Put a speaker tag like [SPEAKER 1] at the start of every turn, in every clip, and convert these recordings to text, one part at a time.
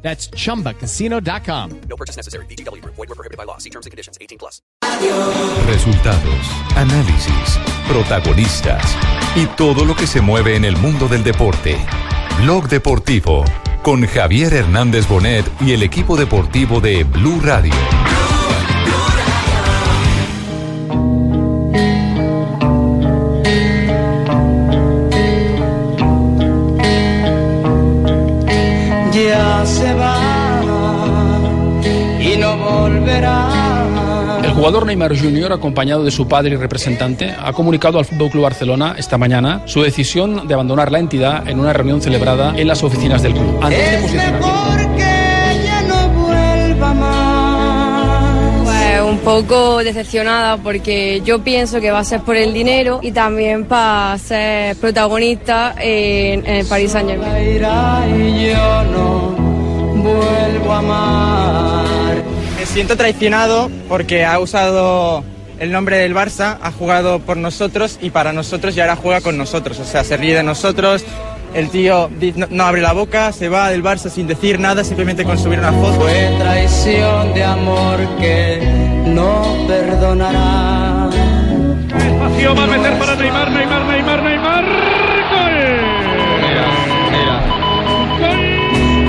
[SPEAKER 1] That's chumbacasino.com.
[SPEAKER 2] No purchase necessary. BGW. Void were prohibited by law. See terms and conditions. 18 plus.
[SPEAKER 3] Resultados, análisis, protagonistas y todo lo que se mueve en el mundo del deporte. Blog Deportivo con Javier Hernández Bonet y el equipo deportivo de Blue Radio.
[SPEAKER 4] Ya se va y no volverá.
[SPEAKER 5] El jugador Neymar Jr., acompañado de su padre y representante, ha comunicado al Fútbol Club Barcelona esta mañana su decisión de abandonar la entidad en una reunión celebrada en las oficinas del club. Antes de
[SPEAKER 4] Es
[SPEAKER 5] posicionarse,
[SPEAKER 4] mejor que ya no vuelva más.
[SPEAKER 6] Pues un poco decepcionada porque yo pienso que va a ser por el dinero y también para ser protagonista en, en el Paris Saint Germain.
[SPEAKER 4] La irá y yo no vuelvo a amar.
[SPEAKER 7] Me siento traicionado porque ha usado el nombre del Barça, ha jugado por nosotros y para nosotros y ahora juega con nosotros. O sea, se ríe de nosotros. El tío di- no, no abre la boca, se va del Barça sin decir nada, simplemente con subir una foto.
[SPEAKER 4] Fue traición de amor que no perdonará.
[SPEAKER 8] Espacio va a meter para Neymar, Neymar, Neymar, Neymar.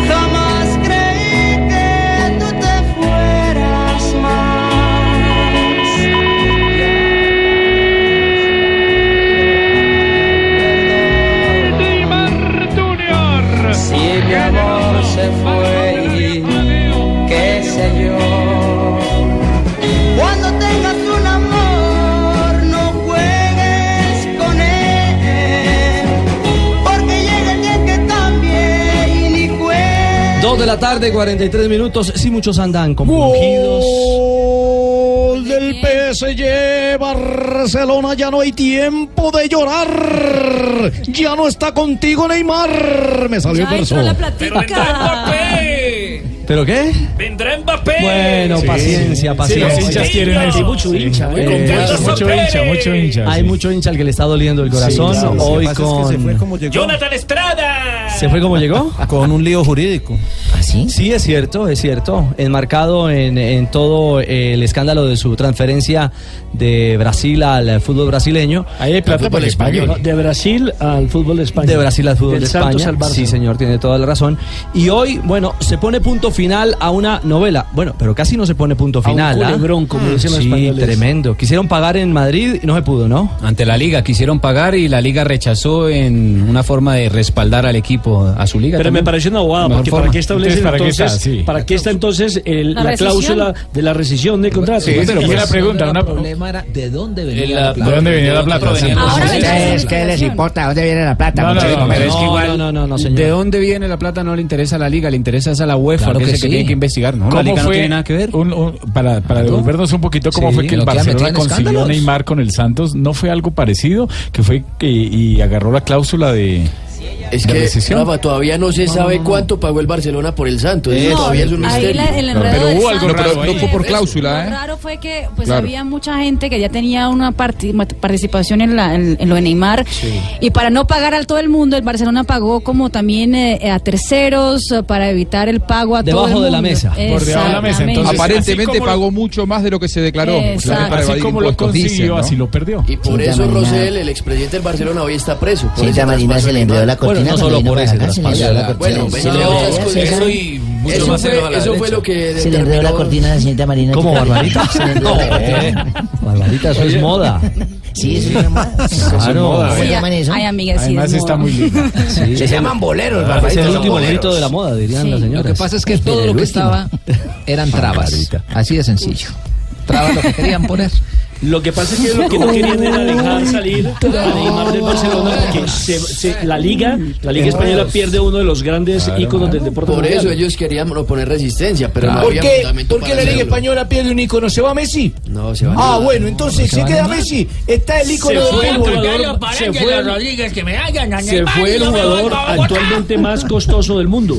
[SPEAKER 4] Jamás creí que tú te fueras más.
[SPEAKER 8] Gol. Neymar Junior.
[SPEAKER 4] Si mi amor se fue y qué sé yo. Cuando tengas un amor, no juegues con él. Porque llega el día que cambie y ni juegues.
[SPEAKER 9] Dos de la tarde, 43 minutos. Sí, muchos andan compungidos.
[SPEAKER 10] Gol del PSG, Barcelona, ya no hay tiempo de llorar. Ya no está contigo Neymar. Me salió el verso.
[SPEAKER 9] ¿Pero qué?
[SPEAKER 8] Vendrá Mbappé.
[SPEAKER 9] Bueno, paciencia, paciencia.
[SPEAKER 8] los hinchas quieren eso. Sí, mucho hincha, muy
[SPEAKER 10] eh.
[SPEAKER 8] contentos. Mucho hincha, mucho hincha.
[SPEAKER 9] Hay mucho hincha al que le está doliendo el corazón. Hoy con... se, fue como...
[SPEAKER 8] Jonathan Estrada.
[SPEAKER 9] llegó. ¿Ah,
[SPEAKER 10] Con un lío jurídico.
[SPEAKER 9] Sí, es cierto, es cierto. Enmarcado en, en todo eh, el escándalo de su transferencia de Brasil al fútbol brasileño.
[SPEAKER 11] Ahí hay plata para el español. De Brasil al fútbol de España.
[SPEAKER 9] De Brasil al fútbol
[SPEAKER 11] Del
[SPEAKER 9] de
[SPEAKER 11] Santos
[SPEAKER 9] España.
[SPEAKER 11] al Barça.
[SPEAKER 9] Sí, señor, tiene toda la razón. Y hoy, bueno, se pone punto final a una novela. Bueno, pero casi no se pone punto
[SPEAKER 11] A un
[SPEAKER 9] final. ¿ah?
[SPEAKER 11] culebrón, como dicen los
[SPEAKER 9] sí,
[SPEAKER 11] españoles.
[SPEAKER 9] tremendo. Quisieron pagar en Madrid y no se pudo, ¿no?
[SPEAKER 12] Ante la liga quisieron pagar y la liga rechazó en una forma de respaldar al equipo, a su liga.
[SPEAKER 11] Pero me
[SPEAKER 12] también.
[SPEAKER 11] pareció una
[SPEAKER 12] De
[SPEAKER 11] bobada,
[SPEAKER 12] mejor
[SPEAKER 11] porque ¿para
[SPEAKER 12] forma.
[SPEAKER 11] qué establecen
[SPEAKER 8] Entonces, ¿para qué
[SPEAKER 11] entonces,
[SPEAKER 8] está?
[SPEAKER 11] para qué
[SPEAKER 8] Sí.
[SPEAKER 11] está, entonces el-
[SPEAKER 6] La
[SPEAKER 11] la,
[SPEAKER 6] rescisión.
[SPEAKER 11] cláusula de la rescisión de contrato?
[SPEAKER 12] Sí, pero pues-
[SPEAKER 8] pregunta, una
[SPEAKER 9] ¿De dónde
[SPEAKER 12] La- ¿De dónde venía la plata? Sí.
[SPEAKER 6] Ahora
[SPEAKER 12] Sí.
[SPEAKER 6] vendrá
[SPEAKER 12] Es
[SPEAKER 6] su
[SPEAKER 12] que les
[SPEAKER 6] renovación.
[SPEAKER 12] importa? ¿Dónde viene la plata?
[SPEAKER 8] No, no,
[SPEAKER 12] muchachos?
[SPEAKER 8] no,
[SPEAKER 12] Pero
[SPEAKER 9] no,
[SPEAKER 12] es que igual-
[SPEAKER 9] no, no, no, no, señor.
[SPEAKER 12] ¿De dónde viene la plata? No le interesa a la liga, le interesa es a la UEFA,
[SPEAKER 9] Claro
[SPEAKER 12] que,
[SPEAKER 9] que
[SPEAKER 12] es el
[SPEAKER 9] sí.
[SPEAKER 12] que tiene que investigar. No, la
[SPEAKER 8] ¿Cómo
[SPEAKER 12] liga no
[SPEAKER 8] fue
[SPEAKER 12] tiene nada que ver.
[SPEAKER 8] un- un- para para devolvernos un poquito, ¿cómo
[SPEAKER 9] Sí,
[SPEAKER 8] fue que el
[SPEAKER 9] lo que ha metido
[SPEAKER 8] Barcelona
[SPEAKER 9] en
[SPEAKER 8] consiguió
[SPEAKER 9] escándalos.
[SPEAKER 8] Neymar con el Santos? ¿No fue algo parecido? Que fue que- y agarró la cláusula de.
[SPEAKER 13] Es
[SPEAKER 8] ¿De
[SPEAKER 13] que
[SPEAKER 8] rescisión?
[SPEAKER 13] Rafa, todavía no se sabe cuánto pagó el Barcelona por el Santos. Eso todavía es un misterio.
[SPEAKER 8] Pero hubo algo raro ahí.
[SPEAKER 12] cláusula, ¿eh?
[SPEAKER 6] raro fue que pues
[SPEAKER 12] Claro.
[SPEAKER 6] había mucha gente que ya tenía una parti- participación en, la- en- en lo de Neymar y para no pagar a todo el mundo el Barcelona pagó como también eh, a terceros eh, para evitar el pago a todo el
[SPEAKER 9] Debajo
[SPEAKER 6] mundo
[SPEAKER 9] de la mesa.
[SPEAKER 8] Por debajo de la mesa, entonces, Aparentemente así como- pagó
[SPEAKER 12] mucho más de lo que se declaró.
[SPEAKER 6] Exacto.
[SPEAKER 8] Así como lo consiguió, así lo perdió.
[SPEAKER 13] Y por eso Rosell, el expresidente del Barcelona, hoy está preso. Por ese traspaso de Neymar.
[SPEAKER 9] Bueno, no solo por ese traspaso.
[SPEAKER 13] Bueno,
[SPEAKER 9] Sí,
[SPEAKER 13] entre
[SPEAKER 9] no,
[SPEAKER 13] otras cosas,
[SPEAKER 9] sí,
[SPEAKER 13] eso,
[SPEAKER 9] sí.
[SPEAKER 13] eso fue, eso fue lo que
[SPEAKER 4] Se le enredó la
[SPEAKER 13] determinó-
[SPEAKER 4] cortina a la señorita Marina.
[SPEAKER 9] ¿Cómo,
[SPEAKER 4] Chica.
[SPEAKER 9] Barbarita? No, Barbarita, eso es moda.
[SPEAKER 4] Sí, es una moda.
[SPEAKER 9] Claro.
[SPEAKER 6] Sí,
[SPEAKER 4] ¿Cómo llaman eso?
[SPEAKER 6] ay, amiga, sí,
[SPEAKER 8] Además
[SPEAKER 6] es
[SPEAKER 8] está
[SPEAKER 6] moda.
[SPEAKER 8] muy lindo.
[SPEAKER 9] Sí. Ah,
[SPEAKER 13] Se llaman boleros,
[SPEAKER 9] Es
[SPEAKER 13] Barbarita,
[SPEAKER 9] el
[SPEAKER 13] son
[SPEAKER 9] último
[SPEAKER 13] boleros.
[SPEAKER 9] grito de la moda, dirían
[SPEAKER 6] Sí.
[SPEAKER 9] las señoras.
[SPEAKER 12] Lo que pasa es que todo
[SPEAKER 14] Ah,
[SPEAKER 12] lo que estaba eran trabas. Así de sencillo. Trabas lo que querían poner.
[SPEAKER 11] Lo que pasa es que lo que no querían era dejar salir a Neymar del Barcelona porque se- se- la liga, la liga española pierde uno de los grandes íconos del deporte.
[SPEAKER 13] Por eso
[SPEAKER 11] mundial.
[SPEAKER 13] ellos querían oponer resistencia, pero no
[SPEAKER 11] ¿Por
[SPEAKER 13] había
[SPEAKER 11] qué?
[SPEAKER 13] fundamento
[SPEAKER 15] ¿Por qué
[SPEAKER 13] para
[SPEAKER 15] la Liga
[SPEAKER 13] hacerlo.
[SPEAKER 15] Española pierde un ícono? ¿Se va Messi?
[SPEAKER 13] No, se va
[SPEAKER 15] Ah,
[SPEAKER 13] Neymar.
[SPEAKER 15] bueno, entonces
[SPEAKER 13] se
[SPEAKER 15] se
[SPEAKER 13] va
[SPEAKER 15] queda
[SPEAKER 13] Neymar.
[SPEAKER 15] Messi. Está el ícono
[SPEAKER 11] Se
[SPEAKER 15] del
[SPEAKER 11] fue el
[SPEAKER 15] fútbol.
[SPEAKER 11] jugador, se fue el-
[SPEAKER 15] que me hagan a
[SPEAKER 11] Se
[SPEAKER 15] Neymar
[SPEAKER 11] fue
[SPEAKER 15] y
[SPEAKER 11] el
[SPEAKER 15] yo me voy
[SPEAKER 11] jugador
[SPEAKER 15] pa' Bogotá.
[SPEAKER 11] actualmente más costoso del mundo.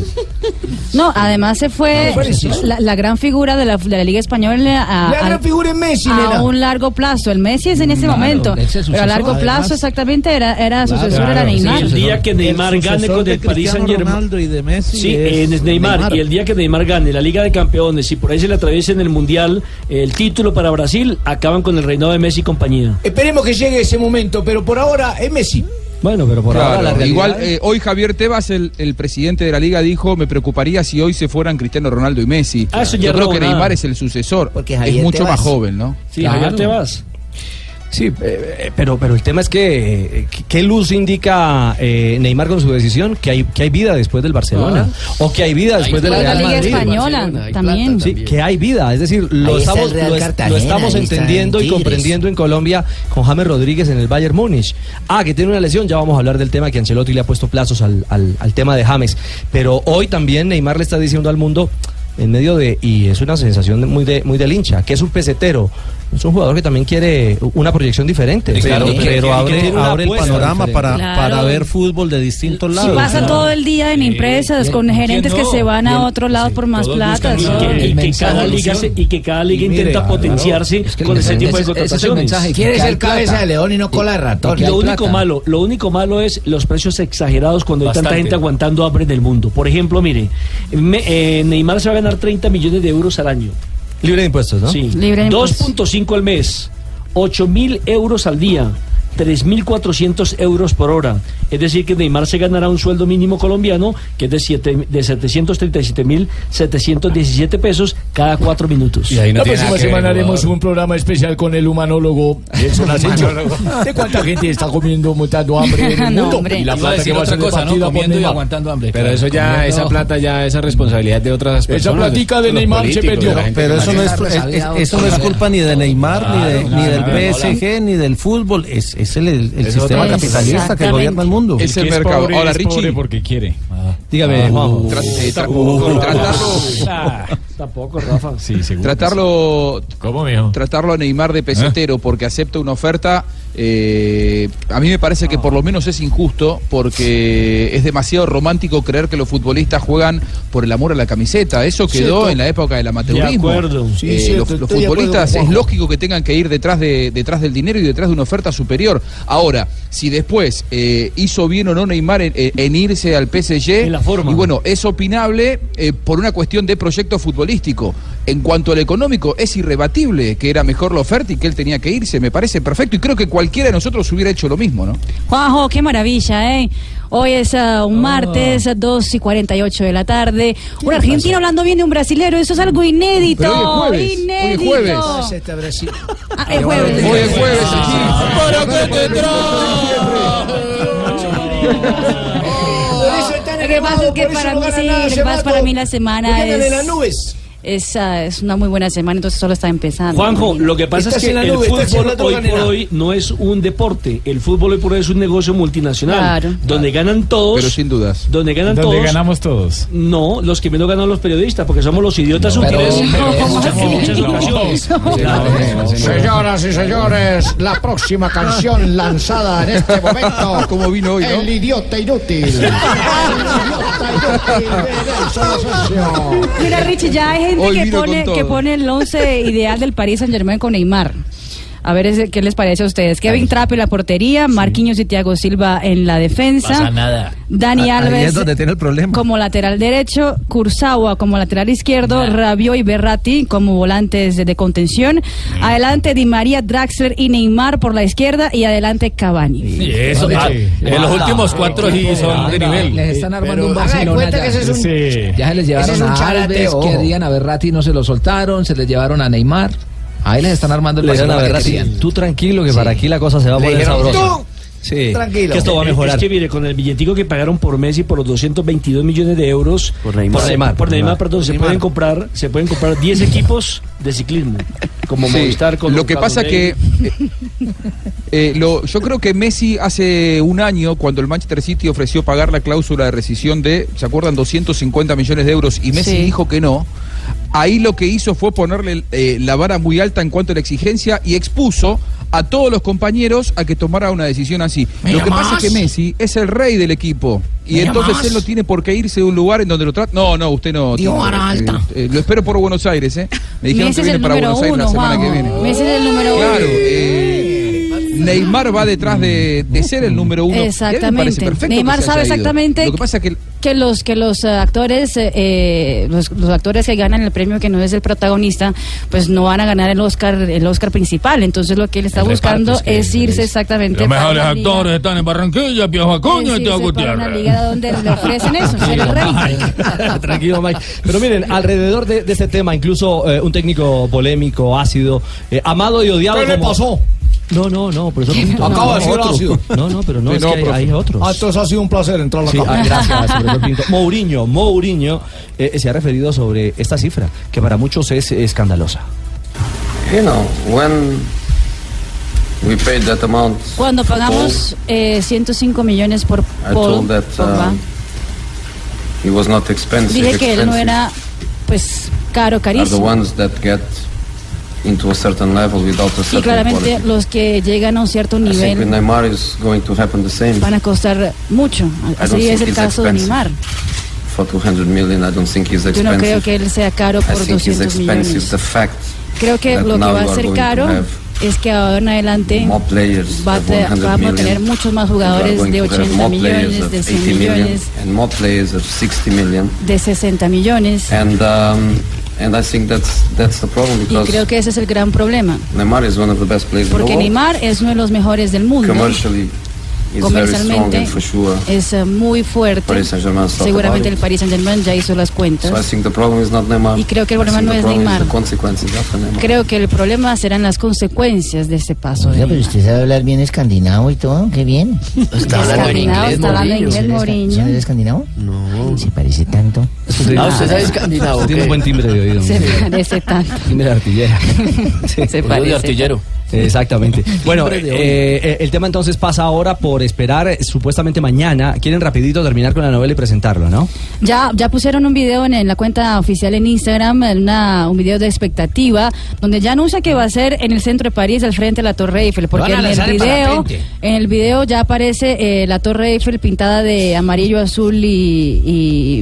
[SPEAKER 6] No, además se fue
[SPEAKER 11] No, Francisco.
[SPEAKER 6] la, la gran figura de la, de la Liga Española a,
[SPEAKER 15] La gran
[SPEAKER 6] al-
[SPEAKER 15] figura es Messi,
[SPEAKER 6] a
[SPEAKER 15] nena.
[SPEAKER 6] un largo plazo. El Messi es en ese momento,
[SPEAKER 11] ese sucesor,
[SPEAKER 6] pero a largo
[SPEAKER 11] además.
[SPEAKER 6] plazo exactamente era, era sucesor, era Neymar.
[SPEAKER 11] el día que Neymar
[SPEAKER 16] El
[SPEAKER 11] gane
[SPEAKER 16] sucesor
[SPEAKER 11] con
[SPEAKER 16] de
[SPEAKER 11] el Paris
[SPEAKER 16] Cristiano
[SPEAKER 11] Saint Germain.
[SPEAKER 16] Ronaldo y de Messi
[SPEAKER 11] Sí,
[SPEAKER 16] es
[SPEAKER 11] en Neymar.
[SPEAKER 16] Neymar.
[SPEAKER 11] Y el día que Neymar gane la Liga de Campeones y por ahí se le atraviesa en el Mundial eh, el título para Brasil, acaban con el reinado de Messi y compañía.
[SPEAKER 15] Esperemos que llegue ese momento, pero por ahora es Messi.
[SPEAKER 11] Bueno, pero
[SPEAKER 15] por
[SPEAKER 5] Claro,
[SPEAKER 15] ahora la realidad
[SPEAKER 5] igual
[SPEAKER 15] es-
[SPEAKER 5] eh, hoy Javier Tebas, el, el presidente de la liga, dijo, me preocuparía si hoy se fueran Cristiano Ronaldo y Messi.
[SPEAKER 11] Ah, eso ya
[SPEAKER 5] Yo creo que
[SPEAKER 11] no, nada.
[SPEAKER 5] Neymar es el sucesor. es
[SPEAKER 11] Javier
[SPEAKER 5] mucho
[SPEAKER 11] Tebas-
[SPEAKER 5] más joven, ¿no?
[SPEAKER 11] Sí, Javier Tebas.
[SPEAKER 9] Sí, eh, eh, pero, pero el tema es que eh, ¿qué- qué luz indica eh, Neymar con su decisión que hay que hay vida después del Barcelona o que hay vida después del
[SPEAKER 6] Bueno, la
[SPEAKER 9] Real
[SPEAKER 6] Liga
[SPEAKER 9] Madrid.
[SPEAKER 6] Española también.
[SPEAKER 9] Sí, que hay vida, es decir,
[SPEAKER 6] Ahí
[SPEAKER 9] lo
[SPEAKER 6] está
[SPEAKER 9] estamos,
[SPEAKER 6] el Real
[SPEAKER 9] lo es- lo
[SPEAKER 6] Cartagena,
[SPEAKER 9] estamos
[SPEAKER 6] ahí está
[SPEAKER 9] entendiendo
[SPEAKER 6] en
[SPEAKER 9] y
[SPEAKER 6] Tigres.
[SPEAKER 9] comprendiendo en Colombia con James Rodríguez en el Bayern Múnich. Ah, que tiene una lesión, ya vamos a hablar del tema que Ancelotti le ha puesto plazos al, al- al tema de James. Pero hoy también Neymar le está diciendo al mundo, en medio de, y es una sensación de- muy, de, muy del hincha, que es un pesetero, es un jugador que también quiere una proyección diferente.
[SPEAKER 16] Claro,
[SPEAKER 9] pero,
[SPEAKER 16] que-
[SPEAKER 9] pero
[SPEAKER 16] que- que
[SPEAKER 9] abre,
[SPEAKER 16] tiene una
[SPEAKER 9] abre el
[SPEAKER 16] apuesta
[SPEAKER 9] panorama
[SPEAKER 16] diferente.
[SPEAKER 9] para,
[SPEAKER 6] Claro. para ver
[SPEAKER 9] fútbol de distintos
[SPEAKER 6] Si pasa todo el día en empresas, con gerentes que se van a otro lado por más plata.
[SPEAKER 11] Y que- y que cada liga se- y que cada liga
[SPEAKER 6] Y mire,
[SPEAKER 11] intenta
[SPEAKER 6] claro,
[SPEAKER 11] potenciarse
[SPEAKER 6] es que
[SPEAKER 11] con ese tipo de
[SPEAKER 6] ese- ese es el
[SPEAKER 11] contrataciones.
[SPEAKER 6] mensaje, que Quiere hay ser plata. cabeza de león y no cola de ratón.
[SPEAKER 11] Lo
[SPEAKER 6] Hay
[SPEAKER 11] único
[SPEAKER 6] plata.
[SPEAKER 11] malo, lo único malo es los precios exagerados cuando hay tanta
[SPEAKER 12] Bastante.
[SPEAKER 11] gente aguantando hambre en el mundo. Por ejemplo, mire, me- eh, Neymar se va a ganar 30 millones de euros al año.
[SPEAKER 9] Libre de impuestos, ¿no?
[SPEAKER 11] Sí.
[SPEAKER 9] Libre de impuestos.
[SPEAKER 11] 2.5 al mes, 8 mil euros al día, 3.400 euros por hora. Es decir, que Neymar se ganará un sueldo mínimo colombiano que es de, siete- de 737.717 pesos cada 4 minutos.
[SPEAKER 15] la próxima pues semana haremos un programa especial con el humanólogo Nelson Asensio. ¿De cuánta gente está comiendo, montando hambre en el
[SPEAKER 17] No,
[SPEAKER 15] mundo?
[SPEAKER 17] hombre.
[SPEAKER 15] y
[SPEAKER 17] Iba
[SPEAKER 15] la
[SPEAKER 17] a
[SPEAKER 15] plata que
[SPEAKER 17] decir
[SPEAKER 15] va a
[SPEAKER 17] otra
[SPEAKER 15] ser
[SPEAKER 17] cosa, ¿no?
[SPEAKER 15] repartida por
[SPEAKER 17] Comiendo y
[SPEAKER 15] Neymar.
[SPEAKER 17] aguantando hambre.
[SPEAKER 12] Pero eso ya,
[SPEAKER 17] Comiendo-
[SPEAKER 12] esa plata ya, esa responsabilidad de otras personas.
[SPEAKER 15] Esa platica de
[SPEAKER 12] los
[SPEAKER 15] Neymar se
[SPEAKER 12] políticos,
[SPEAKER 15] perdió.
[SPEAKER 12] la gente
[SPEAKER 15] Pero
[SPEAKER 12] que
[SPEAKER 15] eso
[SPEAKER 12] maneja.
[SPEAKER 15] no es-
[SPEAKER 17] es- es- eso no es culpa ni de Neymar, ni, de-
[SPEAKER 12] Claro,
[SPEAKER 17] ni
[SPEAKER 12] claro,
[SPEAKER 17] del
[SPEAKER 12] claro.
[SPEAKER 17] PSG, ni del fútbol. Es, es el, el
[SPEAKER 12] Es
[SPEAKER 17] sistema
[SPEAKER 12] otra-
[SPEAKER 17] capitalista que
[SPEAKER 12] Exactamente.
[SPEAKER 17] gobierna el mundo. Ah,
[SPEAKER 12] Es el mercado. Ahora, Richie.
[SPEAKER 8] porque quiere. Ah,
[SPEAKER 17] Dígame, Juanjo.
[SPEAKER 5] Tra- eh, tra-
[SPEAKER 17] Uh.
[SPEAKER 5] tratarlo-
[SPEAKER 11] Tampoco, Rafa.
[SPEAKER 8] Sí, seguro.
[SPEAKER 5] Tratarlo, tratarlo a Neymar de pesetero porque acepta una oferta, eh, a mí me parece
[SPEAKER 8] Ah.
[SPEAKER 5] que por lo menos es injusto porque es demasiado romántico creer que los futbolistas juegan por el amor a la camiseta. Eso quedó
[SPEAKER 12] Cierto.
[SPEAKER 5] en la época del
[SPEAKER 12] De
[SPEAKER 5] amateurismo.
[SPEAKER 12] acuerdo. Sí,
[SPEAKER 5] Eh,
[SPEAKER 12] cierto,
[SPEAKER 5] los, los
[SPEAKER 12] estoy de acuerdo
[SPEAKER 5] futbolistas
[SPEAKER 12] con
[SPEAKER 5] es
[SPEAKER 12] Juanjo.
[SPEAKER 5] lógico que tengan que ir detrás, de, detrás del dinero y detrás de una oferta superior. Ahora, si después eh, hizo bien o no Neymar en, eh, en- en irse al PSG, y bueno, es opinable eh, por una cuestión de proyecto futbolístico. En cuanto al económico, es irrebatible que era mejor la oferta y que él tenía que irse. Me parece perfecto y creo que cualquiera de nosotros hubiera hecho lo mismo, ¿no?
[SPEAKER 6] Juanjo, qué maravilla, ¿eh? Hoy es ah, un martes, 2 y 48 de la tarde. Un argentino hablando bien de un brasilero, eso es algo inédito.
[SPEAKER 4] Pero hoy es jueves, hoy es
[SPEAKER 6] Inédito.
[SPEAKER 4] jueves.
[SPEAKER 6] Ah, es jueves. Ah.
[SPEAKER 4] Hoy es jueves aquí.
[SPEAKER 6] ¿Para qué te
[SPEAKER 4] Por eso están
[SPEAKER 6] Lo que pasa es
[SPEAKER 4] enojados,
[SPEAKER 6] que
[SPEAKER 4] por eso
[SPEAKER 6] para
[SPEAKER 4] no
[SPEAKER 6] mí,
[SPEAKER 4] ganan
[SPEAKER 6] sí,
[SPEAKER 4] nada,
[SPEAKER 6] lo que
[SPEAKER 4] se
[SPEAKER 6] pasa es
[SPEAKER 4] matan.
[SPEAKER 6] para mí la semana
[SPEAKER 4] Porque andan
[SPEAKER 6] es.
[SPEAKER 4] en las nubes.
[SPEAKER 6] Esa es una muy buena semana, entonces solo está empezando.
[SPEAKER 11] Juanjo, lo que pasa
[SPEAKER 6] Estás
[SPEAKER 11] es
[SPEAKER 6] en
[SPEAKER 11] que
[SPEAKER 6] la
[SPEAKER 11] el
[SPEAKER 6] nube, estás en
[SPEAKER 11] fútbol
[SPEAKER 6] la otra
[SPEAKER 11] hoy por
[SPEAKER 6] manera.
[SPEAKER 11] hoy no es un deporte. El fútbol hoy por hoy es un negocio multinacional.
[SPEAKER 6] Claro.
[SPEAKER 11] Donde ganan todos.
[SPEAKER 5] Pero sin dudas.
[SPEAKER 11] Donde ganan
[SPEAKER 8] Donde
[SPEAKER 11] todos.
[SPEAKER 8] ganamos todos.
[SPEAKER 11] No, los que menos ganan los periodistas, porque somos los idiotas útiles en muchas, en muchas ocasiones.
[SPEAKER 18] Señoras y señores, la próxima canción lanzada en este momento.
[SPEAKER 5] Como vino hoy,
[SPEAKER 18] El idiota inútil. El idiota inútil de Nelson Asensio.
[SPEAKER 6] Mira, Richie, ya hay gente
[SPEAKER 18] Hoy
[SPEAKER 6] que
[SPEAKER 18] vino con
[SPEAKER 6] pone,
[SPEAKER 18] todo.
[SPEAKER 6] que pone el 11 ideal del Paris Saint Germain con Neymar. A ver ese- qué les parece a ustedes. Kevin Trapp en la portería, Marquinhos y Thiago Silva en la defensa.
[SPEAKER 17] Pasa nada.
[SPEAKER 6] Dani
[SPEAKER 17] A- ahí
[SPEAKER 6] Alves
[SPEAKER 17] es donde tiene el problema.
[SPEAKER 6] como lateral derecho, Kurzawa como lateral izquierdo, Rabiot y Berratti como volantes de contención. Adelante Di María, Draxler y Neymar por la izquierda y adelante Cavani.
[SPEAKER 17] Y eso, ah, en los últimos cuatro sí son de nivel.
[SPEAKER 14] Les están armando
[SPEAKER 17] Pero
[SPEAKER 14] un
[SPEAKER 17] haga de
[SPEAKER 14] Barcelona.
[SPEAKER 17] cuenta
[SPEAKER 14] ya.
[SPEAKER 17] que ese es un- Sí.
[SPEAKER 14] Ya se les
[SPEAKER 17] ese
[SPEAKER 14] llevaron
[SPEAKER 17] es un
[SPEAKER 14] a
[SPEAKER 17] charate,
[SPEAKER 14] Alves,
[SPEAKER 17] ojo.
[SPEAKER 14] querían a Berratti y no se lo soltaron, se les llevaron a Neymar. Ahí les están armando el
[SPEAKER 9] Le dijeron a
[SPEAKER 14] Barcelona. que
[SPEAKER 9] Berratti,
[SPEAKER 14] querían.
[SPEAKER 9] tú tranquilo que para aquí la cosa se va a
[SPEAKER 14] Le
[SPEAKER 9] poner
[SPEAKER 14] dijeron,
[SPEAKER 9] sabrosa.
[SPEAKER 14] Tú,
[SPEAKER 9] Sí.
[SPEAKER 11] Tranquilo. Es que mire, con el billetico que pagaron por Messi por los 222 millones de euros por
[SPEAKER 9] Neymar.
[SPEAKER 11] por Neymar,
[SPEAKER 9] Por Neymar.
[SPEAKER 11] perdón,
[SPEAKER 9] Por
[SPEAKER 11] se
[SPEAKER 9] Neymar.
[SPEAKER 11] pueden comprar, se pueden comprar 10 equipos de ciclismo, como
[SPEAKER 5] Sí,
[SPEAKER 11] Movistar con
[SPEAKER 5] lo que pasa que Eh, lo- yo creo que Messi hace un año, cuando el Manchester City ofreció pagar la cláusula de rescisión de, ¿se acuerdan? 250 millones de euros y Messi
[SPEAKER 19] Sí.
[SPEAKER 5] dijo que no. Ahí lo que hizo fue ponerle eh, la vara muy alta en cuanto a la exigencia y expuso a todos los compañeros a que tomara una decisión así.
[SPEAKER 20] ¿Me
[SPEAKER 5] Lo que
[SPEAKER 20] llamás?
[SPEAKER 5] pasa es que Messi es el rey del equipo y
[SPEAKER 20] ¿Me
[SPEAKER 5] entonces
[SPEAKER 20] llamás?
[SPEAKER 5] él no tiene por qué irse a un lugar en donde lo trata. No, no, usted no.
[SPEAKER 20] Dio
[SPEAKER 5] tiene-
[SPEAKER 20] vara
[SPEAKER 5] eh,
[SPEAKER 20] alta.
[SPEAKER 5] eh, lo espero por Buenos Aires, ¿eh? Me dijeron
[SPEAKER 6] Messi
[SPEAKER 5] que
[SPEAKER 6] es
[SPEAKER 5] viene
[SPEAKER 6] el
[SPEAKER 5] para
[SPEAKER 6] número
[SPEAKER 5] Buenos Aires la
[SPEAKER 6] uno,
[SPEAKER 5] semana que
[SPEAKER 6] Juan.
[SPEAKER 5] viene.
[SPEAKER 6] Messi es el número uno.
[SPEAKER 5] Claro, eh, Neymar va detrás de, de ser el número uno. Y a mí me parece
[SPEAKER 6] Exactamente.
[SPEAKER 5] perfecto que
[SPEAKER 6] Neymar
[SPEAKER 5] se haya
[SPEAKER 6] sabe
[SPEAKER 5] ido.
[SPEAKER 6] exactamente
[SPEAKER 5] Lo que pasa es que
[SPEAKER 6] que los que los eh, actores eh, eh, los, los actores que ganan el premio que no es el protagonista pues no van a ganar el Oscar el Oscar principal entonces lo que él está
[SPEAKER 21] El
[SPEAKER 6] buscando
[SPEAKER 21] reparto es que
[SPEAKER 6] es irse exactamente
[SPEAKER 21] Los
[SPEAKER 6] para
[SPEAKER 21] mejores
[SPEAKER 6] una liga-
[SPEAKER 21] actores están en Barranquilla, Pío este Acuña y
[SPEAKER 6] irse
[SPEAKER 21] Teo
[SPEAKER 6] para una
[SPEAKER 21] Gutiérrez.
[SPEAKER 6] liga donde le ofrecen eso ser el rey
[SPEAKER 9] Tranquilo, Mike. Pero miren, alrededor de, de este tema, incluso eh, un técnico polémico, ácido, eh, amado y odiado.
[SPEAKER 10] ¿Qué le pasó?
[SPEAKER 9] No, no, no, profesor.
[SPEAKER 10] ¿Quién?
[SPEAKER 9] Pinto,
[SPEAKER 10] Acaba
[SPEAKER 9] no,
[SPEAKER 10] de decir
[SPEAKER 9] otro.
[SPEAKER 10] ácido.
[SPEAKER 9] No, no, pero no,
[SPEAKER 10] Sí,
[SPEAKER 9] es
[SPEAKER 10] no,
[SPEAKER 9] que hay,
[SPEAKER 10] profe.
[SPEAKER 9] hay otros.
[SPEAKER 10] Ah, entonces ha sido un placer entrar a la
[SPEAKER 9] Sí,
[SPEAKER 10] cámara.
[SPEAKER 9] ah, gracias, profesor Pinto. Mourinho, Mourinho eh, se ha referido sobre esta cifra, que para muchos es escandalosa.
[SPEAKER 22] You know, when we paid that amount,
[SPEAKER 6] cuando pagamos eh, 105 millones por
[SPEAKER 22] I
[SPEAKER 6] Paul
[SPEAKER 22] told that
[SPEAKER 6] Pogba,
[SPEAKER 22] um, it was not expensive.
[SPEAKER 6] dije que él no
[SPEAKER 22] Expensive
[SPEAKER 6] era pues caro
[SPEAKER 22] are the
[SPEAKER 6] carísimo
[SPEAKER 22] ones that get into a certain level without a
[SPEAKER 6] y
[SPEAKER 22] certain
[SPEAKER 6] claramente
[SPEAKER 22] quality.
[SPEAKER 6] los que llegan a un cierto
[SPEAKER 22] I think with
[SPEAKER 6] nivel
[SPEAKER 22] Neymar is going to happen the same
[SPEAKER 6] van a costar mucho.
[SPEAKER 22] I don't
[SPEAKER 6] Así
[SPEAKER 22] think
[SPEAKER 6] es el
[SPEAKER 22] it's
[SPEAKER 6] caso de
[SPEAKER 22] expensive.
[SPEAKER 6] Neymar.
[SPEAKER 22] for 200 million. I don't think he's
[SPEAKER 6] Yo no
[SPEAKER 22] expensive.
[SPEAKER 6] creo que él sea caro
[SPEAKER 22] I
[SPEAKER 6] por
[SPEAKER 22] think he's
[SPEAKER 6] 200
[SPEAKER 22] expensive.
[SPEAKER 6] millones.
[SPEAKER 22] The fact
[SPEAKER 6] Creo que
[SPEAKER 22] that
[SPEAKER 6] lo que
[SPEAKER 22] now
[SPEAKER 6] va a
[SPEAKER 22] you are
[SPEAKER 6] ser
[SPEAKER 22] going to
[SPEAKER 6] caro
[SPEAKER 22] have
[SPEAKER 6] es que ahora en adelante
[SPEAKER 22] more players
[SPEAKER 6] va a
[SPEAKER 22] of
[SPEAKER 6] te-
[SPEAKER 22] 100
[SPEAKER 6] vamos a
[SPEAKER 22] million.
[SPEAKER 6] tener muchos más
[SPEAKER 22] you are
[SPEAKER 6] jugadores
[SPEAKER 22] going
[SPEAKER 6] de
[SPEAKER 22] to have more
[SPEAKER 6] 80
[SPEAKER 22] players
[SPEAKER 6] millones,
[SPEAKER 22] of
[SPEAKER 6] de 100
[SPEAKER 22] 80 million,
[SPEAKER 6] millones,
[SPEAKER 22] and more players of 60 million.
[SPEAKER 6] de 60 millones.
[SPEAKER 22] And um, and I think that's that's the problem
[SPEAKER 6] Y creo
[SPEAKER 22] because
[SPEAKER 6] que ese es el gran problema.
[SPEAKER 22] Neymar is one of the best players in the
[SPEAKER 6] Porque
[SPEAKER 22] world.
[SPEAKER 6] Neymar es uno de los mejores del mundo.
[SPEAKER 22] Commercially, is very strong and
[SPEAKER 6] Comercialmente
[SPEAKER 22] for sure.
[SPEAKER 6] es eh, muy fuerte.
[SPEAKER 22] Paris Saint-Germain is talking about
[SPEAKER 6] Seguramente el
[SPEAKER 22] it.
[SPEAKER 6] Paris Saint-Germain ya hizo las
[SPEAKER 22] So I
[SPEAKER 6] cuentas.
[SPEAKER 22] think the problem is not Neymar.
[SPEAKER 6] Y creo que el
[SPEAKER 22] I think
[SPEAKER 6] problema no
[SPEAKER 22] the
[SPEAKER 6] es
[SPEAKER 22] problem is
[SPEAKER 6] Neymar.
[SPEAKER 22] the consequences after Neymar.
[SPEAKER 6] Creo que el problema serán las consecuencias de este paso.
[SPEAKER 15] Oiga,
[SPEAKER 6] de
[SPEAKER 15] pero usted sabe hablar bien escandinavo y todo, qué bien.
[SPEAKER 6] Está hablando en Escandinavo, inglés, está hablando en Mourinho. inglés, Mourinho.
[SPEAKER 15] ¿Sabe escandinavo? No. Se parece tanto.
[SPEAKER 9] Ah, usted sabe escandinavo, Tiene ¿qué? un buen timbre de oído.
[SPEAKER 6] Se parece tanto.
[SPEAKER 9] Timbre de artillera. Sí.
[SPEAKER 15] Oído de artillero.
[SPEAKER 9] Exactamente. Bueno,
[SPEAKER 15] Timbre de
[SPEAKER 9] eh, eh, el tema entonces pasa ahora por esperar eh, supuestamente mañana. Quieren rapidito terminar con la novela y presentarlo, ¿no?
[SPEAKER 6] Ya, ya pusieron un video en, en la cuenta oficial en Instagram, en una- un video de expectativa, donde ya anuncia que va a ser en el centro de París, al frente de la Torre Eiffel, porque
[SPEAKER 4] Van
[SPEAKER 6] en
[SPEAKER 4] a
[SPEAKER 6] el
[SPEAKER 4] lanzar el
[SPEAKER 6] video,
[SPEAKER 4] parapente.
[SPEAKER 6] en el video ya aparece eh, la Torre Eiffel pintada de amarillo, azul y,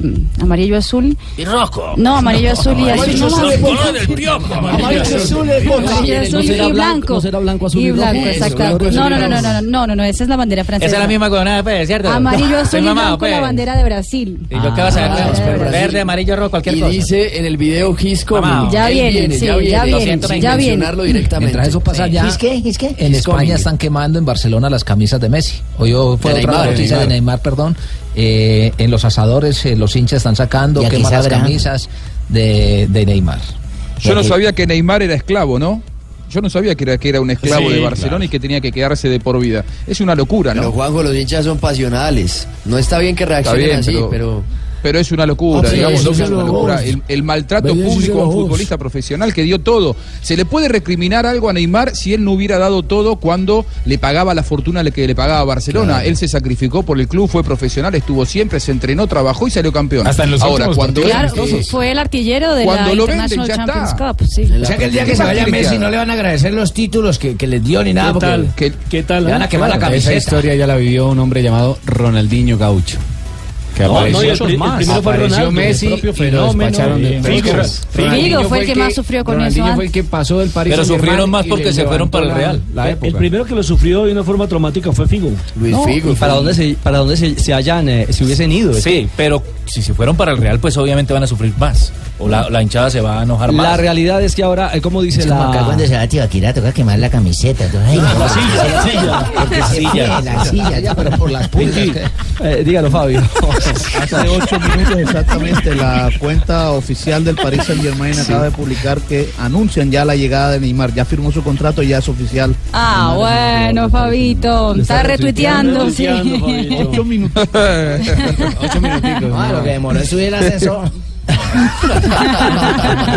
[SPEAKER 6] y- amarillo, azul.
[SPEAKER 4] Y rojo.
[SPEAKER 6] No, amarillo, azul y azul. No,
[SPEAKER 4] Amarillo, azul,
[SPEAKER 6] no, no.
[SPEAKER 4] color del piojo.
[SPEAKER 6] Amarillo, azul, el color. Amarillo, azul y blanco.
[SPEAKER 15] ¿No será blanco, azul
[SPEAKER 6] Y
[SPEAKER 15] y rojo?
[SPEAKER 6] blanco,
[SPEAKER 15] Eso,
[SPEAKER 6] exacto.
[SPEAKER 15] color azul
[SPEAKER 6] No, no,
[SPEAKER 15] y
[SPEAKER 6] no, no,
[SPEAKER 15] rojo.
[SPEAKER 6] no, no, no, no, esa es la bandera francesa.
[SPEAKER 15] Esa es la misma huevonada, pues, ¿cierto?
[SPEAKER 6] Amarillo, azul
[SPEAKER 15] Estoy
[SPEAKER 6] y
[SPEAKER 15] mamado,
[SPEAKER 6] blanco, la
[SPEAKER 15] pues.
[SPEAKER 6] bandera de Brasil.
[SPEAKER 15] Y yo qué vas a ver, Ah, claro, Brasil. verde, amarillo, rojo, cualquier
[SPEAKER 13] Y
[SPEAKER 15] cosa.
[SPEAKER 13] dice en el video His Coming.
[SPEAKER 15] Mamao.
[SPEAKER 6] Ya
[SPEAKER 13] Él
[SPEAKER 6] viene, sí,
[SPEAKER 13] ya Ah, viene,
[SPEAKER 6] ya
[SPEAKER 13] Lo
[SPEAKER 6] viene,
[SPEAKER 13] siento,
[SPEAKER 6] sí,
[SPEAKER 13] sin
[SPEAKER 6] ya viene.
[SPEAKER 13] mencionarlo directamente.
[SPEAKER 23] Mientras eso pasa
[SPEAKER 13] Sí.
[SPEAKER 23] ya, en
[SPEAKER 13] He's
[SPEAKER 23] España
[SPEAKER 13] coming.
[SPEAKER 23] están quemando en Barcelona las camisas de Messi. Hoy oh, fue
[SPEAKER 13] De
[SPEAKER 23] otra
[SPEAKER 13] Neymar,
[SPEAKER 23] noticia
[SPEAKER 13] de
[SPEAKER 23] de Neymar, perdón. Eh, en los asadores eh, los hinchas están sacando,
[SPEAKER 5] Y aquí
[SPEAKER 23] queman las
[SPEAKER 5] sabrán.
[SPEAKER 23] camisas de, de Neymar.
[SPEAKER 5] Yo no sabía que Neymar era esclavo, ¿no? Yo no sabía que era, que era un esclavo
[SPEAKER 13] Sí,
[SPEAKER 5] de Barcelona
[SPEAKER 13] claro.
[SPEAKER 5] y que tenía que quedarse de por vida. Es una locura, ¿no?
[SPEAKER 13] Pero Juanjo, los hinchas son pasionales. No está bien que reaccionen
[SPEAKER 5] bien,
[SPEAKER 13] así,
[SPEAKER 5] pero-
[SPEAKER 13] pero...
[SPEAKER 5] Pero es una locura,
[SPEAKER 13] Ah, sí,
[SPEAKER 5] digamos,
[SPEAKER 13] eso
[SPEAKER 5] es
[SPEAKER 13] sí
[SPEAKER 5] una
[SPEAKER 13] lo
[SPEAKER 5] locura.
[SPEAKER 13] vos.
[SPEAKER 5] El, el maltrato
[SPEAKER 13] Veía eso sí
[SPEAKER 5] público
[SPEAKER 13] lo
[SPEAKER 5] a un
[SPEAKER 13] vos.
[SPEAKER 5] futbolista profesional que dio todo. Se le puede recriminar algo a Neymar si él no hubiera dado todo cuando le pagaba la fortuna le- que le pagaba a Barcelona. Él se sacrificó por el club, fue profesional, estuvo siempre, se entrenó, trabajó y salió campeón.
[SPEAKER 21] Hasta en los
[SPEAKER 5] Ahora,
[SPEAKER 21] últimos
[SPEAKER 5] cuando él-
[SPEAKER 6] Claro, fue el artillero de
[SPEAKER 5] Cuando
[SPEAKER 6] la
[SPEAKER 5] lo venden,
[SPEAKER 6] International
[SPEAKER 5] ya
[SPEAKER 6] Champions
[SPEAKER 5] está.
[SPEAKER 6] Cup. Sí.
[SPEAKER 5] O sea que el día que se vaya Messi no le
[SPEAKER 23] van a agradecer los títulos que, les dio
[SPEAKER 5] ni nada, porque-
[SPEAKER 23] ¿Qué, tal?
[SPEAKER 5] le van a quemar la
[SPEAKER 12] Claro,
[SPEAKER 5] camiseta.
[SPEAKER 12] Esa historia ya la vivió un hombre llamado Ronaldinho Gaucho. Que
[SPEAKER 5] No,
[SPEAKER 12] apareció,
[SPEAKER 5] no, y el pri- el primero fue
[SPEAKER 12] apareció
[SPEAKER 5] Ronaldo,
[SPEAKER 12] Messi
[SPEAKER 5] el propio
[SPEAKER 12] y lo
[SPEAKER 5] fenómeno.
[SPEAKER 12] despacharon de
[SPEAKER 5] Figo.
[SPEAKER 12] Pero-
[SPEAKER 5] Figo
[SPEAKER 12] Ronaldinho
[SPEAKER 6] fue el que más sufrió con
[SPEAKER 12] Ronaldinho
[SPEAKER 6] eso
[SPEAKER 12] fue el que pasó del Paris
[SPEAKER 21] Pero
[SPEAKER 12] Saint-Germain
[SPEAKER 21] sufrieron más
[SPEAKER 12] y
[SPEAKER 21] porque
[SPEAKER 12] le
[SPEAKER 21] se fueron
[SPEAKER 12] levantó
[SPEAKER 21] para el Real.
[SPEAKER 12] la
[SPEAKER 11] El-
[SPEAKER 12] época.
[SPEAKER 11] El primero que lo sufrió de una forma traumática fue Figo.
[SPEAKER 9] No, ¿y para dónde se, para dónde se, se hayan, eh, se hubiesen ido.
[SPEAKER 12] Sí, pero si se fueron para el Real, pues obviamente van a sufrir más.
[SPEAKER 21] O la, la hinchada se va a enojar más.
[SPEAKER 9] La realidad es que ahora, eh, como dice
[SPEAKER 15] Es como acá
[SPEAKER 9] la...
[SPEAKER 15] cuando se va a Tibaquirá, toca quemar la camiseta. Entonces, ay, no,
[SPEAKER 9] La silla,
[SPEAKER 15] la silla.
[SPEAKER 9] porque
[SPEAKER 15] Sí,
[SPEAKER 9] silla.
[SPEAKER 15] La silla, ya, pero por las puntas.
[SPEAKER 9] Pinky, eh, dígalo, Fabio.
[SPEAKER 24] Hace ocho minutos exactamente la cuenta oficial del Paris Saint Germain acaba de publicar que anuncian ya la llegada de Neymar. Ya firmó su contrato y ya es oficial.
[SPEAKER 6] Ah, bueno, Fabito. Está retuiteando, sí.
[SPEAKER 24] Ocho minutos.
[SPEAKER 5] Ocho minutos.
[SPEAKER 15] Ah, lo que demoró es subir el ascensor.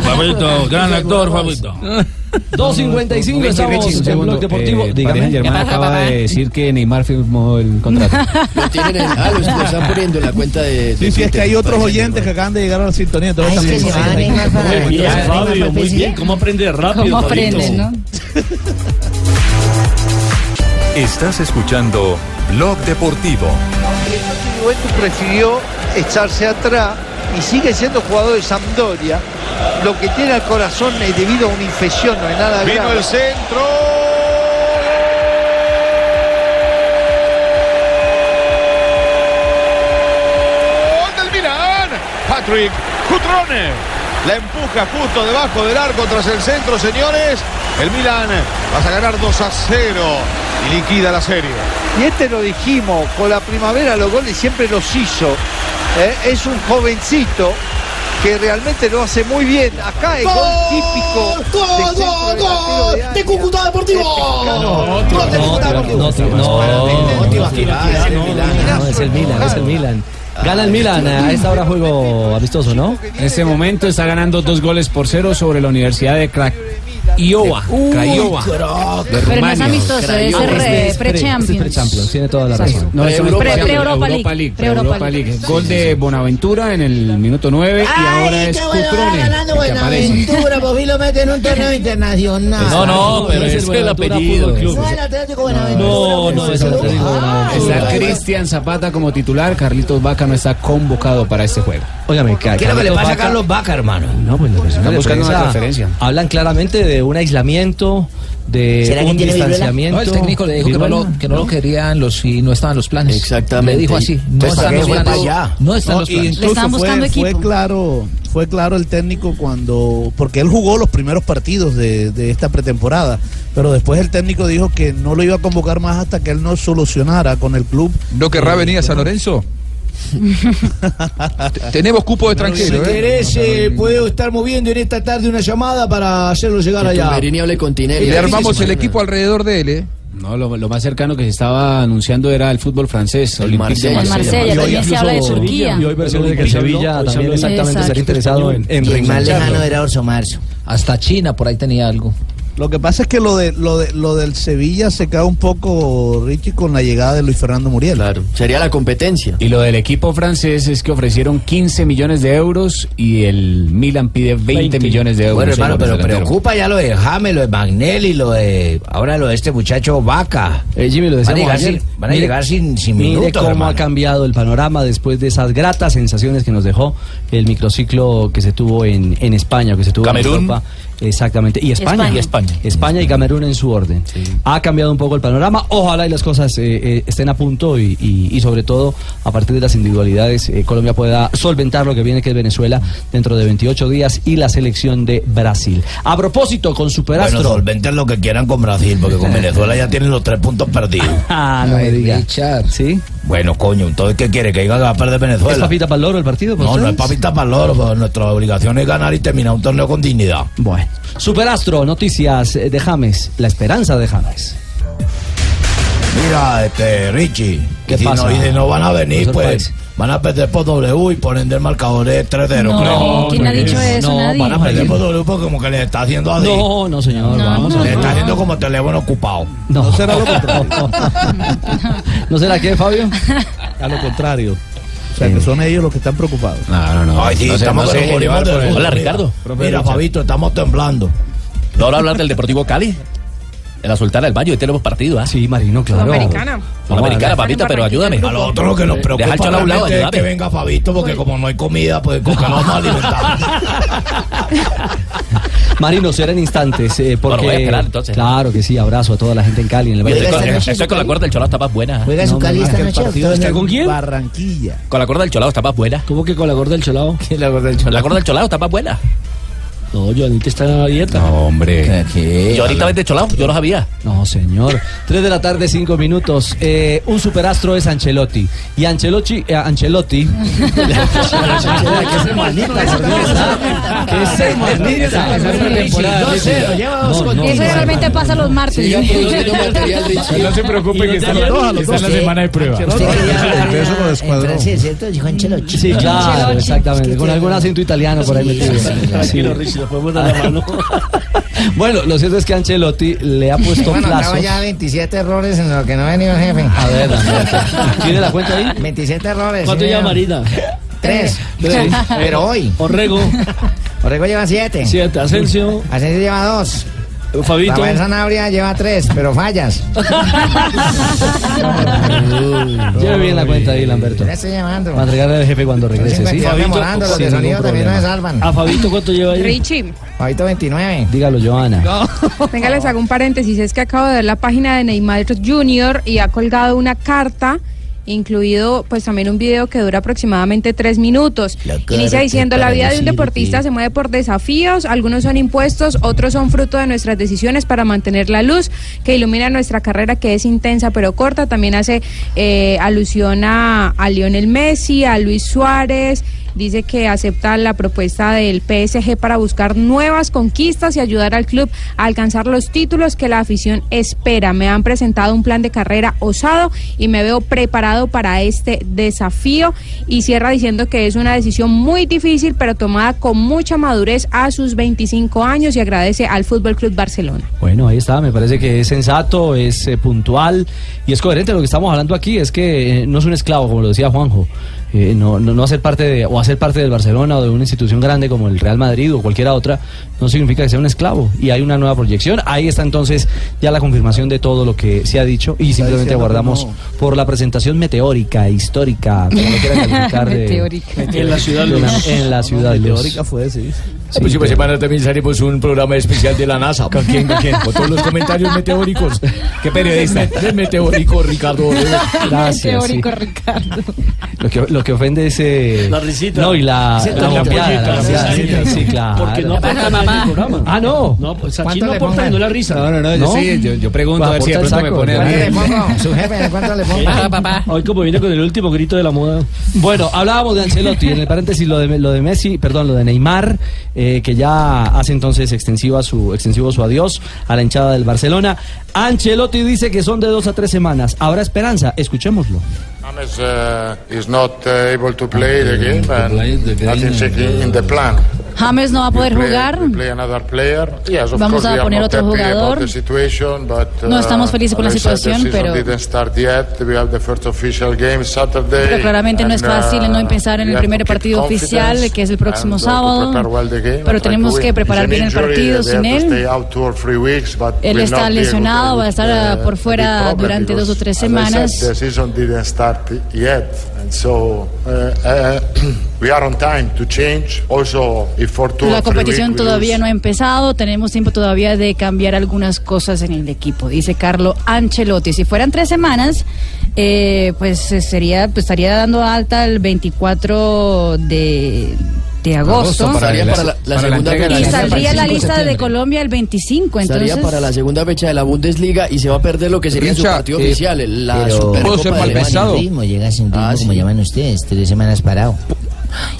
[SPEAKER 21] Fabito, gran actor, Fabito.
[SPEAKER 9] 2.55 estamos en Blog Deportivo.
[SPEAKER 12] Eh,
[SPEAKER 9] Dígame.
[SPEAKER 12] Paris Saint-Germain acaba de decir que Neymar firmó el contrato.
[SPEAKER 13] Lo tienen en- ah, lo lo están poniendo en la cuenta de.
[SPEAKER 24] Sí, sí, es que hay otros oyentes que acaban de llegar a la sintonía. Entonces
[SPEAKER 15] Ah, es que
[SPEAKER 24] también-
[SPEAKER 15] se van a Neymar para-
[SPEAKER 11] Muy bien,
[SPEAKER 15] se van a Neymar
[SPEAKER 11] Fabio,
[SPEAKER 15] para
[SPEAKER 11] muy
[SPEAKER 15] PSG.
[SPEAKER 11] bien. ¿Cómo aprende rápido?
[SPEAKER 6] ¿Cómo
[SPEAKER 11] Fabito?
[SPEAKER 6] aprenden, no?
[SPEAKER 3] Estás escuchando Blog Deportivo.
[SPEAKER 4] Juventus prefirió echarse atrás y sigue siendo jugador de Sampdoria. Lo que tiene al corazón es debido a una infección, no es nada
[SPEAKER 25] Vino
[SPEAKER 4] grave.
[SPEAKER 25] el centro. Gol del Milan. Patrick Cutrone. La empuja justo debajo del arco tras el centro, señores. El Milan vas a ganar 2 a 0 y liquida la serie.
[SPEAKER 4] Y este lo dijimos, con la primavera los goles siempre los hizo. ¿eh? Es un jovencito que realmente lo hace muy bien. Acá es gol típico. de centro delantero de área.
[SPEAKER 26] Cúcuta Deportivo.
[SPEAKER 4] Este Gol de Cúcuta Deportivo.
[SPEAKER 9] No, es el Milan, es el Milan. Gana el Milan, a esta hora juego amistoso, ¿no?
[SPEAKER 12] En este momento está ganando dos goles por cero sobre la Universidad de Crac. Iowa, Craiova,
[SPEAKER 6] Pero
[SPEAKER 12] de
[SPEAKER 6] no es
[SPEAKER 12] Rumania.
[SPEAKER 6] amistoso, es
[SPEAKER 12] Craiova.
[SPEAKER 6] re-
[SPEAKER 12] Este
[SPEAKER 6] pre-
[SPEAKER 9] Este es pre-Champions, tiene toda la razón.
[SPEAKER 12] No, eso no
[SPEAKER 6] Pre-
[SPEAKER 12] es Champions,
[SPEAKER 6] pre-Europa League, pre-Europa
[SPEAKER 12] Europa
[SPEAKER 6] League.
[SPEAKER 12] League. Gol de Bonaventura en el minuto 9 y ahora es
[SPEAKER 15] qué bueno, va
[SPEAKER 12] Cutrone el
[SPEAKER 15] ganando
[SPEAKER 12] que aparece.
[SPEAKER 15] Buenaventura, por fin lo mete en un torneo internacional.
[SPEAKER 12] No, no, pero es que el apellido, es-
[SPEAKER 15] No, el Atlético Buenaventura.
[SPEAKER 12] No, no, es Está Cristian Zapata como titular, Carlitos Vaca no está convocado para este juego.
[SPEAKER 9] Óigame, ¿qué
[SPEAKER 12] es lo que le pasa a Carlos
[SPEAKER 9] Vaca, hermano? No, pues los
[SPEAKER 12] Están buscando una transferencia.
[SPEAKER 9] Hablan claramente de un aislamiento, de
[SPEAKER 23] ¿Será que
[SPEAKER 9] un
[SPEAKER 23] tiene viruela?
[SPEAKER 9] distanciamiento.
[SPEAKER 23] No, el técnico le dijo que no, lo, que no lo querían los y no estaban los planes.
[SPEAKER 13] Exactamente.
[SPEAKER 23] Le dijo así. No
[SPEAKER 24] Entonces,
[SPEAKER 23] están
[SPEAKER 24] Pues ¿para
[SPEAKER 23] los
[SPEAKER 24] qué fue
[SPEAKER 23] planes.
[SPEAKER 24] para allá?
[SPEAKER 23] No están
[SPEAKER 24] No,
[SPEAKER 23] los
[SPEAKER 24] y
[SPEAKER 23] planes.
[SPEAKER 24] incluso fue, fue claro, fue claro el técnico cuando, porque él jugó los primeros partidos de, de esta pretemporada, pero después el técnico dijo que no lo iba a convocar más hasta que él no solucionara con el club.
[SPEAKER 5] ¿No querrá venir a San Lorenzo? Tenemos cupo de extranjero.
[SPEAKER 4] Si
[SPEAKER 5] ¿eh?
[SPEAKER 4] querés, eh, puedo estar moviendo en esta tarde una llamada para hacerlo llegar
[SPEAKER 13] Que
[SPEAKER 4] allá.
[SPEAKER 13] Tumberini hable con Tinelli.
[SPEAKER 5] Y le armamos el equipo alrededor de él, ¿eh?
[SPEAKER 12] No, lo, lo más cercano que se estaba anunciando era el fútbol francés, Olympique de
[SPEAKER 6] Marsella. El Marsella,
[SPEAKER 12] Marsella.
[SPEAKER 6] Y hoy también se incluso- habla de Turquía.
[SPEAKER 9] Y hoy versiones de que el Sevilla también exactamente estaría interesado en, en
[SPEAKER 15] Y el más
[SPEAKER 9] reengancharlo.
[SPEAKER 15] lejano era Orso Marzo.
[SPEAKER 23] Hasta China por ahí tenía algo.
[SPEAKER 24] Lo que pasa es que lo de lo de lo del Sevilla se cae un poco Richie con la llegada de Luis Fernando Muriel.
[SPEAKER 13] Claro, sería la competencia.
[SPEAKER 12] Y lo del equipo francés es que ofrecieron 15 millones de euros y el Milan pide 20, millones de euros.
[SPEAKER 15] Bueno, hermano,
[SPEAKER 12] señor
[SPEAKER 15] pero
[SPEAKER 12] delantero.
[SPEAKER 15] preocupa ya lo de James, lo de Magnelli, lo de. Ahora lo de este muchacho Vaca.
[SPEAKER 9] Eh, Jimmy, lo
[SPEAKER 15] van a
[SPEAKER 9] decíamos
[SPEAKER 15] llegar,
[SPEAKER 9] ayer.
[SPEAKER 15] sin, van a
[SPEAKER 9] Mire-
[SPEAKER 15] llegar sin, sin
[SPEAKER 9] mire
[SPEAKER 15] minutos.
[SPEAKER 9] cómo ha
[SPEAKER 15] hermano.
[SPEAKER 9] cambiado el panorama después de esas gratas sensaciones que nos dejó el microciclo que se tuvo en, en España, que se tuvo
[SPEAKER 21] Camerún.
[SPEAKER 9] en Europa. Exactamente. Y España.
[SPEAKER 21] España. Y España.
[SPEAKER 9] España y Camerún en su orden. Ha cambiado un poco el panorama. Ojalá y las cosas eh, eh, estén a punto y, y- y sobre todo a partir de las individualidades eh, Colombia pueda solventar lo que viene que es Venezuela dentro de 28 días y la selección de Brasil. A propósito, con Superastro.
[SPEAKER 10] Bueno, solventen lo que quieran con Brasil, porque con Venezuela ya tienen los tres puntos perdidos.
[SPEAKER 9] Ah, no me diga. ¿Sí?
[SPEAKER 10] Bueno, coño, entonces, ¿qué quiere? ¿Que diga que va a perder Venezuela?
[SPEAKER 9] ¿Es papita para el loro el partido? para
[SPEAKER 10] no, no
[SPEAKER 9] ustedes?
[SPEAKER 10] es papita para el loro, pero nuestra obligación es ganar y terminar un torneo con dignidad.
[SPEAKER 9] Bueno. Superastro, noticias eh, de James, la esperanza de James.
[SPEAKER 10] Mira, este, Richie,
[SPEAKER 9] ¿Qué
[SPEAKER 10] y si
[SPEAKER 9] pasa,
[SPEAKER 10] No, y si no van a venir,
[SPEAKER 9] profesor
[SPEAKER 10] pues,
[SPEAKER 9] Paez?
[SPEAKER 10] van a perder por W y ponen del marcador de 3-0.
[SPEAKER 6] No,
[SPEAKER 10] creo.
[SPEAKER 6] ¿quién ha dicho eso?
[SPEAKER 10] No,
[SPEAKER 6] Nadie.
[SPEAKER 10] van a perder por W porque como que les está haciendo así.
[SPEAKER 9] No, no, señor, vamos a
[SPEAKER 10] Le
[SPEAKER 9] ver.
[SPEAKER 10] está haciendo como teléfono ocupado.
[SPEAKER 9] No, será lo contrario. ¿No será qué, Fabio?
[SPEAKER 24] A lo contrario. O sea, que son ellos los que están preocupados.
[SPEAKER 12] No, no,
[SPEAKER 10] Ay, sí, No se- estamos no se deje temblando. llevar por el- Mira, Mira, Mira, Fabito, estamos temblando.
[SPEAKER 21] ¿No ahora hablar del Deportivo Cali?
[SPEAKER 10] La soltar al baño, y tenemos partido, ¿ah?
[SPEAKER 9] Sí, Marino, claro.
[SPEAKER 27] Sudamericana.
[SPEAKER 10] Sudamericana,
[SPEAKER 15] Sudamericana,
[SPEAKER 10] papito, pero ayúdame.
[SPEAKER 15] A lo otro lo que nos preocupa
[SPEAKER 10] Deja el cholo a un lado,
[SPEAKER 15] realmente es
[SPEAKER 10] ayúdame.
[SPEAKER 15] que venga Fabito, porque como no hay comida, pues con que nos vamos a alimentar.
[SPEAKER 9] Marino, serán instantes. eh, porque,
[SPEAKER 10] Bueno, voy a esperar, entonces. eh,
[SPEAKER 9] Claro que sí, abrazo a toda la gente en Cali, en el Valle
[SPEAKER 10] Estoy
[SPEAKER 9] de
[SPEAKER 10] con,
[SPEAKER 9] Cali.
[SPEAKER 10] estoy con la cuerda del cholado, está más buena. ¿eh?
[SPEAKER 9] Juega su No, Cali esta
[SPEAKER 10] que el
[SPEAKER 9] noche,
[SPEAKER 10] partido
[SPEAKER 9] doctor.
[SPEAKER 10] está con quién?
[SPEAKER 4] Barranquilla.
[SPEAKER 10] Con la cuerda del cholado está más buena.
[SPEAKER 11] ¿Cómo que con la cuerda del cholado?
[SPEAKER 10] la cuerda del cholado? La cuerda del cholado está más buena.
[SPEAKER 11] No, Joanita está abierta. No,
[SPEAKER 10] hombre. Yo ahorita
[SPEAKER 9] Habla.
[SPEAKER 10] vende cholado, yo no sabía.
[SPEAKER 9] No, señor. Tres de la tarde, cinco minutos. Eh, un superastro es Ancelotti. Y Ancelotti. eh, Ancelotti.
[SPEAKER 6] Eso realmente pasa los martes.
[SPEAKER 17] No se preocupe que está, en la- está en la semana de prueba.
[SPEAKER 15] En Francia, ¿cierto? Dijo Ancelotti.
[SPEAKER 9] Sí, claro, exactamente. Con algún acento italiano por ahí metido. Sí. Bueno, lo cierto es que Ancelotti le ha puesto
[SPEAKER 15] Bueno, andaba
[SPEAKER 9] plazos.
[SPEAKER 15] ya 27 errores en lo que no ha venido el jefe.
[SPEAKER 9] A ver, Andrés, ¿tiene la cuenta ahí?
[SPEAKER 15] 27 errores.
[SPEAKER 9] ¿Cuánto
[SPEAKER 15] sí,
[SPEAKER 9] lleva
[SPEAKER 15] señor. Tres.
[SPEAKER 9] Tres.
[SPEAKER 15] Pero hoy.
[SPEAKER 11] Orrego.
[SPEAKER 15] Orrego lleva siete.
[SPEAKER 11] Siete. Asensio.
[SPEAKER 15] Asensio lleva dos.
[SPEAKER 11] Fabito.
[SPEAKER 15] Rafael Sanabria lleva tres, pero fallas.
[SPEAKER 9] Lleve bien la cuenta ahí, Lamberto.
[SPEAKER 15] Ya estoy llamando.
[SPEAKER 9] Para entregarle al jefe cuando regrese, ¿sí?
[SPEAKER 15] Estoy memorando, los
[SPEAKER 9] Sin
[SPEAKER 15] de
[SPEAKER 9] ningún
[SPEAKER 15] sonido también no
[SPEAKER 9] problema.
[SPEAKER 15] me salvan.
[SPEAKER 11] ¿A Fabito cuánto lleva ahí?
[SPEAKER 27] Richie,
[SPEAKER 15] Fabito 29.
[SPEAKER 9] Dígalo, Joana.
[SPEAKER 27] venga, les hago un paréntesis. Es que acabo de ver la página de Neymar Jr. y ha colgado una carta, incluido pues también un video que dura aproximadamente tres minutos. Inicia
[SPEAKER 28] que
[SPEAKER 27] diciendo, la
[SPEAKER 28] acaba
[SPEAKER 27] vida
[SPEAKER 28] de
[SPEAKER 27] de un
[SPEAKER 28] decir,
[SPEAKER 27] deportista se mueve por desafíos, algunos son impuestos, otros son fruto de nuestras decisiones para mantener la luz que ilumina nuestra carrera que es intensa pero corta. También hace eh, alusión a, a Lionel Messi, a Luis Suárez. Dice que acepta la propuesta del PSG para buscar nuevas conquistas y ayudar al club a alcanzar los títulos que la afición espera. Me han presentado un plan de carrera osado y me veo preparado para este desafío. Y cierra diciendo que es una decisión muy difícil, pero tomada con mucha madurez a sus 25 años y agradece al Fútbol Club Barcelona.
[SPEAKER 9] Bueno, ahí está, me parece que es sensato, es eh, puntual y es coherente. Lo que estamos hablando aquí es que eh, no es un esclavo, como lo decía Juanjo. Eh, no, no, no hacer parte de, o hacer parte del Barcelona o de una institución grande como el Real Madrid o cualquiera otra, no significa que sea un esclavo. Y hay una nueva proyección. Ahí está entonces ya la confirmación de todo lo que se ha dicho y simplemente
[SPEAKER 4] diciendo que
[SPEAKER 9] guardamos por la presentación meteórica, histórica, como lo quieran calificar. de-
[SPEAKER 4] Meteórica.
[SPEAKER 9] de la ciudad luz. En la ciudad luz.
[SPEAKER 4] Meteórica fue, sí.
[SPEAKER 9] Sí,
[SPEAKER 15] La
[SPEAKER 5] pues
[SPEAKER 15] próxima Ah, pues semana también haremos un programa especial de la NASA. ¿Con quién? ¿Con quién? Con todos los comentarios meteóricos. ¿Qué periodista? De meteórico, Ricardo.
[SPEAKER 9] Gracias, Meteórico, sí. Lo que, lo que ofende es. eh,
[SPEAKER 15] La risita.
[SPEAKER 9] No, y la.
[SPEAKER 15] Sí,
[SPEAKER 9] la
[SPEAKER 15] la
[SPEAKER 9] golpeada,
[SPEAKER 15] pollita,
[SPEAKER 9] la
[SPEAKER 15] la
[SPEAKER 9] golpeada,
[SPEAKER 15] risita.
[SPEAKER 9] Sí, claro.
[SPEAKER 15] Porque no aporta
[SPEAKER 9] Ah,
[SPEAKER 15] nada en el
[SPEAKER 11] programa.
[SPEAKER 9] Ah, no.
[SPEAKER 11] No, pues aquí
[SPEAKER 15] ¿Cuánto
[SPEAKER 11] no
[SPEAKER 15] le
[SPEAKER 11] aporta
[SPEAKER 15] pongan?
[SPEAKER 11] y no la risa.
[SPEAKER 15] No, no, no, yo sí,
[SPEAKER 11] yo,
[SPEAKER 15] pregunto a ver si de pronto me pone a mí. Su jefe, ¿cuánto le pongo?
[SPEAKER 11] Hoy como viene con el último grito de la moda.
[SPEAKER 9] Bueno, hablábamos de Ancelotti, en el paréntesis lo de, lo de Messi, perdón, lo de Neymar, eh, que ya hace entonces extensiva su, extensivo su adiós a la hinchada del Barcelona. Ancelotti dice que son de dos a tres semanas. ¿Habrá esperanza? Escuchémoslo.
[SPEAKER 29] James uh, is not uh, able to play the game and uh, nothing checking in the plan.
[SPEAKER 6] James no va a poder
[SPEAKER 29] play,
[SPEAKER 6] jugar.
[SPEAKER 29] we play another player. Yes, of
[SPEAKER 6] Vamos
[SPEAKER 29] course
[SPEAKER 6] a
[SPEAKER 29] we are
[SPEAKER 6] poner
[SPEAKER 29] not
[SPEAKER 6] otro
[SPEAKER 29] happy
[SPEAKER 6] jugador.
[SPEAKER 29] about the situation, but,
[SPEAKER 6] No estamos felices con la
[SPEAKER 29] as I said, the
[SPEAKER 6] situación,
[SPEAKER 29] season
[SPEAKER 6] pero-
[SPEAKER 29] didn't start yet. We have the first official game Saturday,
[SPEAKER 6] Pero claramente no es
[SPEAKER 29] and, uh,
[SPEAKER 6] fácil no pensar en
[SPEAKER 29] we
[SPEAKER 6] el
[SPEAKER 29] have
[SPEAKER 6] primer
[SPEAKER 29] to keep
[SPEAKER 6] partido oficial,
[SPEAKER 29] confidence
[SPEAKER 6] que es el próximo
[SPEAKER 29] and, uh, to
[SPEAKER 6] sábado.
[SPEAKER 29] prepare well the game and
[SPEAKER 6] Pero
[SPEAKER 29] try
[SPEAKER 6] tenemos
[SPEAKER 29] to
[SPEAKER 6] que
[SPEAKER 29] win.
[SPEAKER 6] preparar
[SPEAKER 29] It's an
[SPEAKER 6] bien el
[SPEAKER 29] injury,
[SPEAKER 6] partido
[SPEAKER 29] they
[SPEAKER 6] sin
[SPEAKER 29] have to
[SPEAKER 6] él.
[SPEAKER 29] stay out two or three weeks, but
[SPEAKER 6] Él
[SPEAKER 29] will
[SPEAKER 6] está
[SPEAKER 29] not be able to
[SPEAKER 6] lesionado, va a estar ah,
[SPEAKER 29] uh,
[SPEAKER 6] por fuera durante dos o tres
[SPEAKER 29] As I
[SPEAKER 6] semanas.
[SPEAKER 29] said, the season didn't start yet, and so uh, uh, we are on time to change. Also, if for two
[SPEAKER 6] La
[SPEAKER 29] or three
[SPEAKER 6] competición
[SPEAKER 29] weeks we
[SPEAKER 6] todavía
[SPEAKER 29] lose,
[SPEAKER 6] no ha empezado, tenemos tiempo todavía de cambiar algunas cosas en el equipo, dice Carlo Ancelotti. Si fueran tres semanas, eh, pues eh, sería, pues estaría dando alta el 24 de, de agosto.
[SPEAKER 13] Agosto, para Estaría la- para la-
[SPEAKER 10] la para la segunda entrega de
[SPEAKER 6] y
[SPEAKER 10] la lista para el
[SPEAKER 6] saldría la
[SPEAKER 10] 5 de
[SPEAKER 6] lista de
[SPEAKER 10] septiembre.
[SPEAKER 6] Colombia el 25, entonces.
[SPEAKER 13] Estaría para la segunda fecha de la Bundesliga y se va a perder lo que sería su
[SPEAKER 15] Richard,
[SPEAKER 13] partido
[SPEAKER 15] eh,
[SPEAKER 13] oficial, la
[SPEAKER 15] pero-
[SPEAKER 13] Supercopa de
[SPEAKER 15] Llega
[SPEAKER 13] Alemania.
[SPEAKER 15] sin ritmo, llega sin ritmo, como llaman ustedes, tres semanas parado.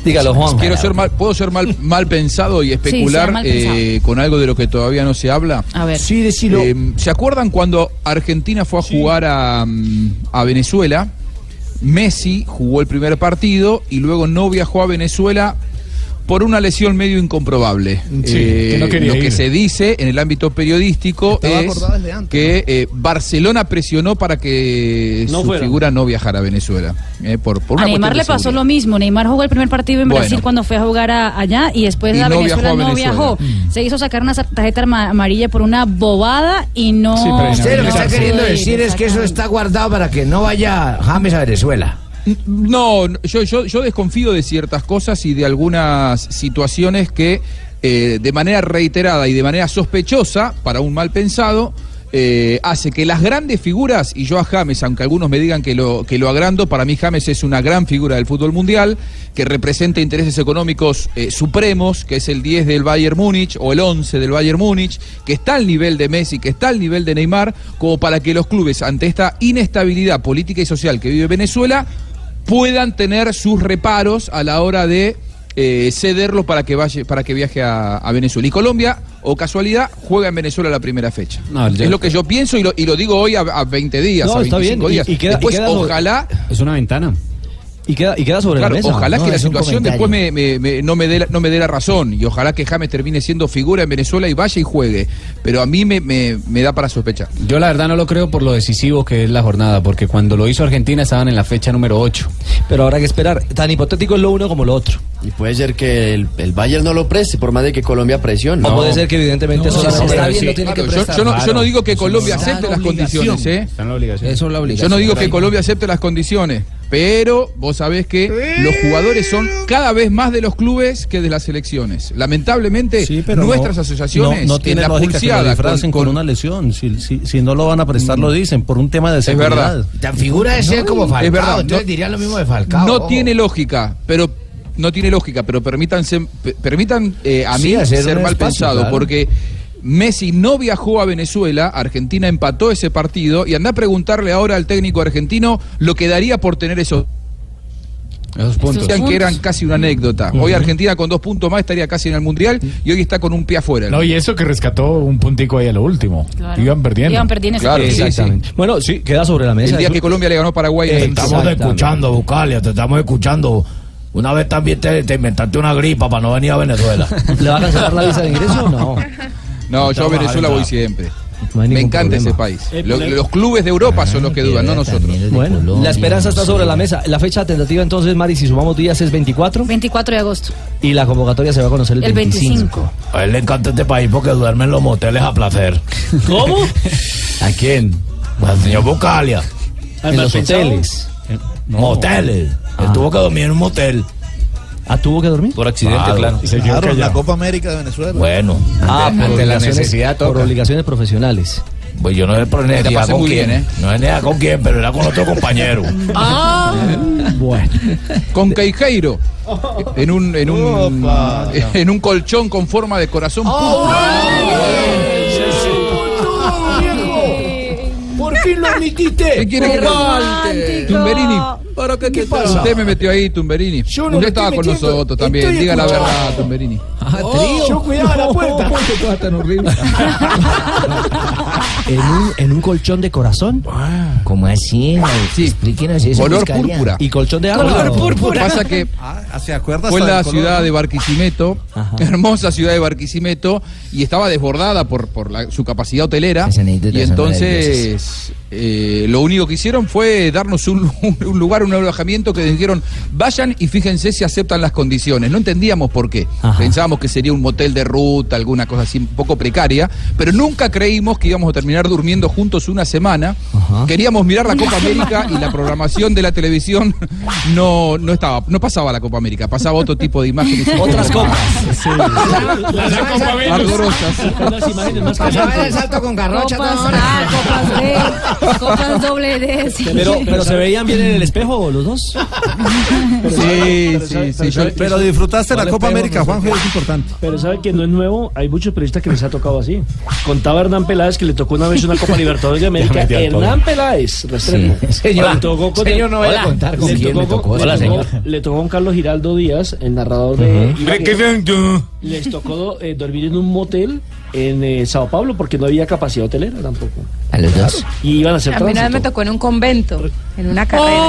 [SPEAKER 9] Dígalo, Juan.
[SPEAKER 29] Quiero
[SPEAKER 15] ser
[SPEAKER 5] mal, ¿Puedo ser mal, mal pensado y
[SPEAKER 15] sea
[SPEAKER 5] especular
[SPEAKER 15] mal pensado.
[SPEAKER 5] eh, con algo de lo que todavía no se habla?
[SPEAKER 15] A ver.
[SPEAKER 5] Sí, decilo. ¿Se acuerdan cuando Argentina fue a jugar a, mm, a Venezuela? Messi jugó el primer partido y luego no viajó a Venezuela por una lesión medio incomprobable. Eh,
[SPEAKER 8] Sí, que no quería
[SPEAKER 5] lo que
[SPEAKER 8] ir.
[SPEAKER 5] se dice en el ámbito periodístico
[SPEAKER 24] Estaba
[SPEAKER 5] es
[SPEAKER 24] acordado desde antes,
[SPEAKER 5] que eh, Barcelona presionó para que
[SPEAKER 6] No
[SPEAKER 5] su
[SPEAKER 6] fuera.
[SPEAKER 5] figura no viajara a Venezuela. eh, por, por
[SPEAKER 6] A
[SPEAKER 5] una
[SPEAKER 6] Neymar
[SPEAKER 5] cuestión de
[SPEAKER 6] le pasó
[SPEAKER 5] seguridad.
[SPEAKER 6] lo mismo. Neymar jugó el primer partido en
[SPEAKER 5] Bueno.
[SPEAKER 6] Brasil cuando fue a jugar a- allá y después
[SPEAKER 5] Y
[SPEAKER 6] a
[SPEAKER 5] no
[SPEAKER 6] Venezuela
[SPEAKER 5] viajó a
[SPEAKER 6] no
[SPEAKER 5] Venezuela.
[SPEAKER 6] viajó. Se hizo sacar una tarjeta ama- amarilla por una bobada y no.
[SPEAKER 16] Usted lo que está
[SPEAKER 6] no
[SPEAKER 16] queriendo
[SPEAKER 6] pudo ir,
[SPEAKER 16] decir es que eso está guardado para que no vaya James a Venezuela.
[SPEAKER 5] No, no, yo, yo, yo desconfío de ciertas cosas y de algunas situaciones que eh, de manera reiterada y de manera sospechosa, para un mal pensado, eh, hace que las grandes figuras, y yo a James, aunque algunos me digan que lo, que lo agrando, para mí James es una gran figura del fútbol mundial, que representa intereses económicos eh, supremos, que es el 10 del Bayern Múnich o el 11 del Bayern Múnich, que está al nivel de Messi, que está al nivel de Neymar, como para que los clubes, ante esta inestabilidad política y social que vive Venezuela, puedan tener sus reparos a la hora de eh, cederlo para que vaya, para que viaje a, a Venezuela. Y Colombia, o casualidad, juega en Venezuela la primera fecha.
[SPEAKER 23] No, ya-
[SPEAKER 5] es lo que yo pienso y lo, y lo digo hoy a, a 20 días,
[SPEAKER 23] No,
[SPEAKER 5] a
[SPEAKER 23] está
[SPEAKER 5] 25
[SPEAKER 23] bien, y-
[SPEAKER 5] días.
[SPEAKER 23] y queda- y
[SPEAKER 5] después,
[SPEAKER 23] queda sobre-
[SPEAKER 5] ojalá.
[SPEAKER 23] Es una ventana.
[SPEAKER 9] Y queda, y queda sobre
[SPEAKER 5] claro,
[SPEAKER 9] la mesa.
[SPEAKER 5] ojalá
[SPEAKER 9] No,
[SPEAKER 5] que la
[SPEAKER 9] es un
[SPEAKER 5] situación
[SPEAKER 9] comentario.
[SPEAKER 5] después me- me- me- no, me dé la, no me dé la razón y ojalá que James termine siendo figura en Venezuela y vaya y juegue. Pero a mí me- me- me da para sospechar.
[SPEAKER 23] Yo la verdad no lo creo por lo decisivo que es la jornada, porque cuando lo hizo Argentina estaban en la fecha número 8.
[SPEAKER 9] Pero habrá que esperar. Tan hipotético es lo uno como lo otro.
[SPEAKER 13] Y puede ser que el, el Bayern no lo preste, por más de que Colombia presione.
[SPEAKER 9] O puede ser que evidentemente
[SPEAKER 13] No,
[SPEAKER 9] eso
[SPEAKER 13] sí, sí,
[SPEAKER 9] está
[SPEAKER 13] sí.
[SPEAKER 9] bien, lo
[SPEAKER 13] Claro,
[SPEAKER 9] tiene que
[SPEAKER 13] yo-
[SPEAKER 9] prestar.
[SPEAKER 13] yo no- yo no
[SPEAKER 5] digo que
[SPEAKER 9] Claro.
[SPEAKER 5] Colombia
[SPEAKER 9] Está en
[SPEAKER 5] acepte las
[SPEAKER 9] obligación.
[SPEAKER 5] condiciones, ¿eh?
[SPEAKER 23] Eso es la
[SPEAKER 5] Yo no digo que Colombia acepte las condiciones, pero vos sabés que los jugadores son cada vez más de los clubes que de las selecciones. Lamentablemente,
[SPEAKER 21] pero
[SPEAKER 5] nuestras
[SPEAKER 21] no-
[SPEAKER 5] asociaciones
[SPEAKER 21] no, no
[SPEAKER 5] en
[SPEAKER 21] tiene
[SPEAKER 5] la
[SPEAKER 21] lógica que lo
[SPEAKER 5] pulseada
[SPEAKER 21] disfracen con,
[SPEAKER 5] con- Mm.
[SPEAKER 21] una lesión. Si, si, si no lo van a prestar, lo dicen por un tema de
[SPEAKER 5] Es
[SPEAKER 21] seguridad.
[SPEAKER 5] verdad.
[SPEAKER 21] La
[SPEAKER 16] figura de ser como Falcao, entonces diría lo mismo de Falcao,
[SPEAKER 5] No
[SPEAKER 16] ojo.
[SPEAKER 5] tiene lógica, pero no tiene lógica, pero permítanse, pe- permitan eh, a
[SPEAKER 16] Sí,
[SPEAKER 5] mí
[SPEAKER 16] hacer un
[SPEAKER 5] ser mal
[SPEAKER 16] espacio,
[SPEAKER 5] pensado,
[SPEAKER 16] claro.
[SPEAKER 5] porque Messi no viajó a Venezuela, Argentina empató ese partido, y anda a preguntarle ahora al técnico argentino lo que daría por tener esos
[SPEAKER 23] Esos
[SPEAKER 5] Decían que eran casi una anécdota. Hoy Argentina con dos puntos más estaría casi en el Mundial y hoy está con un pie afuera.
[SPEAKER 8] No, y eso que rescató un puntico ahí a lo último.
[SPEAKER 6] Claro.
[SPEAKER 8] Iban perdiendo.
[SPEAKER 6] Iban perdiendo, sí.
[SPEAKER 8] Claro,
[SPEAKER 6] Sí,
[SPEAKER 8] sí, sí.
[SPEAKER 9] Exactamente. Bueno, Oh, sí, queda sobre la mesa.
[SPEAKER 5] El día
[SPEAKER 9] Eso-
[SPEAKER 5] que Colombia le ganó a Paraguay.
[SPEAKER 21] Te
[SPEAKER 5] en el
[SPEAKER 21] estamos
[SPEAKER 5] Mundial.
[SPEAKER 21] escuchando, Bucalia, te estamos escuchando. Una vez también te, te inventaste una gripa para no venir a Venezuela.
[SPEAKER 9] ¿Le va a cancelar la visa de ingreso o no?
[SPEAKER 5] No, yo a Venezuela voy siempre. Me encanta ese país.
[SPEAKER 4] Eh,
[SPEAKER 5] Lo- los clubes de Europa son los que dudan, no nosotros.
[SPEAKER 9] Bueno, la esperanza está sobre la mesa. La fecha tentativa entonces, Mari, si sumamos días es 24
[SPEAKER 6] 24 de agosto.
[SPEAKER 9] y la convocatoria se va a conocer el,
[SPEAKER 6] El 25.
[SPEAKER 21] A él le encanta este país porque duerme en los moteles a placer. ¿Cómo? ¿A quién? Al señor Bucalia.
[SPEAKER 9] En los hoteles.
[SPEAKER 21] Moteles. Él tuvo que dormir en un motel.
[SPEAKER 9] Ah, tuvo que dormir.
[SPEAKER 21] Por
[SPEAKER 9] accidente, claro.
[SPEAKER 21] Se quedó
[SPEAKER 24] Claro, la
[SPEAKER 21] callado.
[SPEAKER 24] Copa América de Venezuela.
[SPEAKER 21] Bueno.
[SPEAKER 9] Ah, por
[SPEAKER 21] Ante la
[SPEAKER 9] obligaciones-
[SPEAKER 21] necesidad toca.
[SPEAKER 9] por obligaciones profesionales.
[SPEAKER 21] Pues yo no era por
[SPEAKER 9] Te la
[SPEAKER 21] necesidad
[SPEAKER 9] pasé
[SPEAKER 21] con
[SPEAKER 9] muy
[SPEAKER 21] quién,
[SPEAKER 9] bien, ¿eh?
[SPEAKER 21] No era con quién, pero era con otro compañero.
[SPEAKER 4] Ah.
[SPEAKER 5] Bueno. Con Queijeiro.
[SPEAKER 4] Oh,
[SPEAKER 5] En un, en un, en un colchón con forma de corazón.
[SPEAKER 9] ¡Oh,
[SPEAKER 4] oh, Por fin lo admitiste.
[SPEAKER 5] ¿Qué quiere que te
[SPEAKER 4] Romántico.
[SPEAKER 5] cuente? Tumberini. ¿Para qué, te pasa? Usted me metió ahí, Tumberini.
[SPEAKER 4] no me
[SPEAKER 5] Usted estaba
[SPEAKER 4] estoy
[SPEAKER 5] con
[SPEAKER 4] metiendo,
[SPEAKER 5] nosotros también.
[SPEAKER 4] estoy
[SPEAKER 5] Diga la
[SPEAKER 4] escuchando.
[SPEAKER 5] verdad, Tumberini.
[SPEAKER 9] Oh,
[SPEAKER 4] Yo cuidaba la puerta.
[SPEAKER 9] ¿En un, en un colchón de corazón? ¿Cómo así? Explíquenos
[SPEAKER 16] eso, Ah. Color Buscalia. púrpura.
[SPEAKER 9] ¿Y colchón de agua?
[SPEAKER 5] Color púrpura. Pasa que-
[SPEAKER 9] Ah.
[SPEAKER 21] ¿Se acuerdas?
[SPEAKER 5] Fue en la ciudad de Barquisimeto, hermosa ciudad de Barquisimeto, y estaba desbordada por, por la- su capacidad hotelera.
[SPEAKER 16] anécdotas
[SPEAKER 5] Y
[SPEAKER 16] son
[SPEAKER 5] entonces eh, lo único que hicieron fue darnos un, un lugar, un alojamiento que dijeron, vayan y fíjense si aceptan las condiciones. No entendíamos por qué. Pensábamos que sería un motel de ruta, alguna cosa así un poco precaria, pero nunca creímos que íbamos a terminar durmiendo juntos una semana. Queríamos mirar la Copa América y la programación de la televisión no, no estaba, no pasaba la Copa América, pasaba otro tipo de imágenes.
[SPEAKER 9] Otras copas.
[SPEAKER 16] Pasaba el salto con garrocha.
[SPEAKER 6] Copas
[SPEAKER 16] todo.
[SPEAKER 6] A, copas B, copas doble D. sí.
[SPEAKER 9] Pero, pero se veían bien en el espejo los dos.
[SPEAKER 5] Sí,
[SPEAKER 21] sí, sí.
[SPEAKER 24] Pero disfrutaste la Copa América, Juanjo, es
[SPEAKER 21] importante.
[SPEAKER 11] Pero sabe que no es nuevo, hay muchos periodistas que les ha tocado así. Contaba Hernán Peláez que le tocó una vez una Copa Libertadores de América.
[SPEAKER 10] metí al
[SPEAKER 11] Hernán Peláez, restrepo.
[SPEAKER 10] Sí. Señor,
[SPEAKER 11] le tocó con
[SPEAKER 10] señor, no vaya a contar con
[SPEAKER 11] le
[SPEAKER 10] quién
[SPEAKER 11] tocó
[SPEAKER 10] le tocó,
[SPEAKER 11] le
[SPEAKER 10] hola,
[SPEAKER 11] tocó-
[SPEAKER 10] señor.
[SPEAKER 11] Le tocó a un Carlos Giraldo Díaz, el narrador de.
[SPEAKER 10] Ujú.
[SPEAKER 11] Ibagué.
[SPEAKER 10] ¿Qué vengo?
[SPEAKER 11] Les tocó eh, dormir en un motel en eh, Sao Paulo porque no había capacidad hotelera tampoco.
[SPEAKER 16] A los dos.
[SPEAKER 11] Y iban a hacer
[SPEAKER 27] A mí una vez
[SPEAKER 11] tránsito.
[SPEAKER 27] me tocó en un convento, en una carrera.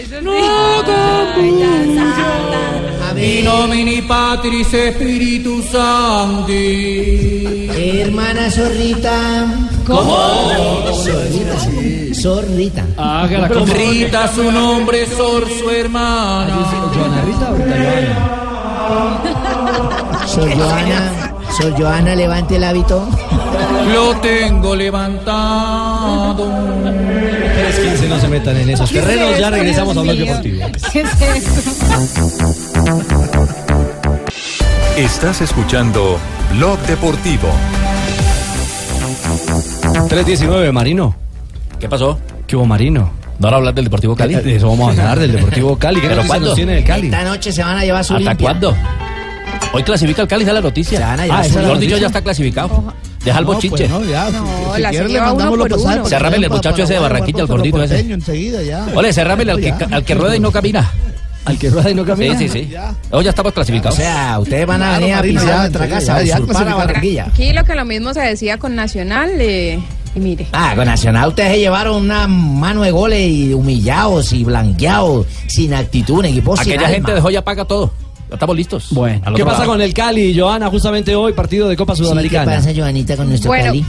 [SPEAKER 27] Eso
[SPEAKER 30] Nomini Patris Espíritu Santi.
[SPEAKER 31] Hermana Zorrita.
[SPEAKER 30] ¿Cómo?
[SPEAKER 31] Zorrita. Zorrita.
[SPEAKER 30] Rita su nombre, Sor su hermana.
[SPEAKER 31] Sor Joana. Sor Joana, levante el hábito.
[SPEAKER 30] Lo tengo levantado.
[SPEAKER 9] 3.15, no se metan en esos
[SPEAKER 30] ¿Qué es
[SPEAKER 9] terrenos. Ya
[SPEAKER 30] esto,
[SPEAKER 9] regresamos a Blog
[SPEAKER 30] Dios mío?
[SPEAKER 9] Deportivo.
[SPEAKER 6] ¿Qué es eso?
[SPEAKER 3] Estás escuchando Blog Deportivo.
[SPEAKER 9] 3.19, Marino.
[SPEAKER 10] ¿Qué pasó?
[SPEAKER 9] ¿Qué hubo, Marino?
[SPEAKER 10] ¿No van a hablar del Deportivo Cali?
[SPEAKER 9] De eso vamos a hablar, del Deportivo Cali. ¿Qué
[SPEAKER 10] ¿Pero
[SPEAKER 9] noticias
[SPEAKER 10] cuándo?
[SPEAKER 9] nos tiene el Cali?
[SPEAKER 31] Esta noche se van a llevar su
[SPEAKER 10] ¿Hasta
[SPEAKER 31] limpia.
[SPEAKER 10] cuándo? Hoy clasifica el Cali, ya la noticia.
[SPEAKER 31] van a llevar
[SPEAKER 10] Ah,
[SPEAKER 31] esa la
[SPEAKER 10] mejor dicho,
[SPEAKER 31] noticia.
[SPEAKER 10] ya está clasificado. Deja el
[SPEAKER 24] No,
[SPEAKER 10] bochinche.
[SPEAKER 24] pues no, ya.
[SPEAKER 27] No,
[SPEAKER 24] si
[SPEAKER 27] la
[SPEAKER 24] quiere,
[SPEAKER 27] se
[SPEAKER 24] le
[SPEAKER 27] lleva uno
[SPEAKER 24] mandamos los
[SPEAKER 27] por
[SPEAKER 24] pasajes
[SPEAKER 27] uno.
[SPEAKER 24] para
[SPEAKER 10] Cerrame el muchacho ese de Barranquilla, el gordito ese.
[SPEAKER 24] Enseguida ya.
[SPEAKER 10] Ole, cerrámele al que, al que rueda y no camina.
[SPEAKER 9] ¿Al que rueda y no
[SPEAKER 10] camina? Sí, sí, sí. Hoy
[SPEAKER 9] Oh,
[SPEAKER 10] ya
[SPEAKER 9] pues
[SPEAKER 10] estamos clasificados.
[SPEAKER 31] O sea, ustedes van a venir a pisar nuestra casa, a usurpar a Barranquilla.
[SPEAKER 27] Aquí lo que lo mismo se decía con Nacional, eh, y mire.
[SPEAKER 31] Ah, con Nacional ustedes se llevaron una mano de goles y humillados y blanqueados, sin actitud, un equipo sin
[SPEAKER 10] Aquella
[SPEAKER 31] alma.
[SPEAKER 10] gente dejó ya paga todo. Ya estamos listos. Bueno,
[SPEAKER 9] ¿Qué pasa con el Cali, Joana? Justamente hoy, partido de Copa Sudamericana.
[SPEAKER 31] ¿qué pasa, Joanita, con nuestro
[SPEAKER 27] Bueno,
[SPEAKER 31] Cali?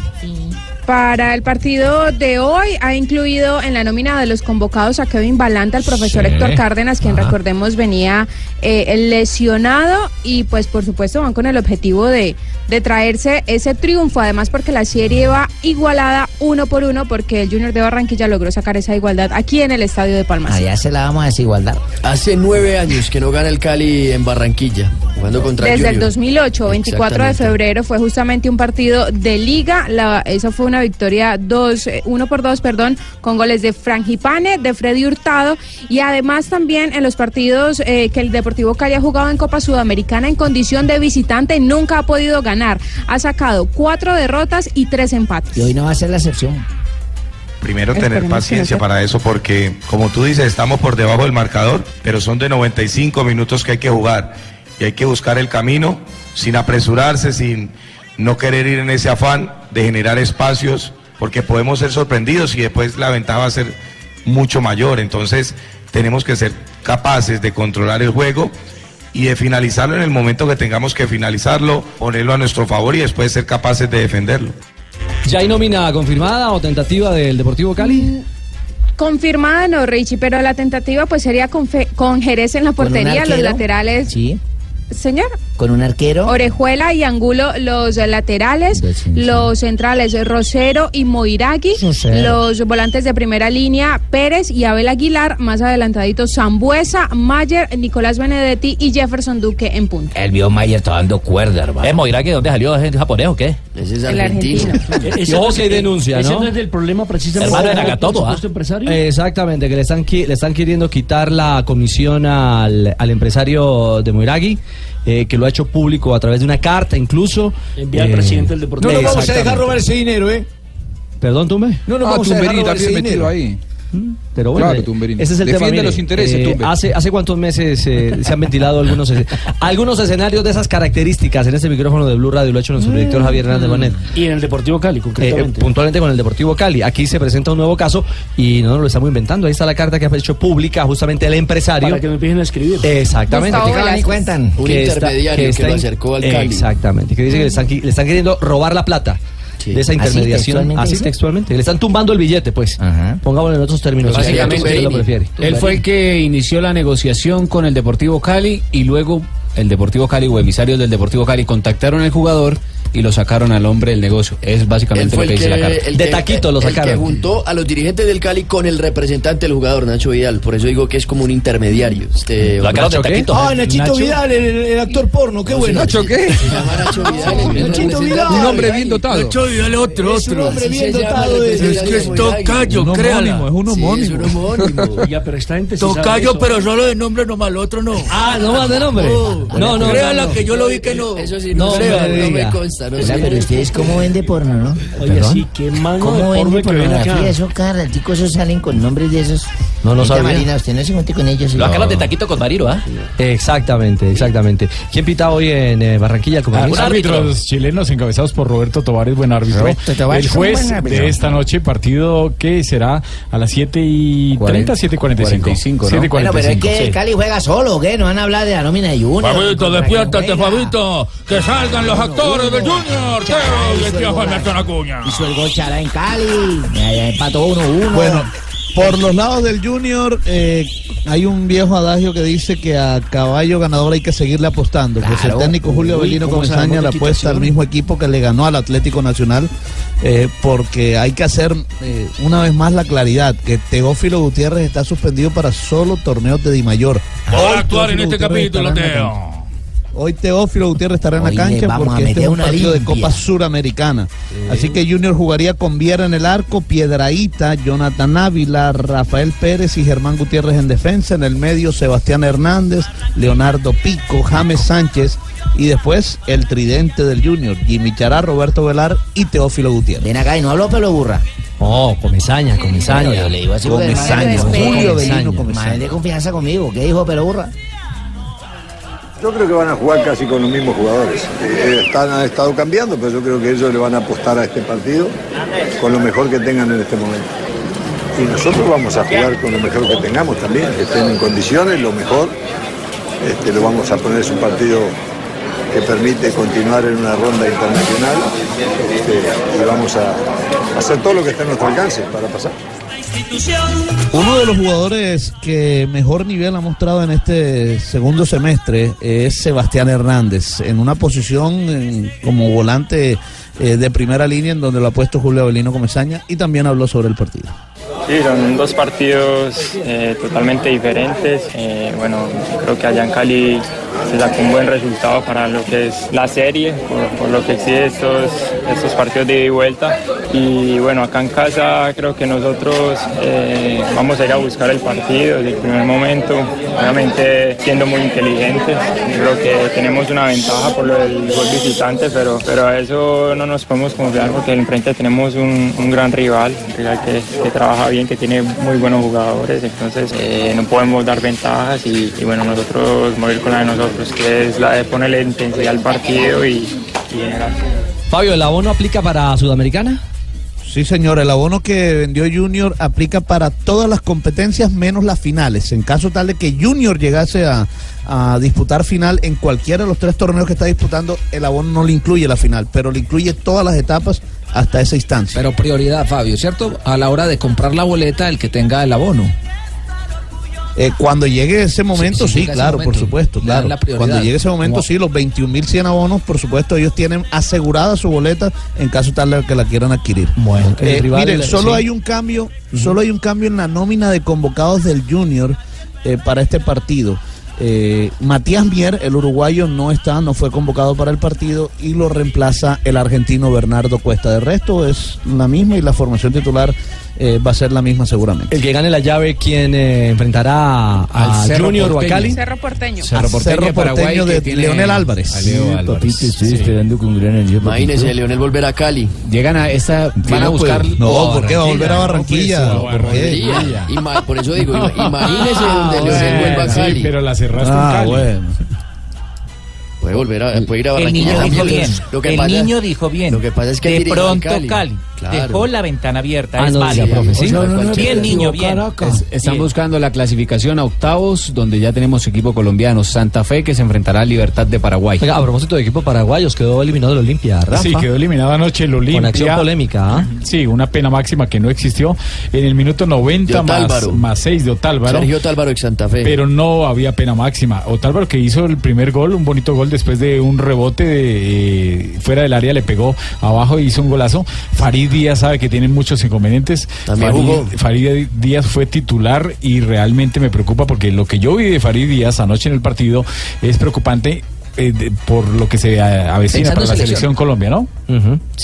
[SPEAKER 27] Para el partido de hoy ha incluido en la nómina de los convocados a Kevin Balanta, el profesor
[SPEAKER 15] Sí.
[SPEAKER 27] Héctor Cárdenas, quien recordemos venía eh, lesionado y pues por supuesto van con el objetivo de, de traerse ese triunfo, además porque la serie va igualada uno por uno porque el Junior de Barranquilla logró sacar esa igualdad aquí en el Estadio de Palmas.
[SPEAKER 31] Allá se la vamos a desigualdar.
[SPEAKER 13] Hace nueve años que no gana el Cali en Barranquilla, jugando contra el
[SPEAKER 27] Desde el
[SPEAKER 13] Junior.
[SPEAKER 27] 2008, 24 de
[SPEAKER 13] Exactamente.
[SPEAKER 27] febrero, fue justamente un partido de liga. La, esa fue una victoria 1 por 2, perdón, con goles de Frangipane, de Freddy Hurtado. Y además también en los partidos eh, que el Deportivo Cali ha jugado en Copa Sudamericana en condición de visitante, nunca ha podido ganar. Ha sacado cuatro derrotas y tres empates.
[SPEAKER 31] Y hoy no va a ser la excepción. Primero
[SPEAKER 27] Esperemos
[SPEAKER 31] tener
[SPEAKER 27] que
[SPEAKER 31] no sea. sea. paciencia para eso porque, como tú dices, estamos por debajo del marcador, pero son de 95 minutos que hay que jugar y hay que buscar el camino sin apresurarse, sin no querer ir en ese afán de generar espacios, porque podemos ser sorprendidos y después la ventaja va a ser mucho mayor. Entonces, tenemos que ser capaces de controlar el juego y de finalizarlo en el momento que tengamos que finalizarlo, ponerlo a nuestro favor y después ser capaces de defenderlo.
[SPEAKER 9] ¿Ya hay nómina confirmada o tentativa del Deportivo Cali?
[SPEAKER 27] Confirmada no, Richie, pero la tentativa pues sería con, Fe- con Jerez en la
[SPEAKER 31] ¿Con un
[SPEAKER 27] portería, los
[SPEAKER 31] arquero?
[SPEAKER 27] laterales.
[SPEAKER 31] Sí,
[SPEAKER 27] Señor.
[SPEAKER 31] con un arquero.
[SPEAKER 27] Orejuela y Angulo los laterales,
[SPEAKER 15] Pues
[SPEAKER 27] los centrales Rosero y Moiragui,
[SPEAKER 31] Rosero.
[SPEAKER 27] los volantes de primera línea Pérez y Abel Aguilar, más adelantadito Zambuesa, Mayer, Nicolás Benedetti y Jefferson Duque en punta.
[SPEAKER 16] El Biomayer está dando cuerda, hermano.
[SPEAKER 10] ¿Es Moirá que Eh, dónde salió? ¿Es el japonés o qué?
[SPEAKER 13] Ese es
[SPEAKER 27] El argentino.
[SPEAKER 10] argentino.
[SPEAKER 9] Y ojo que hay denuncia,
[SPEAKER 11] Ese
[SPEAKER 9] ¿no?
[SPEAKER 11] no es del problema precisamente.
[SPEAKER 9] Hermano de
[SPEAKER 11] Nagatomo,
[SPEAKER 9] ¿ah?
[SPEAKER 11] supuesto empresario.
[SPEAKER 9] Eh, Exactamente, que le están, qui- le están queriendo quitar la comisión al, al empresario de Moiragui, eh, que lo ha hecho público a través de una carta incluso. Eh,
[SPEAKER 11] Envía
[SPEAKER 15] Eh,
[SPEAKER 11] al presidente del Deportivo.
[SPEAKER 9] no
[SPEAKER 11] No lo
[SPEAKER 9] vamos a dejar robar ese dinero, ¿eh? ¿Perdón, Tumbe?
[SPEAKER 23] No, no
[SPEAKER 5] Ah,
[SPEAKER 9] vamos a dejar
[SPEAKER 5] Tumberini
[SPEAKER 9] robar
[SPEAKER 5] también
[SPEAKER 9] ese
[SPEAKER 5] metido
[SPEAKER 9] dinero.
[SPEAKER 5] ahí.
[SPEAKER 9] Pero bueno,
[SPEAKER 5] Claro,
[SPEAKER 9] eh,
[SPEAKER 5] Tumberini.
[SPEAKER 9] ese es el tema.
[SPEAKER 5] Defiende
[SPEAKER 9] mire,
[SPEAKER 5] los intereses,
[SPEAKER 9] eh,
[SPEAKER 5] Tumbe.
[SPEAKER 9] hace, hace cuántos meses eh, se han ventilado algunos, escen- algunos escenarios de esas características en este micrófono de Blue Radio, lo ha hecho nuestro director Javier Hernández Bonet.
[SPEAKER 11] Mm. Y en el Deportivo Cali, concretamente.
[SPEAKER 9] Eh, puntualmente con el Deportivo Cali. Aquí se presenta un nuevo caso y no nos lo estamos inventando. Ahí está la carta que ha hecho pública justamente el empresario.
[SPEAKER 11] Para que me empiecen a escribir.
[SPEAKER 9] Exactamente.
[SPEAKER 11] Gustavo
[SPEAKER 9] Que-
[SPEAKER 11] Velázquez.
[SPEAKER 9] que cuentan.
[SPEAKER 11] Un
[SPEAKER 9] está-
[SPEAKER 11] intermediario que
[SPEAKER 9] está
[SPEAKER 11] lo
[SPEAKER 9] en-
[SPEAKER 11] acercó al Cali.
[SPEAKER 9] Exactamente. Que dice que le están, qui- le están queriendo robar la plata. De
[SPEAKER 11] ¿Ah,
[SPEAKER 9] esa
[SPEAKER 31] Así
[SPEAKER 9] intermediación,
[SPEAKER 31] textualmente
[SPEAKER 9] así
[SPEAKER 31] dice.
[SPEAKER 9] textualmente. Le están tumbando el billete, pues. Pongámoslo en otros términos. si usted lo prefiere.
[SPEAKER 12] él fue el que inició la negociación con el Deportivo Cali y luego el Deportivo Cali o emisarios del Deportivo Cali contactaron al jugador y lo sacaron al hombre del negocio. Es
[SPEAKER 13] Él
[SPEAKER 12] básicamente lo
[SPEAKER 13] fue
[SPEAKER 12] que
[SPEAKER 13] el que,
[SPEAKER 12] dice la carta.
[SPEAKER 13] el que- el que juntó a los dirigentes del Cali con el representante del jugador, Nacho Vidal. Por eso digo que es como un intermediario. Este,
[SPEAKER 10] Lo sacaron de
[SPEAKER 13] Nacho, ¿qué?
[SPEAKER 10] taquito.
[SPEAKER 13] Ah, Nachito Vidal.
[SPEAKER 24] el, actor porno, qué bueno.
[SPEAKER 13] ¿Nacho qué? Se llama Nacho Vidal, el mismo
[SPEAKER 24] Nachito
[SPEAKER 13] representante.
[SPEAKER 24] Vidal. Un hombre bien
[SPEAKER 13] dotado.
[SPEAKER 24] Nacho
[SPEAKER 13] Vidal
[SPEAKER 24] otro,
[SPEAKER 13] Es un
[SPEAKER 24] otro.
[SPEAKER 13] hombre bien
[SPEAKER 24] Así se llama el
[SPEAKER 13] dotado. es-
[SPEAKER 24] presidente
[SPEAKER 13] es que es
[SPEAKER 24] Vidal.
[SPEAKER 13] tocayo,
[SPEAKER 24] Un
[SPEAKER 13] créala.
[SPEAKER 24] homónimo, es un
[SPEAKER 13] Sí, es
[SPEAKER 24] homónimo.
[SPEAKER 13] un homónimo.
[SPEAKER 11] Ya, pero esta gente sí sabe
[SPEAKER 13] Tocayo,
[SPEAKER 11] eso.
[SPEAKER 13] pero solo de nombre nomás, lo otro no.
[SPEAKER 9] Ah, no más de nombre.
[SPEAKER 13] No,
[SPEAKER 9] No, no,
[SPEAKER 13] Créala
[SPEAKER 9] no, no.
[SPEAKER 24] Eh,
[SPEAKER 13] que yo lo vi que no. Eso sí,
[SPEAKER 9] No me
[SPEAKER 13] crea,
[SPEAKER 9] diga.
[SPEAKER 13] gastaron.
[SPEAKER 15] Oiga, pero ustedes cómo ven de porno, ¿no?
[SPEAKER 13] Oye,
[SPEAKER 15] Perdón.
[SPEAKER 13] sí, qué mano de
[SPEAKER 15] ¿Cómo ven
[SPEAKER 13] porno
[SPEAKER 15] de
[SPEAKER 13] que ven acá.
[SPEAKER 15] pornografía? Eso cada ratico esos salen con nombres de esos.
[SPEAKER 9] No lo
[SPEAKER 15] Ahorita,
[SPEAKER 9] sabía.
[SPEAKER 15] Marina, usted no se junte con ellos.
[SPEAKER 9] Lo
[SPEAKER 15] señor.
[SPEAKER 9] acaban de
[SPEAKER 10] Taquito con Mariro, ¿ah?
[SPEAKER 9] Exactamente, exactamente. ¿Quién pita hoy en eh, Barranquilla el
[SPEAKER 8] Ah, Los
[SPEAKER 9] comunista?
[SPEAKER 8] árbitros chilenos encabezados por Roberto Tobar es buen árbitro.
[SPEAKER 9] Roberto Tobar
[SPEAKER 8] el
[SPEAKER 9] es un buen
[SPEAKER 8] juez
[SPEAKER 9] árbitro.
[SPEAKER 8] de esta noche, partido que será a las 7 y 30, 7 y 45.
[SPEAKER 15] ¿no?
[SPEAKER 8] 7 y
[SPEAKER 15] Bueno, pero es
[SPEAKER 8] 45,
[SPEAKER 15] que el
[SPEAKER 8] sí.
[SPEAKER 15] Cali juega solo, ¿o ¿qué? No van a hablar de la nómina de Junior.
[SPEAKER 17] Fabito,
[SPEAKER 15] Contra
[SPEAKER 17] despiértate,
[SPEAKER 15] quién juega.
[SPEAKER 17] Fabito. Que salgan los actores de Junior. Que tío Juan Nelson Acuña.
[SPEAKER 15] Hizo el gol Chará en Cali. Allá empató 1-1.
[SPEAKER 24] Bueno, por los lados del Junior eh, hay un viejo adagio que dice que a caballo ganador hay que seguirle apostando. Pues el Claro. técnico Julio Uy, Avelino ¿cómo Comesaña sabemos le de apuesta al equitación? mismo equipo que le ganó al Atlético Nacional eh, porque hay que hacer eh, una vez más la claridad que Teófilo Gutiérrez está suspendido para solo torneos de Di Mayor.
[SPEAKER 17] Por actuar en este capítulo, Teo.
[SPEAKER 24] Hoy Teófilo Gutiérrez estará en la
[SPEAKER 15] Hoy le
[SPEAKER 24] cancha
[SPEAKER 15] vamos a
[SPEAKER 24] porque este
[SPEAKER 15] meter
[SPEAKER 24] es un
[SPEAKER 15] una
[SPEAKER 24] partido de
[SPEAKER 15] limpia.
[SPEAKER 24] Copa Suramericana. Así que Junior jugaría con Viera en el arco, Piedraíta, Jonathan Ávila, Rafael Pérez y Germán Gutiérrez en defensa. En el medio, Sebastián Hernández, Leonardo Pico, James Sánchez y después el tridente del Junior, Jimmy Chará, Roberto Velar y Teófilo Gutiérrez.
[SPEAKER 15] Ven acá y no habló pelo burra.
[SPEAKER 9] No, Comesaña, Comesaña.
[SPEAKER 15] Yo le digo así porque
[SPEAKER 9] Comesaña,
[SPEAKER 15] el man es de
[SPEAKER 9] Julio
[SPEAKER 15] respeto.
[SPEAKER 9] Avelino
[SPEAKER 15] Man es de
[SPEAKER 9] Comesaña.
[SPEAKER 15] confianza conmigo. ¿Qué dijo Pelo Burra?
[SPEAKER 18] Yo creo que van a jugar casi con los mismos jugadores. Eh, están, han estado cambiando, pero yo creo que ellos le van a apostar a este partido con lo mejor que tengan en este momento. Y nosotros vamos a jugar con lo mejor que tengamos también, que estén en condiciones, lo mejor. Este, lo vamos a poner, es un partido que permite continuar en una ronda internacional este, y vamos a hacer todo lo que está a nuestro alcance para pasar.
[SPEAKER 24] Uno de los jugadores que mejor nivel ha mostrado en este segundo semestre es Sebastián Hernández, en una posición en- como volante eh, de primera línea en donde lo ha puesto Julio Avelino Comesaña y también habló sobre el partido.
[SPEAKER 32] Sí, son dos partidos eh, totalmente diferentes. Eh, bueno, creo que allá en Cali se sacó un buen resultado para lo que es la serie, por, por lo que exige estos, estos partidos de ida y vuelta. Y bueno, acá en casa creo que nosotros eh, vamos a ir a buscar el partido desde el primer momento, obviamente siendo muy inteligentes. Creo que tenemos una ventaja por lo del gol visitante, pero, pero a eso no nos podemos confiar porque enfrente tenemos un, un gran rival, un rival que, que trabaja bien, que tiene muy buenos jugadores, entonces eh, no podemos dar ventajas y, y bueno, nosotros morir con la de nosotros, que es la de ponerle intensidad al partido y, y generar.
[SPEAKER 9] Fabio, ¿el abono aplica para Sudamericana?
[SPEAKER 24] Sí, señor, el abono que vendió Junior aplica para todas las competencias menos las finales. En caso tal de que Junior llegase a, a disputar final en cualquiera de los tres torneos que está disputando, el abono no le incluye la final, pero le incluye todas las etapas hasta esa instancia.
[SPEAKER 14] Pero prioridad, Fabio, ¿cierto? A la hora de comprar la boleta, el que tenga el abono.
[SPEAKER 24] Eh, cuando llegue ese momento,
[SPEAKER 14] si
[SPEAKER 24] sí,
[SPEAKER 14] llega ese
[SPEAKER 24] claro,
[SPEAKER 14] momento,
[SPEAKER 24] por supuesto,
[SPEAKER 14] le dan
[SPEAKER 24] claro.
[SPEAKER 14] la prioridad.
[SPEAKER 24] Cuando llegue ese momento,
[SPEAKER 14] Como-
[SPEAKER 24] sí, los 21.100 abonos, por supuesto, ellos tienen asegurada su boleta en caso tal de que la quieran adquirir. Bueno,
[SPEAKER 9] el rival-
[SPEAKER 24] miren, solo
[SPEAKER 9] sí.
[SPEAKER 24] hay un cambio, solo hay un cambio en la nómina de convocados del Junior eh, para este partido. Eh, Matías Mier, el uruguayo, no está, no fue convocado para el partido y lo reemplaza el argentino Bernardo Cuesta. De resto es la misma y la formación titular eh, va a ser la misma seguramente.
[SPEAKER 9] El que gane la llave, ¿quién eh, enfrentará
[SPEAKER 17] Ah,
[SPEAKER 9] a,
[SPEAKER 24] Cerro
[SPEAKER 9] Junior o a
[SPEAKER 24] Porteño.
[SPEAKER 9] Cali?
[SPEAKER 27] Cerro Porteño.
[SPEAKER 9] Cerro Porteño,
[SPEAKER 24] Cerro Porteño de Leonel Álvarez.
[SPEAKER 9] Sí,
[SPEAKER 23] Papito, estoy esperando con gran ansia.
[SPEAKER 13] Imagínese, Leonel volver a Cali.
[SPEAKER 23] Llegan a esta.
[SPEAKER 13] van a buscar-
[SPEAKER 24] pues, No, ¿por qué va a volver a Barranquilla?
[SPEAKER 13] No,
[SPEAKER 24] ¿Por qué?
[SPEAKER 13] Barranquilla. Ah, Ima- por eso digo,
[SPEAKER 10] Ah,
[SPEAKER 13] ima- imagínese donde Leonel vuelva a Cali.
[SPEAKER 8] pero la cerraste
[SPEAKER 24] Ah,
[SPEAKER 8] en Cali.
[SPEAKER 13] Puede volver a, puede ir a
[SPEAKER 10] El
[SPEAKER 13] Barranquilla.
[SPEAKER 10] niño dijo
[SPEAKER 13] también.
[SPEAKER 10] bien.
[SPEAKER 13] Lo que
[SPEAKER 10] el
[SPEAKER 13] pasa-
[SPEAKER 10] niño dijo bien.
[SPEAKER 13] Lo que pasa es que
[SPEAKER 10] de
[SPEAKER 13] dirigió a
[SPEAKER 10] pronto Cali,
[SPEAKER 13] Cali. Claro.
[SPEAKER 10] dejó la ventana abierta.
[SPEAKER 13] Ah,
[SPEAKER 10] es
[SPEAKER 13] no,
[SPEAKER 10] válido.
[SPEAKER 13] decía, profe, sí.
[SPEAKER 10] O sea,
[SPEAKER 13] No, no, no,
[SPEAKER 10] cualquier- bien,
[SPEAKER 13] no,
[SPEAKER 10] niño,
[SPEAKER 13] no,
[SPEAKER 10] bien.
[SPEAKER 13] Caracas.
[SPEAKER 10] Es-
[SPEAKER 12] Están buscando la clasificación a octavos, donde ya tenemos equipo colombiano Santa Fe que se enfrentará a Libertad de Paraguay.
[SPEAKER 9] Oiga, a propósito de equipo paraguayos, quedó eliminado el Olimpia, Rafa.
[SPEAKER 8] Sí, quedó eliminado anoche el Olimpia.
[SPEAKER 9] acción polémica, ¿ah?
[SPEAKER 8] Sí, una pena máxima que no existió en el minuto 90 más,
[SPEAKER 13] Otálvaro.
[SPEAKER 8] más 6 de Otálvaro.
[SPEAKER 13] Sergio Tálvaro ex Santa Fe.
[SPEAKER 8] Pero no había pena máxima. Otálvaro que hizo el primer gol, un bonito gol después de un rebote de, eh, fuera del área, le pegó abajo y hizo un golazo. Farid Díaz sabe que tienen muchos inconvenientes.
[SPEAKER 13] También
[SPEAKER 8] Farid,
[SPEAKER 13] jugó.
[SPEAKER 8] Farid Díaz fue titular y realmente me preocupa porque lo que yo vi de Farid Díaz anoche en el partido es preocupante. eh, de- por lo que se a- avecina para
[SPEAKER 13] Pensando en
[SPEAKER 8] la
[SPEAKER 13] selección.
[SPEAKER 8] selección Colombia, ¿no?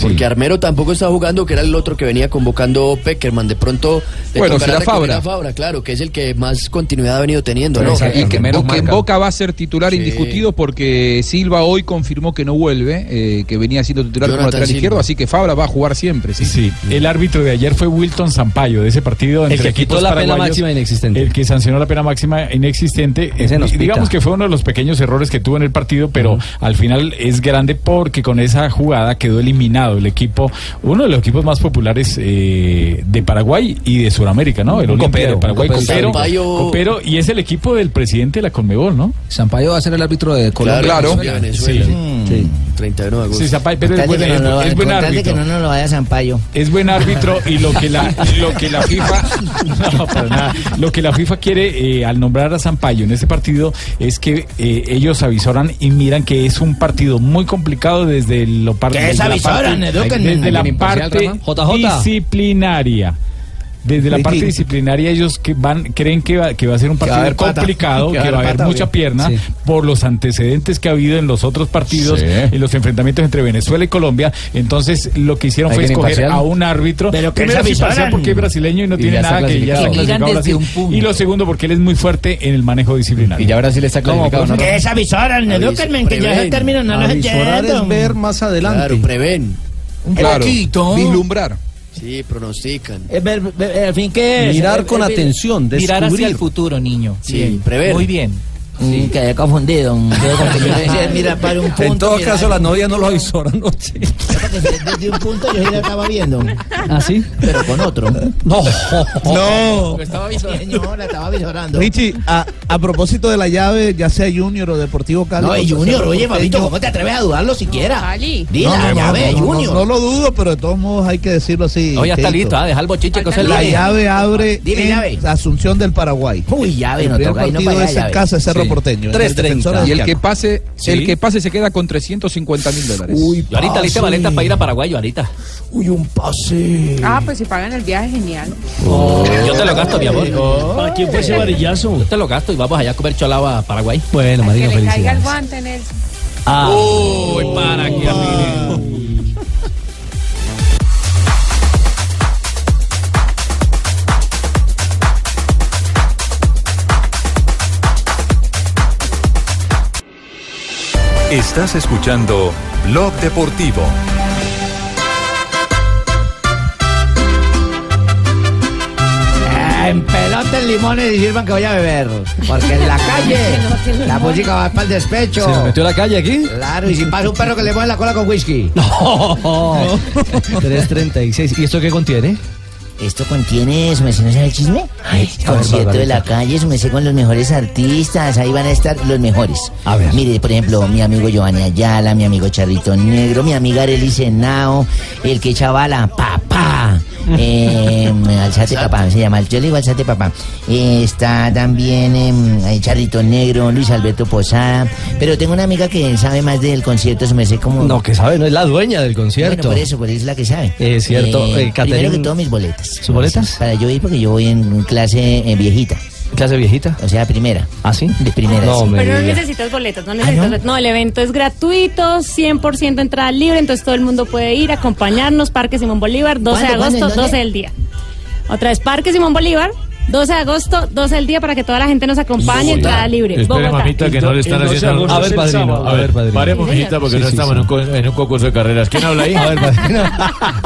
[SPEAKER 13] Porque Armero tampoco está jugando, que era el otro que venía convocando Peckerman. De pronto le
[SPEAKER 5] Bueno,
[SPEAKER 13] tocará
[SPEAKER 5] será
[SPEAKER 13] recurrir
[SPEAKER 5] Fabra.
[SPEAKER 13] a Fabra, claro, que es el que más continuidad ha venido teniendo, ¿no?
[SPEAKER 5] Y que, o que en
[SPEAKER 13] marca.
[SPEAKER 5] Boca va a ser titular
[SPEAKER 13] Sí.
[SPEAKER 5] indiscutido porque Silva hoy confirmó que no vuelve, eh, que venía siendo titular como
[SPEAKER 8] Jonathan
[SPEAKER 5] lateral
[SPEAKER 8] Silva.
[SPEAKER 5] izquierdo, así que Fabra va a jugar siempre. Sí,
[SPEAKER 8] El árbitro de ayer fue Wilton Sampaio de ese partido
[SPEAKER 5] El
[SPEAKER 8] entre
[SPEAKER 5] que
[SPEAKER 8] equipos
[SPEAKER 5] quitó la pena
[SPEAKER 8] paraguayos,
[SPEAKER 5] máxima
[SPEAKER 9] inexistente.
[SPEAKER 8] El que sancionó la pena máxima inexistente.
[SPEAKER 9] Ese nos
[SPEAKER 8] Eh,
[SPEAKER 9] pita.
[SPEAKER 8] Digamos que fue uno de los pequeños errores que tuvo en el partido, pero al final es grande porque con esa jugada quedó eliminado el equipo, uno de los equipos más populares eh, de Paraguay y de Sudamérica, ¿no? El
[SPEAKER 23] Un
[SPEAKER 8] Olimpia
[SPEAKER 23] copero,
[SPEAKER 8] de Paraguay,
[SPEAKER 23] un copero.
[SPEAKER 8] copero,
[SPEAKER 23] Sampaio-
[SPEAKER 8] copero, y es el equipo del presidente de la Conmebol, ¿no?
[SPEAKER 23] Sampaio va a ser el árbitro de Colombia.
[SPEAKER 8] Claro.
[SPEAKER 23] Venezuela.
[SPEAKER 8] Sí.
[SPEAKER 23] Sí.
[SPEAKER 13] 31 de agosto.
[SPEAKER 8] Sí, Sampaio, pero es
[SPEAKER 15] Contate
[SPEAKER 8] buen,
[SPEAKER 15] que no lo-
[SPEAKER 8] es buen
[SPEAKER 15] contate que
[SPEAKER 8] árbitro.
[SPEAKER 15] no nos lo vaya a Zampayo.
[SPEAKER 8] Es buen árbitro y lo que la lo que la FIFA no, para nada. lo que la FIFA quiere eh, al nombrar a Sampaio en este partido es que eh, ellos avisoran y miran que es un partido muy complicado desde lo par-
[SPEAKER 15] ¿Qué
[SPEAKER 8] desde
[SPEAKER 15] es
[SPEAKER 8] la
[SPEAKER 15] avisoran?
[SPEAKER 8] parte-
[SPEAKER 15] Eduquen.
[SPEAKER 8] desde la
[SPEAKER 15] Bien imparcial,
[SPEAKER 8] parte
[SPEAKER 15] Rafa. JJ.
[SPEAKER 8] disciplinaria. Desde la
[SPEAKER 15] Ritín.
[SPEAKER 8] parte disciplinaria ellos que van creen que va, que va a ser un
[SPEAKER 23] Que va a
[SPEAKER 8] partido
[SPEAKER 23] haber pata.
[SPEAKER 8] complicado, que va a haber,
[SPEAKER 23] pata,
[SPEAKER 8] mucha
[SPEAKER 23] obvio.
[SPEAKER 8] pierna
[SPEAKER 23] Sí.
[SPEAKER 8] por los antecedentes que ha habido en los otros partidos,
[SPEAKER 23] Sí.
[SPEAKER 8] en los enfrentamientos entre Venezuela y Colombia. Entonces lo que hicieron fue
[SPEAKER 23] Alguien
[SPEAKER 8] escoger
[SPEAKER 23] imparcial.
[SPEAKER 8] a un árbitro.
[SPEAKER 23] Pero que
[SPEAKER 8] Primero
[SPEAKER 23] se
[SPEAKER 8] es imparcial
[SPEAKER 23] avisaran.
[SPEAKER 8] porque es brasileño y no
[SPEAKER 23] Y
[SPEAKER 8] tiene
[SPEAKER 23] ya está
[SPEAKER 8] nada que ya está
[SPEAKER 23] clasificado. Que digan
[SPEAKER 8] clasificado
[SPEAKER 23] desde
[SPEAKER 8] Brasil. Y lo segundo porque él es muy fuerte en el manejo disciplinario. Y ya Brasil está
[SPEAKER 15] clasificado, ¿no? ¿Qué es avisoran? Edúquenme, que ya ese término no lo
[SPEAKER 24] Avisorar
[SPEAKER 15] entiendo.
[SPEAKER 24] es ver más adelante.
[SPEAKER 13] Claro, prevén.
[SPEAKER 24] Un Claro, poquito. vislumbrar.
[SPEAKER 13] Sí, pronostican.
[SPEAKER 15] Es ver, ver- al fin, ¿qué es?
[SPEAKER 24] Mirar con
[SPEAKER 15] atención,
[SPEAKER 13] Mirar hacia
[SPEAKER 15] descubrir.
[SPEAKER 13] el
[SPEAKER 15] futuro, niño.
[SPEAKER 13] Sí, Bien. prever. Muy
[SPEAKER 15] bien. quedé Mm, confundido. mm, quedé confundido. Yo decía, mira, para un punto.
[SPEAKER 23] En todo
[SPEAKER 15] mira,
[SPEAKER 23] caso, la novia no lo avisó anoche.
[SPEAKER 15] Desde un punto yo sí la estaba viendo.
[SPEAKER 23] ¿Ah, sí?
[SPEAKER 15] Pero con otro.
[SPEAKER 23] No.
[SPEAKER 24] No.
[SPEAKER 15] Lo estaba visorando. Señor, la estaba visorando.
[SPEAKER 24] Richie, a, a propósito de la llave, ya sea Junior o Deportivo Cali.
[SPEAKER 15] No, y
[SPEAKER 24] contra
[SPEAKER 15] Junior,
[SPEAKER 24] Cerro
[SPEAKER 15] oye, papito,
[SPEAKER 24] Porteño-
[SPEAKER 15] ¿cómo te atreves a dudarlo siquiera? Cali. Dile,
[SPEAKER 24] No,
[SPEAKER 15] la
[SPEAKER 24] no,
[SPEAKER 15] llave,
[SPEAKER 24] no, no,
[SPEAKER 15] Junior.
[SPEAKER 24] No, lo dudo, pero de todos modos hay que decirlo así.
[SPEAKER 15] No, ya está
[SPEAKER 24] Cheito.
[SPEAKER 15] listo, ah, deja el bochiche, que eso es
[SPEAKER 24] La
[SPEAKER 15] libre.
[SPEAKER 24] llave abre
[SPEAKER 15] Dime,
[SPEAKER 24] en
[SPEAKER 15] llave.
[SPEAKER 24] Asunción del Paraguay.
[SPEAKER 15] Uy, llave,
[SPEAKER 24] El
[SPEAKER 15] no
[SPEAKER 24] primer
[SPEAKER 15] toca, ahí no
[SPEAKER 24] partido
[SPEAKER 15] para
[SPEAKER 24] es
[SPEAKER 15] allá,
[SPEAKER 24] en
[SPEAKER 15] llave.
[SPEAKER 24] casa de Cerro
[SPEAKER 15] Sí.
[SPEAKER 24] Porteño. en el
[SPEAKER 5] 3.30.
[SPEAKER 24] Defensor
[SPEAKER 5] Y el
[SPEAKER 24] Adriano.
[SPEAKER 5] que pase,
[SPEAKER 24] Sí.
[SPEAKER 5] el que pase se queda con 350 mil dólares. Uy,
[SPEAKER 15] Yo ahorita listo maleta para ir a
[SPEAKER 23] Paraguay, yo ahorita.
[SPEAKER 15] Uy, un pase.
[SPEAKER 27] Ah, pues si pagan el viaje, genial.
[SPEAKER 23] Yo te lo gasto, mi amor.
[SPEAKER 11] ¿Para quién fue ese varillazo?
[SPEAKER 23] Yo te lo gasto y vamos allá a comer cholaba a Paraguay. Bueno,
[SPEAKER 27] Que le caiga el guante, Nelson.
[SPEAKER 23] Ah.
[SPEAKER 17] Uy, para que
[SPEAKER 15] Ah.
[SPEAKER 3] Estás escuchando Blog Deportivo.
[SPEAKER 15] En pelotes, limones y sirvan que voy a beber. Porque en la calle la música va para el despecho.
[SPEAKER 9] ¿Se nos metió a la calle aquí?
[SPEAKER 15] Claro, y si pasa un perro que le mueve la cola con whisky.
[SPEAKER 9] No. 3.36. ¿Y esto qué contiene?
[SPEAKER 15] Esto contiene, su merced, ¿no sabe el chisme? Concierto de la calle, su merced con los mejores artistas, ahí van a estar los mejores. A ver. Mire, por ejemplo, mi amigo Giovanni Ayala, mi amigo Charrito Negro, mi amiga Arely Senao, el que chavala, papá. Eh, alzate papá, se llama, yo le digo alzate papá. Eh, está también em, eh, Charrito Negro, Luis Alberto Posada, pero tengo una amiga que sabe más del concierto, su merced como...
[SPEAKER 9] No, que sabe, no es la dueña del concierto.
[SPEAKER 15] Bueno, por eso, por eso es la que sabe.
[SPEAKER 9] Es cierto, eh,
[SPEAKER 15] primero
[SPEAKER 9] Catherine-
[SPEAKER 15] que todo, mis boletas.
[SPEAKER 9] ¿Sus boletas?
[SPEAKER 15] Para yo ir, porque yo voy en clase eh, viejita.
[SPEAKER 9] ¿Clase viejita?
[SPEAKER 15] O sea, primera.
[SPEAKER 9] ¿Ah, sí?
[SPEAKER 15] De primera.
[SPEAKER 9] No,
[SPEAKER 15] sí.
[SPEAKER 9] me
[SPEAKER 33] Pero no
[SPEAKER 9] diga.
[SPEAKER 33] necesitas boletos, no necesitas boletos. No, el evento es gratuito, 100% entrada libre, entonces todo el mundo puede ir, acompañarnos, Parque Simón Bolívar, 12 de
[SPEAKER 4] ¿Cuándo, cuándo,
[SPEAKER 33] agosto,
[SPEAKER 4] en dónde?
[SPEAKER 33] 12 del día. Otra vez, Parque Simón Bolívar, 12 de agosto, 12 del día, para que toda la gente nos acompañe, entrada libre.
[SPEAKER 23] Espere,
[SPEAKER 33] Bogotá.
[SPEAKER 23] mamita, que no le están
[SPEAKER 9] El doce de
[SPEAKER 23] haciendo.
[SPEAKER 9] agosto es el sábado.
[SPEAKER 23] A ver, padrino. Paremos,
[SPEAKER 9] Sí, señor.
[SPEAKER 23] mijita, porque
[SPEAKER 9] Sí,
[SPEAKER 23] no
[SPEAKER 9] sí,
[SPEAKER 23] estamos
[SPEAKER 9] sí.
[SPEAKER 23] en un co- En, un concurso de carreras. ¿Quién habla ahí? A ver,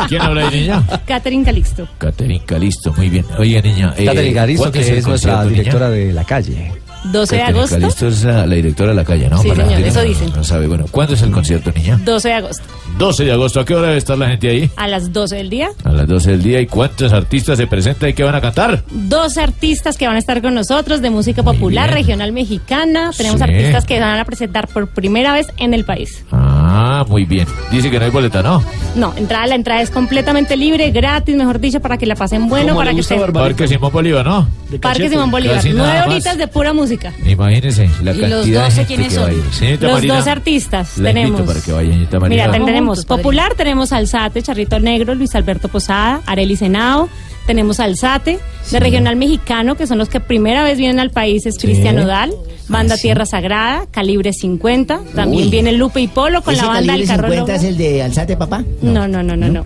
[SPEAKER 23] ¿Quién habla ahí, niña?
[SPEAKER 33] Catherine Calixto.
[SPEAKER 23] Caterin Calisto, muy bien. Oye, niña. eh,
[SPEAKER 9] Catherine Carizo,
[SPEAKER 23] ¿cuándo
[SPEAKER 9] que es,
[SPEAKER 23] el
[SPEAKER 9] nuestra
[SPEAKER 23] concierto, niña?
[SPEAKER 9] directora de la calle.
[SPEAKER 33] 12 de
[SPEAKER 23] Catherine
[SPEAKER 33] agosto,
[SPEAKER 23] Calisto es ah, la, la directora de la calle, ¿no?
[SPEAKER 33] Sí, señor,
[SPEAKER 23] tiene-
[SPEAKER 33] eso
[SPEAKER 23] no-
[SPEAKER 33] dicen.
[SPEAKER 23] No sabe. Bueno, ¿cuándo es el concierto, niña?
[SPEAKER 33] 12 de agosto,
[SPEAKER 23] 12 de agosto. ¿A qué hora debe estar la gente ahí?
[SPEAKER 33] a las 12 del día.
[SPEAKER 23] A las 12 del día. ¿Y cuántos artistas se presentan y qué van a cantar?
[SPEAKER 33] 12 artistas que van a estar con nosotros de música popular, regional mexicana. Tenemos
[SPEAKER 23] Sí.
[SPEAKER 33] artistas que van a presentar por primera vez en el país.
[SPEAKER 23] Ah, muy bien. Dice que no hay boleta, ¿no?
[SPEAKER 33] No, entrada, la entrada es completamente libre, gratis, mejor dicho, para que la pasen bueno, para que estén.
[SPEAKER 23] Parque Simón Bolívar, ¿no?
[SPEAKER 33] Parque Simón Bolívar,
[SPEAKER 23] Casi
[SPEAKER 33] nueve
[SPEAKER 23] nada más.
[SPEAKER 33] horitas de pura música.
[SPEAKER 23] Imagínense la
[SPEAKER 33] ¿Y los
[SPEAKER 23] cantidad
[SPEAKER 33] 12
[SPEAKER 23] de gente
[SPEAKER 33] quiénes
[SPEAKER 23] que
[SPEAKER 33] son?
[SPEAKER 23] va a ir. Señorita
[SPEAKER 33] Los
[SPEAKER 23] Marina,
[SPEAKER 33] 12 artistas
[SPEAKER 23] la invito
[SPEAKER 33] tenemos.
[SPEAKER 23] para que vaya, señorita Marina.
[SPEAKER 33] Mira, ten- tenemos Popular, tenemos Alzate, Charrito Negro, Luis Alberto Posada, Areli Senao, tenemos a Alzate, de Regional Mexicano, que son los que primera vez vienen al país, es Cristian Odal, Banda Tierra Sagrada, Calibre 50, también
[SPEAKER 15] Uy.
[SPEAKER 33] viene Lupe y Polo con
[SPEAKER 15] ¿Ese
[SPEAKER 33] la banda
[SPEAKER 15] calibre
[SPEAKER 33] del Carro
[SPEAKER 15] 50 es
[SPEAKER 33] Lobo.
[SPEAKER 15] el de Alzate, papá?
[SPEAKER 33] No, no, no, no, no.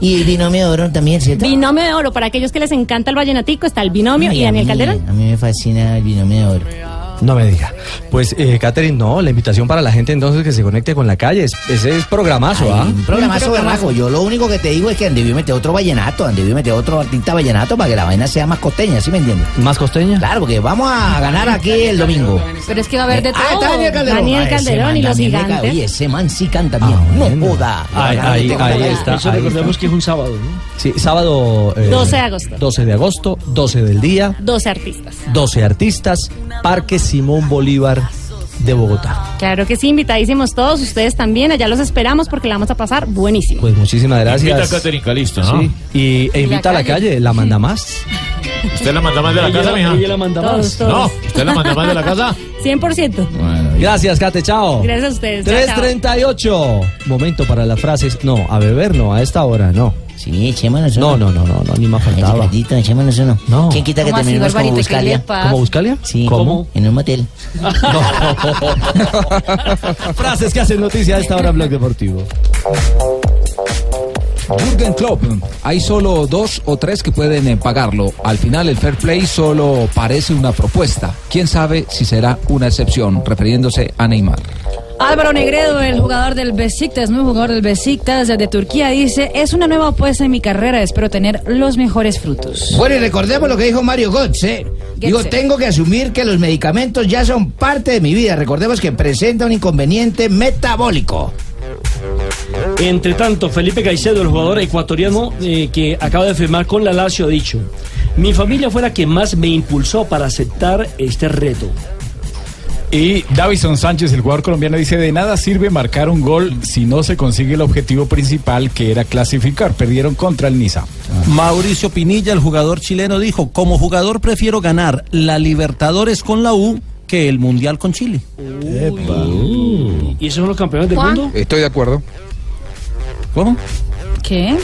[SPEAKER 15] Y el binomio de oro también, ¿cierto?
[SPEAKER 33] Binomio de oro, para aquellos que les encanta el vallenatico, está el binomio
[SPEAKER 15] Ay,
[SPEAKER 33] y
[SPEAKER 15] a
[SPEAKER 33] Daniel
[SPEAKER 15] mí,
[SPEAKER 33] Calderón.
[SPEAKER 15] A mí me fascina el binomio de oro.
[SPEAKER 9] No me diga. Pues, eh, Catherine, no, la invitación para la gente entonces que se conecte con la calle. es- Ese es programazo, ¿ah?
[SPEAKER 15] Un programazo berraco. Yo lo único que te digo es que han debido meter otro vallenato, han debido meter otro artista vallenato para que la vaina sea más costeña, ¿sí me entiendes?
[SPEAKER 9] ¿Más costeña?
[SPEAKER 15] Claro, porque vamos a ganar aquí el domingo.
[SPEAKER 6] Pero es que va a haber de todo.
[SPEAKER 15] Ah, está Daniel Calderón. Ah, ese man también me cae. Oye, ese man sí canta bien. No joda.
[SPEAKER 9] Ah, Ahí, ahí, ahí está.
[SPEAKER 11] Eso
[SPEAKER 9] ahí
[SPEAKER 11] recordemos
[SPEAKER 9] que es un sábado, ¿no? Sí, sábado.
[SPEAKER 33] 12 de agosto.
[SPEAKER 9] 12 de agosto, 12 del día,
[SPEAKER 33] 12 artistas.
[SPEAKER 9] 12 artistas, Parque Simón Bolívar de Bogotá.
[SPEAKER 33] Claro que sí, invitadísimos todos, ustedes también, allá los esperamos porque la vamos a pasar buenísimo.
[SPEAKER 9] Pues muchísimas gracias.
[SPEAKER 23] Invita a Catherine Calisto, ¿no?
[SPEAKER 9] Sí, Y, e
[SPEAKER 33] Y la
[SPEAKER 9] invita a la
[SPEAKER 33] calle.
[SPEAKER 9] calle, la manda más.
[SPEAKER 23] ¿Usted la manda más de la
[SPEAKER 9] Ella-
[SPEAKER 23] casa, mija?
[SPEAKER 9] ella la manda
[SPEAKER 33] más. Todos,
[SPEAKER 23] No,
[SPEAKER 33] todos.
[SPEAKER 23] ¿usted la manda más de la casa?
[SPEAKER 33] 100%.
[SPEAKER 9] Gracias, Cate, chao.
[SPEAKER 33] Gracias a ustedes. Chao, chao.
[SPEAKER 9] 338. Momento para las frases. No, a beber no, a esta hora no.
[SPEAKER 15] Sí, echémonos
[SPEAKER 9] No, no, no, no, no, ni más faltaba.
[SPEAKER 15] echémonos uno.
[SPEAKER 9] No.
[SPEAKER 15] ¿Quién quita que
[SPEAKER 6] ¿Cómo así,
[SPEAKER 15] terminemos como
[SPEAKER 6] Barbarito? ¿Qué le
[SPEAKER 15] Buscalia?
[SPEAKER 6] pasa? ¿Como
[SPEAKER 9] Buscalia?
[SPEAKER 15] Sí.
[SPEAKER 9] ¿Cómo?
[SPEAKER 15] En un motel.
[SPEAKER 9] Frases que hacen noticia a esta hora en Blog Deportivo.
[SPEAKER 23] Jürgen Klopp, hay solo dos o tres que pueden eh, pagarlo. Al final el fair play solo parece una propuesta. ¿Quién sabe si será una excepción? Refiriéndose a Neymar.
[SPEAKER 6] Álvaro Negredo, el jugador del Besiktas, nuevo jugador del Besiktas de Turquía, dice, es una nueva apuesta en mi carrera, espero tener los mejores frutos.
[SPEAKER 16] Bueno, y recordemos lo que dijo Mario Götze. ¿eh? Digo,
[SPEAKER 6] Götze.
[SPEAKER 16] tengo que asumir que los medicamentos ya son parte de mi vida. Recordemos que presenta un inconveniente metabólico.
[SPEAKER 11] Entre tanto, Felipe Caicedo, el jugador ecuatoriano eh, que acaba de firmar con la Lazio, ha dicho: Mi familia fue la que más me impulsó para aceptar este reto.
[SPEAKER 8] Y Davison Sánchez, el jugador colombiano, dice, de nada sirve marcar un gol si no se consigue el objetivo principal que era clasificar. Perdieron contra el Niza.
[SPEAKER 4] Mauricio Pinilla, el jugador chileno, dijo, como jugador prefiero ganar la Libertadores con la U que el Mundial con Chile.
[SPEAKER 9] Mm.
[SPEAKER 11] ¿Y esos son los campeones del mundo?
[SPEAKER 5] Estoy de acuerdo. ¿Cómo?
[SPEAKER 6] ¿Qué?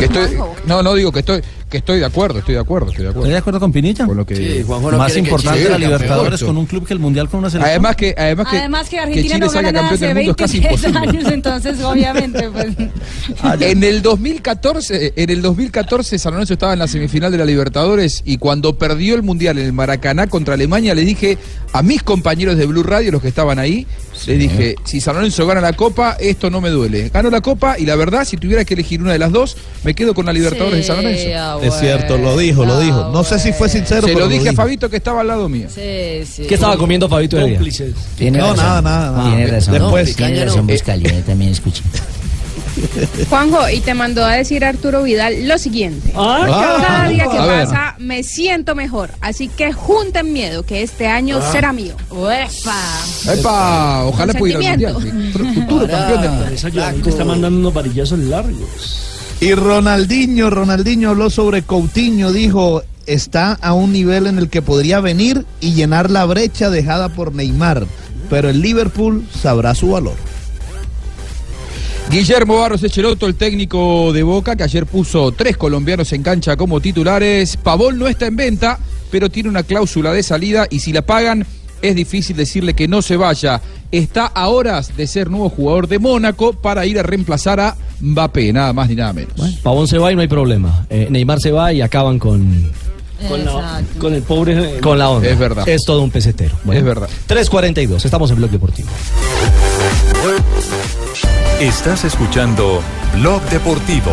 [SPEAKER 5] Que estoy, no, no digo que estoy, que estoy de acuerdo, estoy de acuerdo, estoy de acuerdo. ¿Estoy de
[SPEAKER 4] acuerdo con Pinilla?
[SPEAKER 5] Con lo que dijo.
[SPEAKER 4] Más importante la Libertadores con un club que el Mundial con una selección.
[SPEAKER 5] Además que, además que,
[SPEAKER 6] Además que Argentina
[SPEAKER 5] Chile
[SPEAKER 6] no
[SPEAKER 5] salga
[SPEAKER 6] gana nada
[SPEAKER 5] campeón
[SPEAKER 6] hace
[SPEAKER 5] del mundo es casi
[SPEAKER 6] 23
[SPEAKER 5] imposible.
[SPEAKER 6] años, entonces obviamente pues...
[SPEAKER 5] En el 2014, en el 2014 San Lorenzo estaba en la semifinal de la Libertadores y cuando perdió el Mundial en el Maracaná contra Alemania le dije a mis compañeros de Blue Radio, los que estaban ahí, les dije, si San Lorenzo gana la Copa, esto no me duele. Gano la Copa y la verdad, si tuviera que elegir una de las dos, me quedo con la Libertadores de San Lorenzo.
[SPEAKER 6] Ah,
[SPEAKER 24] Es cierto, lo dijo, lo dijo. No sé si fue sincero,
[SPEAKER 5] Se
[SPEAKER 24] pero
[SPEAKER 5] lo dije a
[SPEAKER 24] dijo.
[SPEAKER 5] Fabito que estaba al lado mío.
[SPEAKER 6] Sí, sí.
[SPEAKER 9] ¿Qué estaba comiendo Fabito de día?
[SPEAKER 15] Tiene
[SPEAKER 24] No,
[SPEAKER 15] razón.
[SPEAKER 24] nada, nada, nada.
[SPEAKER 15] Tiene razón.
[SPEAKER 24] Después.
[SPEAKER 15] No, tiene razón,
[SPEAKER 16] Eh,
[SPEAKER 15] Buscalia, yo también escuché.
[SPEAKER 27] Juanjo, y te mandó a decir Arturo Vidal lo siguiente.
[SPEAKER 15] Ah,
[SPEAKER 27] Cada día que
[SPEAKER 15] a ver.
[SPEAKER 27] pasa me siento mejor, así que junten miedo que este año
[SPEAKER 5] Ah.
[SPEAKER 27] será mío.
[SPEAKER 5] Epa, ojalá
[SPEAKER 27] Con
[SPEAKER 5] pudiera ir al
[SPEAKER 27] sentimiento.
[SPEAKER 5] Mundial. Futuro campeón del mundo.
[SPEAKER 11] Te está mandando unos varillazos largos.
[SPEAKER 24] Y Ronaldinho, Ronaldinho habló sobre Coutinho, dijo, está a un nivel en el que podría venir y llenar la brecha dejada por Neymar, pero el Liverpool sabrá su valor.
[SPEAKER 5] Guillermo Barros Echeloto, el técnico de Boca, que ayer puso tres colombianos en cancha como titulares. Pavón no está en venta, pero tiene una cláusula de salida y si la pagan es difícil decirle que no se vaya. Está a horas de ser nuevo jugador de Mónaco para ir a reemplazar a Mbappé, nada más ni nada menos.
[SPEAKER 9] Pavón se va y no hay problema. Eh, Neymar se va y acaban con,
[SPEAKER 11] Con, la- con el pobre. eh,
[SPEAKER 9] con la onda.
[SPEAKER 11] Es
[SPEAKER 5] verdad.
[SPEAKER 9] Es todo un pesetero. es verdad. 342, estamos en Blog Deportivo.
[SPEAKER 3] Estás escuchando Blog Deportivo.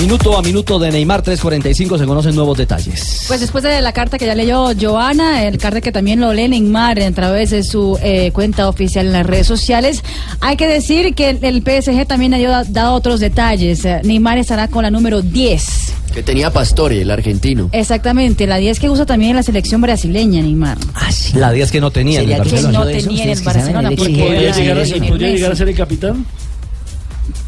[SPEAKER 9] Minuto a minuto de Neymar 345 se conocen nuevos detalles.
[SPEAKER 6] Pues después de la carta que ya leyó Joana, el carta que también lo lee Neymar a través de su eh, cuenta oficial en las redes sociales, hay que decir que el, el PSG también ha dado- dado otros detalles. Eh, Neymar estará con la número 10.
[SPEAKER 13] Que tenía Pastore, el argentino.
[SPEAKER 6] Exactamente, la 10 que usa también en la selección brasileña, Neymar.
[SPEAKER 15] Ah.
[SPEAKER 9] La 10 que no tenía en el
[SPEAKER 6] ¿Sería que
[SPEAKER 9] Barcelona.
[SPEAKER 6] no tenía en el Barcelona?
[SPEAKER 11] ¿Y
[SPEAKER 6] porque
[SPEAKER 11] podría
[SPEAKER 6] era
[SPEAKER 11] llegar a,
[SPEAKER 6] Lionel
[SPEAKER 11] ser- podría
[SPEAKER 6] Messi.
[SPEAKER 11] llegar a ser el capitán?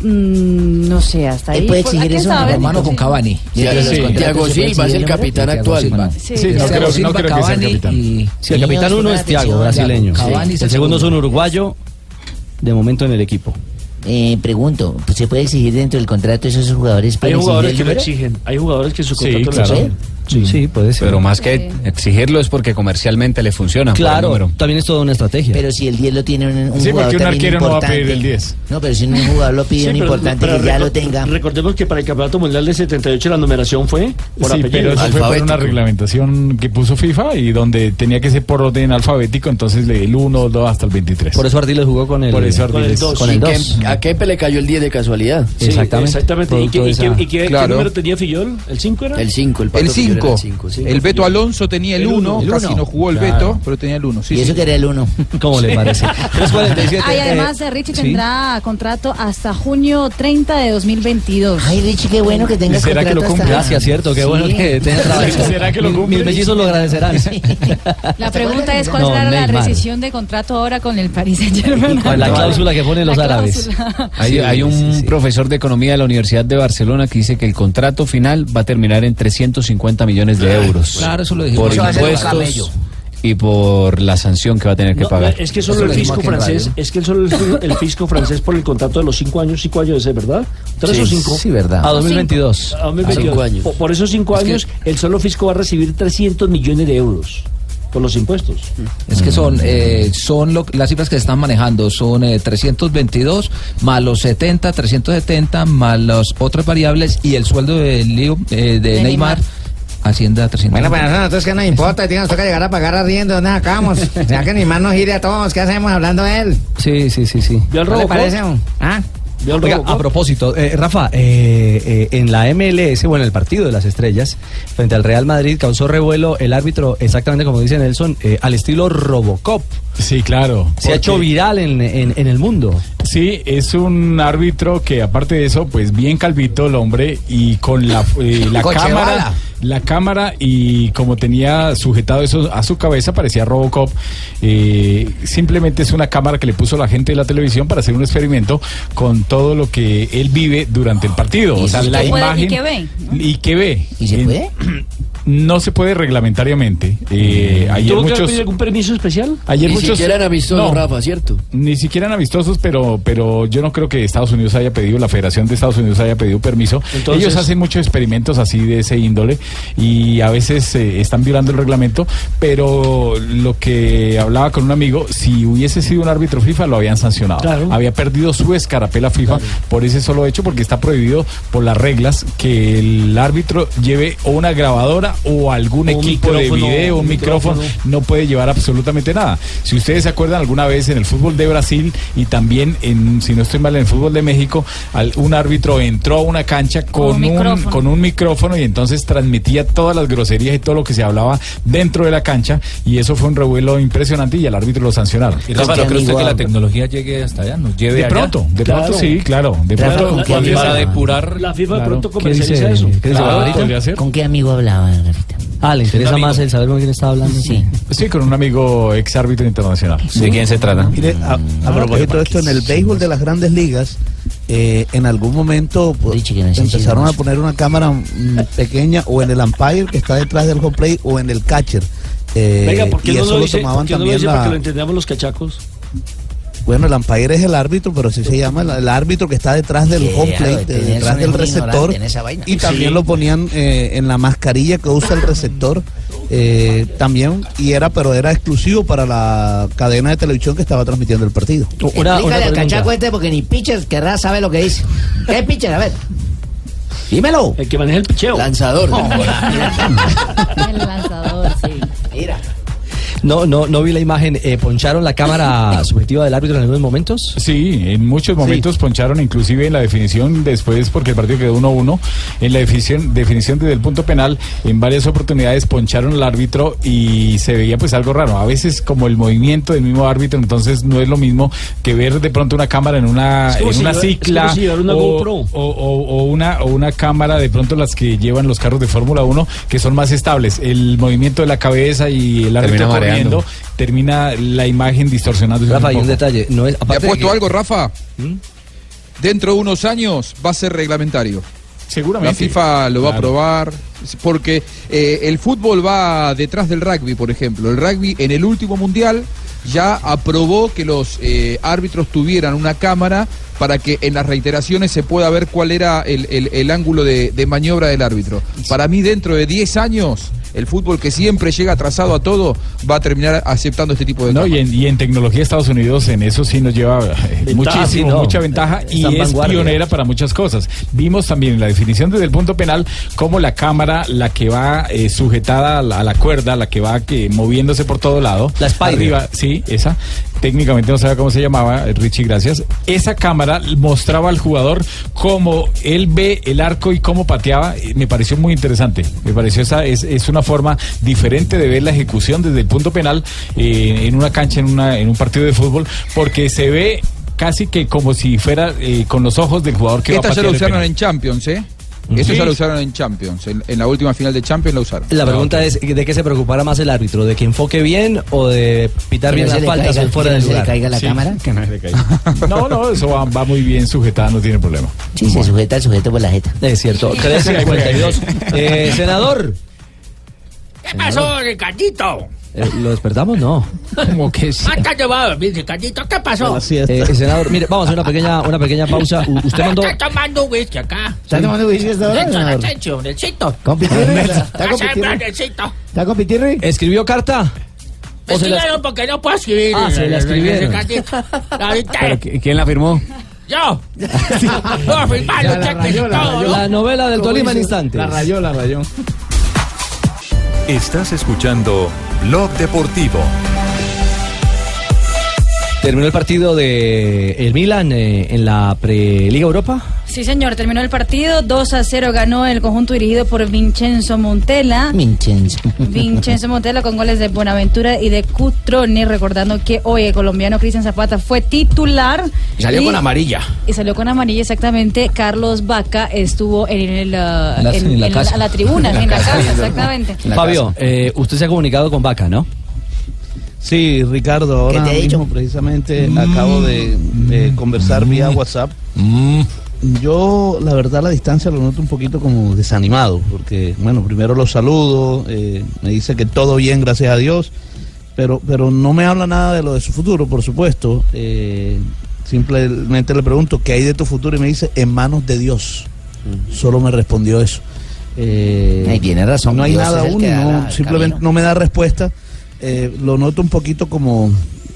[SPEAKER 6] Mm, no sé, hasta ahí.
[SPEAKER 11] Él puede
[SPEAKER 6] pues,
[SPEAKER 11] exigir
[SPEAKER 6] ¿a quién
[SPEAKER 11] eso en
[SPEAKER 6] sabe?
[SPEAKER 11] Romano con
[SPEAKER 16] Cavani.
[SPEAKER 11] Sí,
[SPEAKER 16] Ya los
[SPEAKER 11] sí.
[SPEAKER 16] contratos se
[SPEAKER 11] Thiago
[SPEAKER 16] pueden
[SPEAKER 11] Silva es el
[SPEAKER 16] seguir en
[SPEAKER 11] capitán
[SPEAKER 16] Thiago
[SPEAKER 11] actual,
[SPEAKER 16] Silva.
[SPEAKER 11] man.
[SPEAKER 16] Sí,
[SPEAKER 9] Sí, no
[SPEAKER 16] Thiago
[SPEAKER 9] creo- no
[SPEAKER 16] Silva,
[SPEAKER 9] creo que sea el
[SPEAKER 16] Cavani
[SPEAKER 9] capitán.
[SPEAKER 16] y-
[SPEAKER 9] Sí, el capitán
[SPEAKER 16] Niños,
[SPEAKER 9] uno es
[SPEAKER 16] presta
[SPEAKER 9] Thiago,
[SPEAKER 16] atención,
[SPEAKER 9] brasileño.
[SPEAKER 16] Thiago. Cavani
[SPEAKER 9] El
[SPEAKER 16] es el
[SPEAKER 9] segundo es un uruguayo, de momento en el equipo.
[SPEAKER 15] eh, pregunto, pues, ¿se puede exigir dentro del contrato eso a esos jugadores?
[SPEAKER 11] Hay
[SPEAKER 15] ¿Pueden
[SPEAKER 11] jugadores que
[SPEAKER 15] exigir
[SPEAKER 11] lo
[SPEAKER 15] el
[SPEAKER 11] exigen. Hay jugadores que en su
[SPEAKER 12] Sí,
[SPEAKER 11] contrato
[SPEAKER 12] claro.
[SPEAKER 11] lo exigen.
[SPEAKER 9] Sí, puede ser.
[SPEAKER 12] Pero más que exigirlo es porque comercialmente le funciona. por el número.
[SPEAKER 9] también es toda una estrategia.
[SPEAKER 15] Pero si el 10 lo tiene un, un
[SPEAKER 12] Sí, porque
[SPEAKER 15] jugador
[SPEAKER 12] un
[SPEAKER 15] también
[SPEAKER 12] arquero no va a pedir
[SPEAKER 15] importante.
[SPEAKER 12] el 10.
[SPEAKER 15] No, pero Pues si un jugador lo pide
[SPEAKER 11] Sí,
[SPEAKER 15] un
[SPEAKER 11] pero-
[SPEAKER 15] importante
[SPEAKER 11] pero
[SPEAKER 15] que ya
[SPEAKER 11] reco-
[SPEAKER 15] lo tenga.
[SPEAKER 11] Recordemos que para el Campeonato Mundial de 78 la numeración fue por
[SPEAKER 8] sí,
[SPEAKER 11] apellido.
[SPEAKER 8] pero eso fue por una reglamentación que puso FIFA y donde tenía que ser por orden alfabético, entonces le el 1, 2 hasta el 23.
[SPEAKER 9] Por eso Ardiles jugó con el-
[SPEAKER 8] Por eso
[SPEAKER 9] con el
[SPEAKER 8] Ardiles.
[SPEAKER 9] dos. Con el
[SPEAKER 13] ¿Y que-
[SPEAKER 9] dos.
[SPEAKER 13] a Kepe le cayó el 10 de casualidad.
[SPEAKER 9] Sí, Exactamente.
[SPEAKER 11] Exactamente. ¿Y,
[SPEAKER 9] Producto
[SPEAKER 11] qué,
[SPEAKER 9] de
[SPEAKER 11] y qué-
[SPEAKER 9] esa-
[SPEAKER 11] y qué- qué
[SPEAKER 9] Claro.
[SPEAKER 11] número tenía Fillol? ¿El 5 era?
[SPEAKER 13] El 5, el Pato
[SPEAKER 5] El
[SPEAKER 13] Fillol era
[SPEAKER 5] 5.
[SPEAKER 13] el cinco, sí.
[SPEAKER 5] El Beto Alonso tenía el
[SPEAKER 13] El
[SPEAKER 5] 1,
[SPEAKER 13] uno, el
[SPEAKER 5] casi
[SPEAKER 13] uno.
[SPEAKER 5] no jugó el
[SPEAKER 13] Claro.
[SPEAKER 5] Beto, pero tenía el 1.
[SPEAKER 15] Y eso que era el 1.
[SPEAKER 9] ¿Cómo le parece? 347.
[SPEAKER 6] Ay,
[SPEAKER 9] eh,
[SPEAKER 6] además, eh, Richie
[SPEAKER 9] sí.
[SPEAKER 6] tendrá contrato hasta junio 30 de 2022.
[SPEAKER 15] Ay, Richie, qué bueno que tengas
[SPEAKER 9] ¿Será que lo cumple? Gracias, cierto, qué bueno que tenga trabajo.
[SPEAKER 6] ¿Será que lo
[SPEAKER 9] Mis-
[SPEAKER 6] cumple?
[SPEAKER 9] Mis mellizos lo agradecerán.
[SPEAKER 6] La pregunta es cuál
[SPEAKER 9] No,
[SPEAKER 6] será la
[SPEAKER 9] Neymar.
[SPEAKER 6] rescisión de contrato ahora con el Paris Saint Germain.
[SPEAKER 9] Con la cláusula que ponen los árabes.
[SPEAKER 12] Hay,
[SPEAKER 9] Sí,
[SPEAKER 12] hay un
[SPEAKER 9] sí, sí.
[SPEAKER 12] profesor de economía de la Universidad de Barcelona que dice que el contrato final va a terminar en 350 millones de euros.
[SPEAKER 23] Claro, eso lo dijimos.
[SPEAKER 12] Por
[SPEAKER 23] Eso va a ser un
[SPEAKER 12] impuestos
[SPEAKER 23] camello.
[SPEAKER 12] y por la sanción que va a tener que
[SPEAKER 11] No,
[SPEAKER 12] pagar.
[SPEAKER 11] es que solo el fisco francés, es que solo el, fi- el fisco francés por el contrato de los 5 años, 5 años es verdad? ¿Tres
[SPEAKER 12] Sí,
[SPEAKER 11] o 5?
[SPEAKER 12] sí, verdad. A
[SPEAKER 9] 2022.
[SPEAKER 11] A 2022.
[SPEAKER 9] A cinco años.
[SPEAKER 11] Por, por esos 5 años el solo fisco va a recibir 300 millones de euros por los impuestos.
[SPEAKER 23] Es que
[SPEAKER 16] Mm.
[SPEAKER 23] son, eh, son lo- las cifras que se están manejando, son eh, 322 más los 70, 370 más las otras variables y el sueldo de, Leo- eh, de
[SPEAKER 16] De Neymar.
[SPEAKER 23] Neymar, Hacienda a 300.
[SPEAKER 16] Bueno, pues a nosotros que nos importa, tío, nos toca llegar a pagar arriendo, ¿dónde acabamos? Ya que ni más nos gire a todos, ¿qué hacemos hablando de él?
[SPEAKER 9] Sí, sí, sí, sí.
[SPEAKER 16] ¿No le parece? ¿Ah?
[SPEAKER 9] Oiga, a propósito, eh, Rafa, eh, eh, en la MLS, bueno, en el partido de las estrellas, frente al Real Madrid, causó revuelo el árbitro, exactamente como dice Nelson, eh, al estilo Robocop.
[SPEAKER 8] Sí, claro.
[SPEAKER 9] Se ha hecho viral en, en- en el mundo.
[SPEAKER 8] Sí, es un árbitro que aparte de eso, pues bien calvito el hombre y con la, eh, la
[SPEAKER 16] Cochebala.
[SPEAKER 8] cámara, la cámara y como tenía sujetado eso a su cabeza parecía Robocop. Eh, simplemente es una cámara que le puso la gente de la televisión para hacer un experimento con todo lo que él vive durante el partido, o sea, la imagen
[SPEAKER 6] ven?
[SPEAKER 8] y qué ve. ¿Y se
[SPEAKER 15] puede?
[SPEAKER 8] No se puede reglamentariamente. Eh, ayer
[SPEAKER 11] ¿Tuvo que
[SPEAKER 8] muchos
[SPEAKER 11] pedir algún permiso especial?
[SPEAKER 8] Ayer
[SPEAKER 13] Ni
[SPEAKER 8] muchos-
[SPEAKER 13] siquiera eran amistosos,
[SPEAKER 8] No.
[SPEAKER 13] Rafa, ¿cierto?
[SPEAKER 8] ni siquiera eran amistosos, pero, pero yo no creo que Estados Unidos haya pedido, la Federación de Estados Unidos haya pedido permiso.
[SPEAKER 11] Entonces-
[SPEAKER 8] Ellos hacen muchos experimentos así de ese índole y a veces eh, están violando el reglamento, pero lo que hablaba con un amigo, si hubiese sido un árbitro FIFA lo habían sancionado.
[SPEAKER 11] Claro.
[SPEAKER 8] Había perdido su escarapela FIFA por ese solo hecho porque está prohibido por las reglas que el árbitro lleve o una grabadora o algún
[SPEAKER 11] Un
[SPEAKER 8] equipo de
[SPEAKER 11] micrófono,
[SPEAKER 8] video, un
[SPEAKER 11] un
[SPEAKER 8] micrófono,
[SPEAKER 11] micrófono.
[SPEAKER 8] no puede llevar absolutamente nada. Si ustedes se acuerdan alguna vez en el fútbol de Brasil y también en, si no estoy mal, en el fútbol de México, al- un árbitro entró a una cancha con un,
[SPEAKER 21] micrófono.
[SPEAKER 8] con un micrófono y entonces transmitía todas las groserías y todo lo que se hablaba dentro de la cancha y eso fue un revuelo impresionante y al árbitro lo sancionaron.
[SPEAKER 10] Rafa, ¿no cree usted que la tecnología llegue hasta allá? Nos lleve
[SPEAKER 8] De
[SPEAKER 10] allá?
[SPEAKER 8] pronto, de pronto sí, claro. De
[SPEAKER 10] Rafa,
[SPEAKER 8] pronto,
[SPEAKER 10] ¿con qué
[SPEAKER 8] podría
[SPEAKER 10] para
[SPEAKER 8] ser.
[SPEAKER 10] depurar. La
[SPEAKER 11] FIFA
[SPEAKER 8] Claro.
[SPEAKER 11] pronto
[SPEAKER 8] ¿Qué
[SPEAKER 11] comercializa
[SPEAKER 8] dice-
[SPEAKER 11] eso.
[SPEAKER 8] qué dice Barbarita?
[SPEAKER 15] ¿Con qué amigo hablaba, Margarita?
[SPEAKER 9] Ah, le interesa más el saber con quién está hablando. Sí.
[SPEAKER 8] Sí, con un amigo ex árbitro internacional.
[SPEAKER 12] ¿De quién se trata?
[SPEAKER 24] Mire, a, a propósito de esto, en el béisbol de las grandes ligas, eh, en algún momento pues, empezaron a poner una cámara mm, pequeña o en el umpire que está detrás del home play o en el catcher. Eh,
[SPEAKER 11] Venga, ¿por qué
[SPEAKER 24] y
[SPEAKER 11] no
[SPEAKER 24] eso
[SPEAKER 11] lo
[SPEAKER 24] lo
[SPEAKER 11] dice? ¿Por
[SPEAKER 24] tomaban
[SPEAKER 11] qué no lo
[SPEAKER 24] también
[SPEAKER 11] dice para
[SPEAKER 24] la-
[SPEAKER 11] que lo entendamos los cachacos?
[SPEAKER 24] Bueno, el umpire es el árbitro, pero sí se llama el, el árbitro que está detrás del
[SPEAKER 13] Qué
[SPEAKER 24] home plate,
[SPEAKER 13] árbitro,
[SPEAKER 24] de-
[SPEAKER 13] Nelson
[SPEAKER 24] detrás
[SPEAKER 13] es
[SPEAKER 24] del
[SPEAKER 13] muy
[SPEAKER 24] receptor.
[SPEAKER 13] ignorante en esa vaina.
[SPEAKER 24] Y
[SPEAKER 13] Sí.
[SPEAKER 24] también lo ponían eh, en la mascarilla que usa el receptor. eh, también, y era, pero era exclusivo para la cadena de televisión que estaba transmitiendo el partido.
[SPEAKER 16] Explícale al cachaco
[SPEAKER 24] este porque ni pitcher querrá saber lo que dice. ¿Qué pitcher? A ver. Dímelo.
[SPEAKER 11] El que maneja el picheo.
[SPEAKER 13] Lanzador.
[SPEAKER 9] No, no, no vi la imagen. eh, ¿Poncharon la cámara subjetiva del árbitro en algunos momentos?
[SPEAKER 8] Sí, en muchos momentos poncharon, inclusive en la definición, después porque el partido quedó 1-1, en la definición, definición desde el punto penal, en varias oportunidades poncharon al árbitro y se veía pues algo raro. A veces como el movimiento del mismo árbitro, entonces no es lo mismo que ver de pronto una cámara en una,
[SPEAKER 11] Es como
[SPEAKER 8] en
[SPEAKER 11] si
[SPEAKER 8] una
[SPEAKER 11] llevar- es como
[SPEAKER 8] cicla
[SPEAKER 11] si llevar una
[SPEAKER 8] o,
[SPEAKER 11] GoPro.
[SPEAKER 8] o- o- o una, o una cámara, de pronto las que llevan los carros de Fórmula 1, que son más estables. El movimiento de la cabeza y el árbitro
[SPEAKER 23] Termina mareando.
[SPEAKER 8] corriendo termina la imagen distorsionándose.
[SPEAKER 23] Rafa, y un
[SPEAKER 9] detalle, no es,
[SPEAKER 8] aparte
[SPEAKER 23] aparte
[SPEAKER 8] de
[SPEAKER 23] puesto
[SPEAKER 8] que-
[SPEAKER 23] algo, Rafa?
[SPEAKER 5] ¿Mm? Dentro de unos años va a ser reglamentario.
[SPEAKER 8] Seguramente.
[SPEAKER 5] La FIFA lo va
[SPEAKER 8] Claro.
[SPEAKER 5] a aprobar. Porque eh, el fútbol va detrás del rugby, por ejemplo. El rugby en el último mundial ya aprobó que los eh, árbitros tuvieran una cámara para que en las reiteraciones se pueda ver cuál era el, el- el ángulo de, de maniobra del árbitro. Para mí, dentro de 10 años, el fútbol que siempre llega atrasado a todo va a terminar aceptando este tipo de
[SPEAKER 8] No, y en, y en tecnología Estados Unidos en eso sí nos lleva eh,
[SPEAKER 5] Ventaja,
[SPEAKER 8] muchísimo,
[SPEAKER 5] sí, no.
[SPEAKER 8] mucha ventaja y
[SPEAKER 5] Están
[SPEAKER 8] es
[SPEAKER 5] vanguardia.
[SPEAKER 8] pionera para muchas cosas. Vimos también en la definición desde el punto penal cómo la cámara, la que va eh, sujetada a la, a la cuerda, la que va que, moviéndose por todo lado. La
[SPEAKER 23] Spider.
[SPEAKER 8] Arriba, sí, esa. Técnicamente no sabía cómo se llamaba, eh, Richie, gracias. Esa cámara mostraba al jugador cómo él ve el arco y cómo pateaba. Eh, Me pareció muy interesante. Me pareció esa es, es una forma diferente de ver la ejecución desde el punto penal eh, en una cancha, en, una, en un partido de fútbol, porque se ve casi que como si fuera eh, con los ojos del jugador que va a
[SPEAKER 5] Esta ya
[SPEAKER 8] patear
[SPEAKER 5] la
[SPEAKER 8] el
[SPEAKER 5] usaron
[SPEAKER 8] penal.
[SPEAKER 5] en Champions, ¿eh? Esto
[SPEAKER 8] Sí.
[SPEAKER 5] ya lo usaron en Champions. En, en la última final de Champions la usaron.
[SPEAKER 9] La pregunta es, ¿de qué se preocupará más el árbitro? ¿De que enfoque bien o de pitar
[SPEAKER 5] Que
[SPEAKER 9] bien
[SPEAKER 5] no
[SPEAKER 9] las
[SPEAKER 5] se le
[SPEAKER 9] faltas
[SPEAKER 5] caiga-
[SPEAKER 9] o fuera
[SPEAKER 5] que no
[SPEAKER 9] del
[SPEAKER 5] se le
[SPEAKER 9] lugar?
[SPEAKER 5] caiga la Sí. cámara.
[SPEAKER 8] Que no se le caiga. No, no, eso va, va muy bien sujetada, no tiene problema.
[SPEAKER 15] Sí, se sujeta el sujeto por la jeta.
[SPEAKER 9] Es cierto.
[SPEAKER 8] 3:52.
[SPEAKER 9] Eh, senador,
[SPEAKER 17] ¿Qué pasó, Ricardito?
[SPEAKER 9] eh, ¿lo despertamos? No. ¿Cómo que sí?
[SPEAKER 17] ¿Cuánto has llevado, mi Ricardito? ¿Qué pasó?
[SPEAKER 9] Eh, senador, mire, vamos a hacer una pequeña, una pequeña pausa. U- Usted mandó...
[SPEAKER 17] Estoy tomando whisky acá.
[SPEAKER 9] ¿Está tomando whisky hasta ahora,
[SPEAKER 17] Nelson,
[SPEAKER 9] senador?
[SPEAKER 17] Asensio, Nelsito.
[SPEAKER 9] ¿Está
[SPEAKER 17] Pásame, Nelsito.
[SPEAKER 9] ¿Está con Pitirri? ¿Escribió carta?
[SPEAKER 17] Es que
[SPEAKER 9] la-
[SPEAKER 17] yo no, porque no puedo escribir.
[SPEAKER 9] Ah, se la escribieron.
[SPEAKER 17] Ricardito. Ahorita,
[SPEAKER 12] ¿Quién la firmó?
[SPEAKER 17] yo. No, firmar los cheques y todo, ¿no?
[SPEAKER 9] La novela del Tolima en instantes.
[SPEAKER 3] la
[SPEAKER 9] rayó, la rayó.
[SPEAKER 3] Estás escuchando Blog Deportivo.
[SPEAKER 9] Terminó el partido de el Milan eh, en la Preliga Europa.
[SPEAKER 6] Sí, señor, terminó el partido. 2 a 0 ganó el conjunto dirigido por Vincenzo Montella.
[SPEAKER 15] Minchens.
[SPEAKER 6] Vincenzo Montella con goles de Buenaventura y de Cutrone. Recordando que hoy el colombiano Cristian Zapata fue titular.
[SPEAKER 14] Y salió con amarilla.
[SPEAKER 6] Y salió con amarilla, exactamente. Carlos Vaca estuvo en, el, ah,
[SPEAKER 9] La- en la casa.
[SPEAKER 6] la tribuna,
[SPEAKER 9] En la
[SPEAKER 6] en la
[SPEAKER 9] casa.
[SPEAKER 6] casa, exactamente.
[SPEAKER 9] Fabio, eh, usted se ha comunicado con Vaca, ¿no?
[SPEAKER 24] Sí, Ricardo, ahora
[SPEAKER 9] te he dicho?
[SPEAKER 24] mismo precisamente acabo de, eh, conversar vía
[SPEAKER 9] Mm.
[SPEAKER 24] WhatsApp. Yo, la verdad, la distancia lo noto un poquito como desanimado, porque, bueno, primero los saludo, eh, me dice que todo bien, gracias a Dios, pero, pero no me habla nada de lo de su futuro, por supuesto. Eh, simplemente le pregunto, ¿qué hay de tu futuro? Y me dice, en manos de Dios. Solo me respondió eso. Eh,
[SPEAKER 15] Ahí tiene razón,
[SPEAKER 24] No hay
[SPEAKER 15] Dios
[SPEAKER 24] nada
[SPEAKER 15] es el
[SPEAKER 24] aún,
[SPEAKER 15] que da
[SPEAKER 24] no,
[SPEAKER 15] la- el
[SPEAKER 24] simplemente
[SPEAKER 15] camino.
[SPEAKER 24] no me da respuesta. Eh, lo noto un poquito como,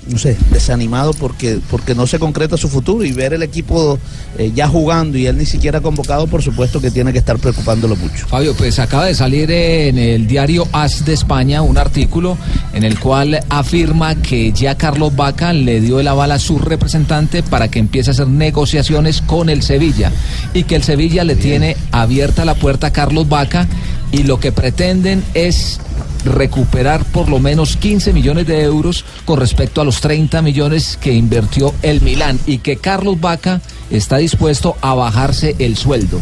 [SPEAKER 24] no sé, desanimado porque, porque no se concreta su futuro y ver el equipo eh, ya jugando y él ni siquiera convocado, por supuesto que tiene que estar preocupándolo mucho.
[SPEAKER 23] Fabio, pues acaba de salir en el diario AS de España un artículo en el cual afirma que ya Carlos Vaca le dio el aval a su representante para que empiece a hacer negociaciones con el Sevilla y que el Sevilla le tiene abierta la puerta a Carlos Vaca y lo que pretenden es recuperar por lo menos 15 millones de euros con respecto a los 30 millones que invirtió el Milán y que Carlos Vaca está dispuesto a bajarse el sueldo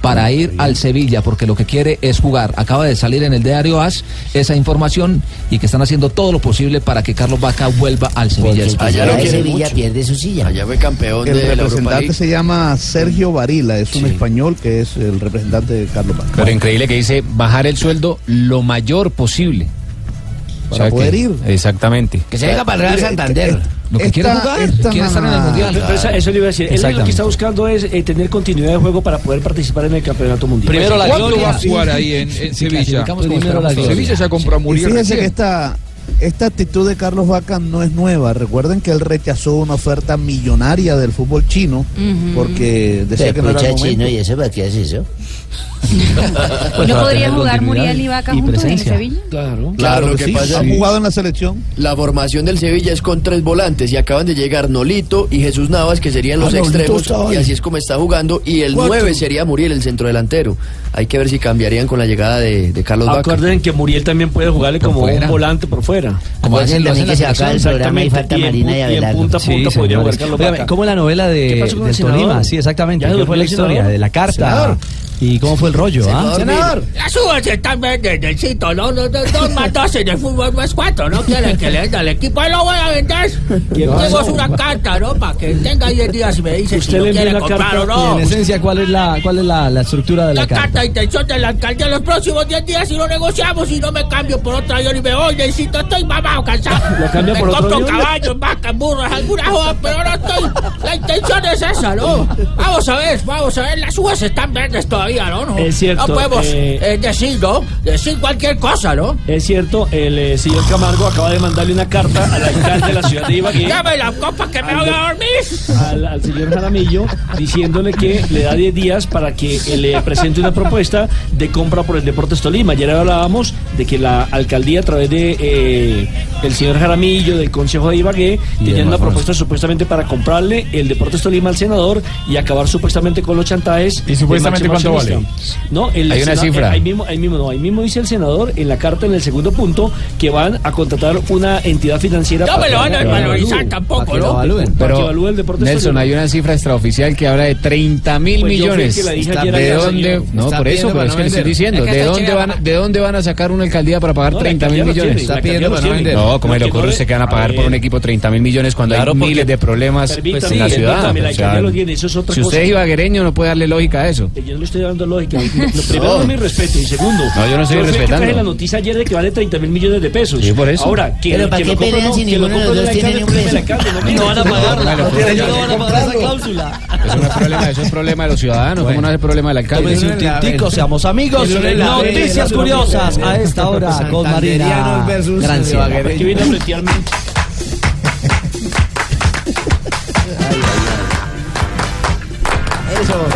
[SPEAKER 23] para ir al Sevilla, porque lo que quiere es jugar. Acaba de salir en el diario AS esa información y que están haciendo todo lo posible para que Carlos Vaca vuelva al Sevilla. de España.
[SPEAKER 13] allá lo quiere
[SPEAKER 15] Sevilla
[SPEAKER 13] mucho.
[SPEAKER 15] pierde su silla.
[SPEAKER 13] Allá fue campeón
[SPEAKER 24] El
[SPEAKER 13] de la Europa
[SPEAKER 24] representante
[SPEAKER 13] League.
[SPEAKER 24] se llama Sergio Varila, es un español que es el representante de Carlos Vaca.
[SPEAKER 12] Pero increíble que dice bajar el sueldo lo mayor posible.
[SPEAKER 24] Para poder ir.
[SPEAKER 12] Exactamente.
[SPEAKER 11] Que se venga para el
[SPEAKER 13] Eh,
[SPEAKER 11] Real Santander.
[SPEAKER 12] Lo que quiere jugar, quiere estar en el Mundial.
[SPEAKER 11] Pero esa- eso le iba a decir. Él lo que
[SPEAKER 12] Exactamente.
[SPEAKER 11] está buscando es eh, tener continuidad de juego para poder participar en el campeonato mundial.
[SPEAKER 5] Primero la ¿Cuándo gloria? va a jugar ahí en- en Sevilla? Primero la gloria. Sevilla ya compró a
[SPEAKER 24] Pues Y
[SPEAKER 5] Muriel
[SPEAKER 24] Fíjense
[SPEAKER 5] recién.
[SPEAKER 24] que esta, esta actitud de Carlos Vaca no es nueva. Recuerden que él rechazó una oferta millonaria del fútbol chino porque decía
[SPEAKER 15] Se
[SPEAKER 24] que no era el
[SPEAKER 15] escucha
[SPEAKER 24] momento.
[SPEAKER 15] chino y eso, ¿para qué hace eso?
[SPEAKER 6] ¿No podrían jugar Muriel y Vaca juntos en el Sevilla?
[SPEAKER 11] Claro.
[SPEAKER 13] Claro, lo que
[SPEAKER 24] sí.
[SPEAKER 13] pasa
[SPEAKER 24] ¿Han jugado en la selección?
[SPEAKER 13] La formación del Sevilla es con tres volantes y acaban de llegar Nolito y Jesús Navas, que serían los
[SPEAKER 16] Ah, Nolito
[SPEAKER 13] extremos,
[SPEAKER 16] está ahí.
[SPEAKER 13] y así es como está jugando. Y el
[SPEAKER 11] Cuatro.
[SPEAKER 13] 9 sería Muriel, el centro delantero. Hay que ver si cambiarían con la llegada de, de
[SPEAKER 9] Ah,
[SPEAKER 13] Carlos Vaca.
[SPEAKER 11] Acuerden que Muriel también puede jugarle como un volante por fuera.
[SPEAKER 13] Como hacen- lo hacen las selecciones. Exactamente. Y en pu- y en punta a punta podría
[SPEAKER 9] señores.
[SPEAKER 13] jugar Carlos
[SPEAKER 9] Óigame,
[SPEAKER 13] Vaca.
[SPEAKER 9] ¿Cómo la novela
[SPEAKER 13] ¿Qué
[SPEAKER 9] de,
[SPEAKER 13] pasó con el
[SPEAKER 9] del
[SPEAKER 13] senador?
[SPEAKER 9] Tolima? Sí, exactamente.
[SPEAKER 13] ¿Ya
[SPEAKER 9] ¿Qué fue
[SPEAKER 13] durmió
[SPEAKER 9] la
[SPEAKER 13] el senador?
[SPEAKER 9] historia de la carta?
[SPEAKER 13] Senador.
[SPEAKER 9] ¿Y cómo fue el rollo? ah?
[SPEAKER 21] Súbanse también desde el sitio, ¿no? Dos, dos, dos más dos en el fútbol más cuatro, ¿no? Quieren que le den al equipo, ahí lo voy a vender. Tengo
[SPEAKER 9] pasó?
[SPEAKER 21] una carta, ¿no? Para que tenga 10 días y me dice si
[SPEAKER 9] Usted
[SPEAKER 21] lo
[SPEAKER 9] le envió
[SPEAKER 21] quiere
[SPEAKER 9] la
[SPEAKER 21] comprar
[SPEAKER 9] carta.
[SPEAKER 21] o no.
[SPEAKER 9] Y en esencia, ¿cuál es la, cuál es la, la estructura de la,
[SPEAKER 21] La
[SPEAKER 9] carta?
[SPEAKER 21] carta de intención del alcalde en los próximos 10 días si no negociamos y no me cambio por otra yo y me voy, necesito, estoy mamado, cansado.
[SPEAKER 9] ¿Lo cambia
[SPEAKER 21] me
[SPEAKER 9] por otro
[SPEAKER 21] compro
[SPEAKER 9] avión?
[SPEAKER 21] caballos, vacas, burras, algunas jodas, pero no estoy. La intención es esa, ¿no? Vamos a ver, vamos a ver, las uvas están verdes todavía, ¿no? No,
[SPEAKER 11] Es cierto,
[SPEAKER 21] No podemos
[SPEAKER 11] eh,
[SPEAKER 21] eh, decir, ¿no? Decir cualquier cosa, ¿no?
[SPEAKER 11] Es cierto, el eh, señor Camargo acaba de mandarle una carta al alcalde de la ciudad de Ibagué.
[SPEAKER 21] Dame la copa que me voy a dormir.
[SPEAKER 11] al, al señor Jaramillo diciéndole que le da 10 días para que eh, le presente una propuesta de compra por el Deportes Tolima. Ayer hablábamos de que la alcaldía a través de eh, el señor Jaramillo del Consejo de Ibagué tenían una propuesta supuestamente para comprarle el Deportes Tolima al senador y acabar supuestamente con los chantajes. ¿Y
[SPEAKER 8] supuestamente cuánto vale?
[SPEAKER 11] No, el
[SPEAKER 8] Hay una
[SPEAKER 11] sena-
[SPEAKER 8] cifra.
[SPEAKER 11] eh, ahí mismo, ahí mismo no, ahí mismo dice el senador en la carta en el segundo punto que van a contratar una entidad financiera.
[SPEAKER 21] No me lo van a
[SPEAKER 11] valorizar
[SPEAKER 21] desvalorizar tampoco, ¿no?
[SPEAKER 11] Para que
[SPEAKER 23] Pero,
[SPEAKER 11] evalúe el Deportes
[SPEAKER 23] Nelson,
[SPEAKER 11] Tolima.
[SPEAKER 23] hay una cifra extraoficial que habla de 30 mil
[SPEAKER 11] Pues yo fui
[SPEAKER 23] millones.
[SPEAKER 11] el que la dije ayer
[SPEAKER 23] ¿De
[SPEAKER 11] allá,
[SPEAKER 23] dónde?
[SPEAKER 11] señor.
[SPEAKER 23] No,
[SPEAKER 11] Está
[SPEAKER 23] por eso,
[SPEAKER 11] pidiendo
[SPEAKER 23] pero
[SPEAKER 11] para
[SPEAKER 23] es
[SPEAKER 11] no
[SPEAKER 23] que le estoy
[SPEAKER 11] vender.
[SPEAKER 23] diciendo.
[SPEAKER 11] Es que
[SPEAKER 23] ¿De
[SPEAKER 11] está
[SPEAKER 23] dónde,
[SPEAKER 11] chida.
[SPEAKER 23] van, ¿De dónde van a sacar una alcaldía para pagar
[SPEAKER 11] No, la
[SPEAKER 23] 30 mil
[SPEAKER 11] alcaldía los
[SPEAKER 23] millones?
[SPEAKER 11] tiene, Está la alcaldía pidiendo los para no tiene. vender.
[SPEAKER 23] No, como
[SPEAKER 11] Los
[SPEAKER 23] hay
[SPEAKER 11] que no
[SPEAKER 23] locuros
[SPEAKER 11] le-
[SPEAKER 23] se quedan a
[SPEAKER 11] a
[SPEAKER 23] pagar por
[SPEAKER 11] ver.
[SPEAKER 23] un equipo 30 mil millones cuando
[SPEAKER 11] Claro,
[SPEAKER 23] hay
[SPEAKER 11] porque-
[SPEAKER 23] miles de problemas pues,
[SPEAKER 11] Permítame,
[SPEAKER 23] en la
[SPEAKER 11] sí,
[SPEAKER 23] ciudad?
[SPEAKER 11] permítame, la
[SPEAKER 23] O sea,
[SPEAKER 11] alcaldía lo tiene, eso es otra
[SPEAKER 23] Si usted
[SPEAKER 11] cosa.
[SPEAKER 23] es ibaguereño, no puede darle lógica a eso.
[SPEAKER 11] Yo no le estoy dando lógica. Lo primero, no me respeto. Y segundo,
[SPEAKER 23] No, yo no estoy
[SPEAKER 11] fui el que
[SPEAKER 23] respetando.
[SPEAKER 11] traje la noticia ayer de que vale 30 mil millones de pesos.
[SPEAKER 23] Sí, por eso.
[SPEAKER 11] Ahora, que,
[SPEAKER 23] Pero ¿para
[SPEAKER 11] que
[SPEAKER 23] qué
[SPEAKER 11] lo compre
[SPEAKER 23] pelean
[SPEAKER 11] no,
[SPEAKER 23] si
[SPEAKER 11] que lo
[SPEAKER 23] ninguno de
[SPEAKER 11] compre
[SPEAKER 23] los
[SPEAKER 11] no
[SPEAKER 23] dos
[SPEAKER 11] le
[SPEAKER 23] tiene un
[SPEAKER 11] alcance,
[SPEAKER 23] peso?
[SPEAKER 11] no
[SPEAKER 23] No
[SPEAKER 11] tiene.
[SPEAKER 23] van a pagarla.
[SPEAKER 11] No,
[SPEAKER 23] Pero ellos no
[SPEAKER 11] van a pagar esa cláusula.
[SPEAKER 23] Eso no es problema, eso es problema de los ciudadanos. ¿Cómo no es el problema del alcalde?
[SPEAKER 9] Tómense un tintico, seamos amigos. Noticias curiosas a esta hora con Marina Grancia.
[SPEAKER 11] Aquí vine a bretearme.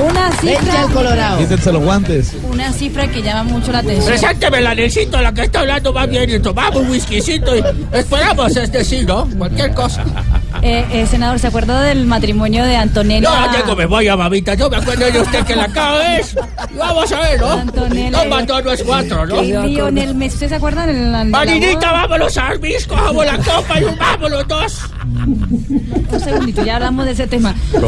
[SPEAKER 6] Una cifra.
[SPEAKER 24] Quítense los guantes.
[SPEAKER 6] Una cifra que llama mucho la atención.
[SPEAKER 21] Presénteme la Nelsito, la que está hablando más bien, y tomamos un whiskycito y esperamos, es decir, ¿no? Cualquier cosa.
[SPEAKER 6] Eh, eh, senador, ¿se acuerda del matrimonio de Antonella?
[SPEAKER 21] No, Diego, me voy a mamita. Yo me acuerdo de usted que la acaba es. Vamos a ver, ¿no? No mandó, no es cuatro, ¿no?
[SPEAKER 6] Que Lionel Messi, ¿ustedes se acuerdan? El, la- la
[SPEAKER 21] Marinita,
[SPEAKER 6] boda?
[SPEAKER 21] vámonos a Arbis, cojamos la copa y vamos los dos.
[SPEAKER 6] Un segundito, ya hablamos de ese tema.
[SPEAKER 21] No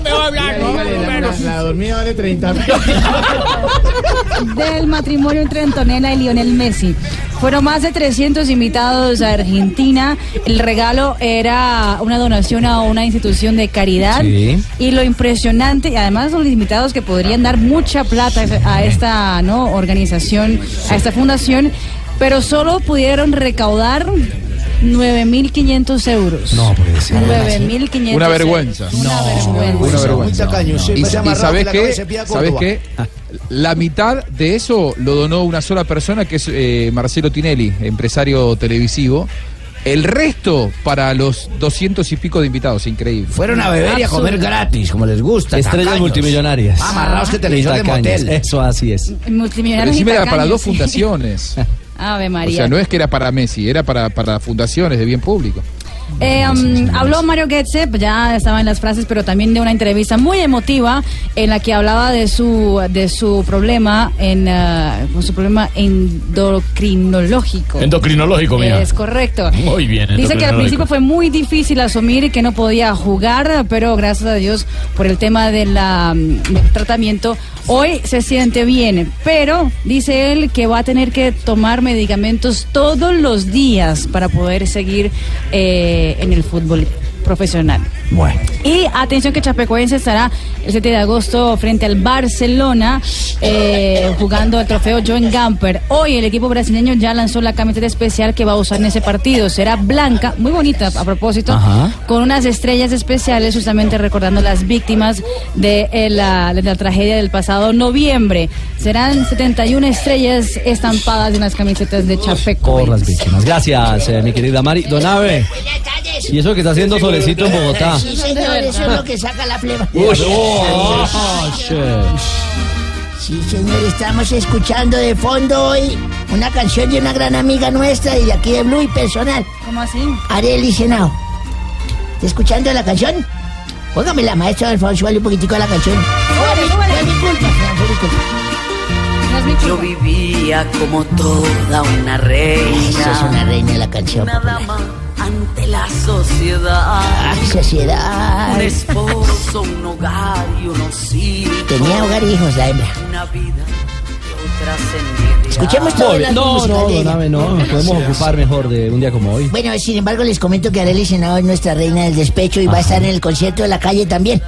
[SPEAKER 21] me va a hablar, ¿no? Menos.
[SPEAKER 30] La dormida vale 30 mil.
[SPEAKER 6] del matrimonio entre Antonella y Lionel Messi. Fueron más de 300 invitados a Argentina. El regalo era una donación a una institución de caridad.
[SPEAKER 9] Sí.
[SPEAKER 6] Y lo impresionante, y además los invitados que podrían dar mucha plata a esta ¿no? organización, a esta fundación, pero solo pudieron recaudar 9.500 euros.
[SPEAKER 9] No, puede ser.
[SPEAKER 6] 9.500
[SPEAKER 5] Una vergüenza.
[SPEAKER 6] euros. Una vergüenza.
[SPEAKER 5] Una vergüenza.
[SPEAKER 16] Muy tacaño,
[SPEAKER 5] Y,
[SPEAKER 16] siempre
[SPEAKER 5] y
[SPEAKER 16] se llama
[SPEAKER 5] sabes
[SPEAKER 16] Rafa, la
[SPEAKER 5] qué,
[SPEAKER 16] cabeza de Pía
[SPEAKER 5] sabes
[SPEAKER 16] Córdoba.
[SPEAKER 5] qué, la mitad de eso lo donó una sola persona que es eh, Marcelo Tinelli, empresario televisivo. El resto para los doscientos y pico de invitados, increíble.
[SPEAKER 16] Fueron a beber y a comer gratis, como les
[SPEAKER 10] Pues
[SPEAKER 16] gusta.
[SPEAKER 9] Estrellas
[SPEAKER 16] tacaños.
[SPEAKER 9] multimillonarias.
[SPEAKER 16] Amarrados que televisor de
[SPEAKER 9] Tacaños,
[SPEAKER 16] motel.
[SPEAKER 9] Eso así es.
[SPEAKER 6] Multimillonarios y
[SPEAKER 5] encima era para
[SPEAKER 6] tacaños.
[SPEAKER 5] dos fundaciones.
[SPEAKER 6] Ave
[SPEAKER 5] o
[SPEAKER 6] María.
[SPEAKER 5] sea, no es que era para Messi, era para, para fundaciones de bien público.
[SPEAKER 6] Eh, um, habló Mario Goetze, pues ya estaba en las frases, pero también de una entrevista muy emotiva en la que hablaba de su de su problema en ah, con su problema endocrinológico.
[SPEAKER 17] Endocrinológico, mija.
[SPEAKER 6] Es correcto.
[SPEAKER 17] Muy bien,
[SPEAKER 6] Dice que al
[SPEAKER 17] endocrinológico.
[SPEAKER 6] principio fue muy difícil asumir y que no podía jugar, pero gracias a Dios por el tema de la, mm, del tratamiento, hoy se siente bien. Pero dice él que va a tener que tomar medicamentos todos los días para poder seguir eh, en el fútbol profesional.
[SPEAKER 16] Bueno.
[SPEAKER 6] Y atención que Chapecoense estará el 7 de agosto frente al Barcelona eh, jugando el trofeo John Gamper. Hoy el equipo brasileño ya lanzó la camiseta especial que va a usar en ese partido. Será blanca, muy bonita a propósito,
[SPEAKER 31] Ajá.
[SPEAKER 6] con unas estrellas especiales justamente recordando las víctimas de eh, la, de la tragedia del pasado noviembre. Serán 71 estrellas estampadas en las camisetas de
[SPEAKER 9] Por
[SPEAKER 6] Chapecoense.
[SPEAKER 9] las víctimas. Gracias, eh, mi querida Mari. Don Ave. Y eso que está haciendo solecito en Bogotá.
[SPEAKER 30] Sí, señor, eso es lo que saca la flema.
[SPEAKER 9] Uy, oh, shit.
[SPEAKER 30] Sí, señor, estamos escuchando de fondo hoy una canción de una gran amiga nuestra y de aquí de Blue y personal.
[SPEAKER 6] ¿Cómo así?
[SPEAKER 30] Areli Senao. ¿Está escuchando la canción? Póngame la maestra, por favor, súbale un poquitico a la canción.
[SPEAKER 6] No
[SPEAKER 30] es mi culpa, no es mi culpa.
[SPEAKER 34] Yo vivía como toda una reina.
[SPEAKER 30] Esa es una reina de la canción.
[SPEAKER 34] Una dama
[SPEAKER 33] ante la sociedad.
[SPEAKER 30] Ay, Ah, sociedad.
[SPEAKER 33] Un esposo, un hogar y unos hijos.
[SPEAKER 30] Tenía hogar y hijos la hembra.
[SPEAKER 33] Una vida trascendida.
[SPEAKER 30] Escuchemos todo el álbum
[SPEAKER 9] No,
[SPEAKER 30] musical
[SPEAKER 9] no,
[SPEAKER 30] de
[SPEAKER 9] don
[SPEAKER 30] ella.
[SPEAKER 9] Ame, no. Nos podemos ocupar mejor de un día como hoy.
[SPEAKER 30] Bueno, sin embargo, les comento que Arely Senado es nuestra reina del despecho y va a estar en el concierto de la calle también.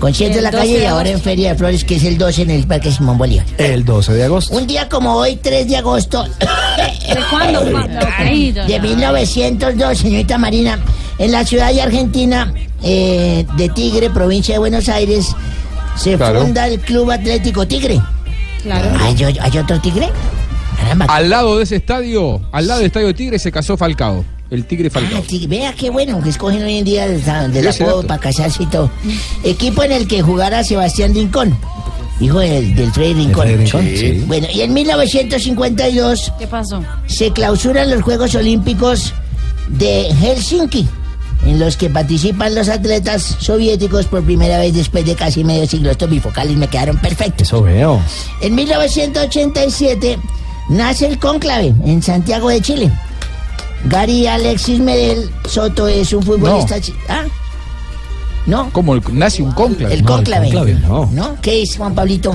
[SPEAKER 30] Concierto de
[SPEAKER 6] El
[SPEAKER 30] la
[SPEAKER 6] 12
[SPEAKER 30] calle y
[SPEAKER 6] de
[SPEAKER 30] ahora en
[SPEAKER 6] agosto.
[SPEAKER 30] Feria de Flores, que es el 12 en el Parque Simón Bolívar.
[SPEAKER 9] El 12 de agosto.
[SPEAKER 30] Un día como hoy, 3 de agosto.
[SPEAKER 6] ¿De cuándo, Juan?
[SPEAKER 30] Ay, De 1902, señorita Marina, en la ciudad de Argentina eh, de Tigre, provincia de Buenos Aires, se
[SPEAKER 5] Claro.
[SPEAKER 30] funda el Club Atlético Tigre.
[SPEAKER 27] Claro.
[SPEAKER 30] ¿Hay, o- hay otro Tigre?
[SPEAKER 5] Al lado de ese estadio, al lado del estadio de Tigre, se casó Falcao. El Tigre
[SPEAKER 30] Ah,
[SPEAKER 5] Falcao.
[SPEAKER 30] sí, vea qué bueno que escogen hoy en día del, del
[SPEAKER 5] Yo sé
[SPEAKER 30] apodo
[SPEAKER 5] dato.
[SPEAKER 30] para casarse y todo. Equipo en el que jugara Sebastián Rincón, hijo del, del Freddy Rincón.
[SPEAKER 9] Freddy Rincón, sí.
[SPEAKER 30] Bueno, y en 1952
[SPEAKER 6] ¿Qué pasó?
[SPEAKER 30] se clausuran los Juegos Olímpicos de Helsinki, en los que participan los atletas soviéticos por primera vez después de casi medio siglo. Estos bifocales me quedaron perfectos.
[SPEAKER 9] Eso veo.
[SPEAKER 30] En 1987 nace el cónclave en Santiago de Chile. Gary Alexis Medel Soto es un futbolista. chi- ¿Ah? ¿No?
[SPEAKER 5] ¿Cómo el- nace un cónclave?
[SPEAKER 30] El
[SPEAKER 5] No,
[SPEAKER 30] cónclave.
[SPEAKER 5] no.
[SPEAKER 30] ¿No? ¿Qué es Juan Pablito?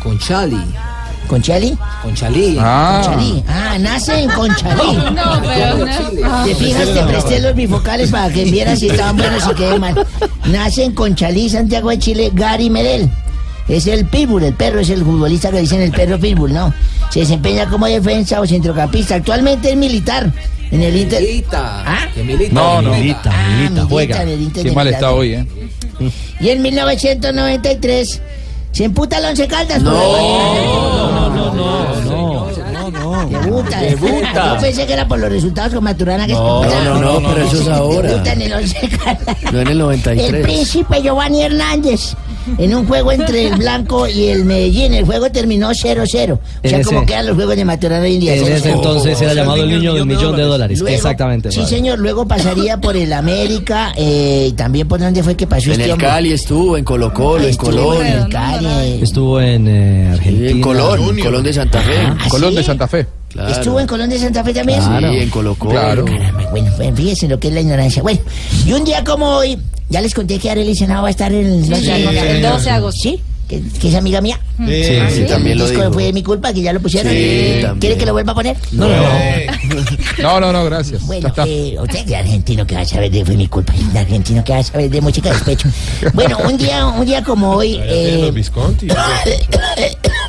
[SPEAKER 14] Conchalí.
[SPEAKER 30] ¿Conchalí?
[SPEAKER 14] Conchalí.
[SPEAKER 5] Ah.
[SPEAKER 30] Conchalí. Ah, nace en Conchalí.
[SPEAKER 6] No, pero no.
[SPEAKER 30] Te fijas, te presté los bifocales para que vieras si estaban buenos y quedé mal. Nace en Conchalí, Santiago de Chile, Gary Medel. Es el pitbull, el perro, es el futbolista que dicen el perro pitbull, ¿no? Se desempeña como defensa o centrocampista. Actualmente es militar en el Inter.
[SPEAKER 14] Milita.
[SPEAKER 30] ¿Ah?
[SPEAKER 14] Que milita.
[SPEAKER 5] No, no.
[SPEAKER 14] Milita,
[SPEAKER 30] Ah, milita,
[SPEAKER 14] juega.
[SPEAKER 30] en el Inter
[SPEAKER 5] Qué
[SPEAKER 30] de
[SPEAKER 5] mal
[SPEAKER 30] Milán.
[SPEAKER 5] está hoy, ¿eh?
[SPEAKER 30] Y en 1993 se emputa el Once Caldas. No,
[SPEAKER 11] No, no, no, no.
[SPEAKER 30] Debuta.
[SPEAKER 11] Debuta.
[SPEAKER 30] Yo pensé que era por los resultados con Maturana que
[SPEAKER 13] No,
[SPEAKER 30] se
[SPEAKER 13] no, no, pero eso es ahora.
[SPEAKER 30] Debuta en el Once Caldas.
[SPEAKER 13] No en el
[SPEAKER 30] El
[SPEAKER 13] 93.
[SPEAKER 30] príncipe Giovanni Hernández. En un juego entre el Blanco y el Medellín, el juego terminó 0-0. O sea,
[SPEAKER 9] En
[SPEAKER 30] como
[SPEAKER 9] ese-
[SPEAKER 30] quedan los juegos de Maturana hoy en día.
[SPEAKER 9] En
[SPEAKER 30] 0-0.
[SPEAKER 9] ese entonces era llamado el niño del millón de dólares.
[SPEAKER 30] Luego-
[SPEAKER 9] Exactamente.
[SPEAKER 30] Sí,
[SPEAKER 9] padre.
[SPEAKER 30] señor. Luego pasaría por el América eh, y también por dónde fue que pasó
[SPEAKER 13] En
[SPEAKER 30] este
[SPEAKER 13] el
[SPEAKER 30] hombre.
[SPEAKER 13] Cali estuvo, en Colo Colo, en
[SPEAKER 30] Estuvo
[SPEAKER 13] Colón.
[SPEAKER 30] en el Cali.
[SPEAKER 9] Estuvo en eh, Argentina.
[SPEAKER 13] En Colón, Colón de Santa Fe.
[SPEAKER 30] Ah,
[SPEAKER 5] Colón
[SPEAKER 30] ¿sí?
[SPEAKER 5] de Santa Fe.
[SPEAKER 13] Claro.
[SPEAKER 30] Estuvo en Colón de Santa Fe también.
[SPEAKER 13] Sí, en Colo Colo.
[SPEAKER 5] Claro.
[SPEAKER 30] Caramba, bueno, bueno, fíjense lo que es la ignorancia. Bueno, y un día como hoy, ya les conté que Arely Senado va a estar en el
[SPEAKER 6] Sí, el 12 de agosto.
[SPEAKER 30] ¿Sí? Que, que es amiga mía.
[SPEAKER 13] Sí, sí, también lo
[SPEAKER 30] El disco
[SPEAKER 13] dijo.
[SPEAKER 30] Fue de mi culpa que ya lo pusieron.
[SPEAKER 13] Sí,
[SPEAKER 30] ¿Quiere
[SPEAKER 13] también.
[SPEAKER 30] que lo vuelva a poner?
[SPEAKER 9] No, no, no.
[SPEAKER 5] No, no, no, gracias. Ya
[SPEAKER 30] Bueno,
[SPEAKER 5] está.
[SPEAKER 30] eh, usted de argentino que va a saber de fue mi culpa, de argentino que va a saber de música de despecho. Bueno, un día, un día como hoy, eh,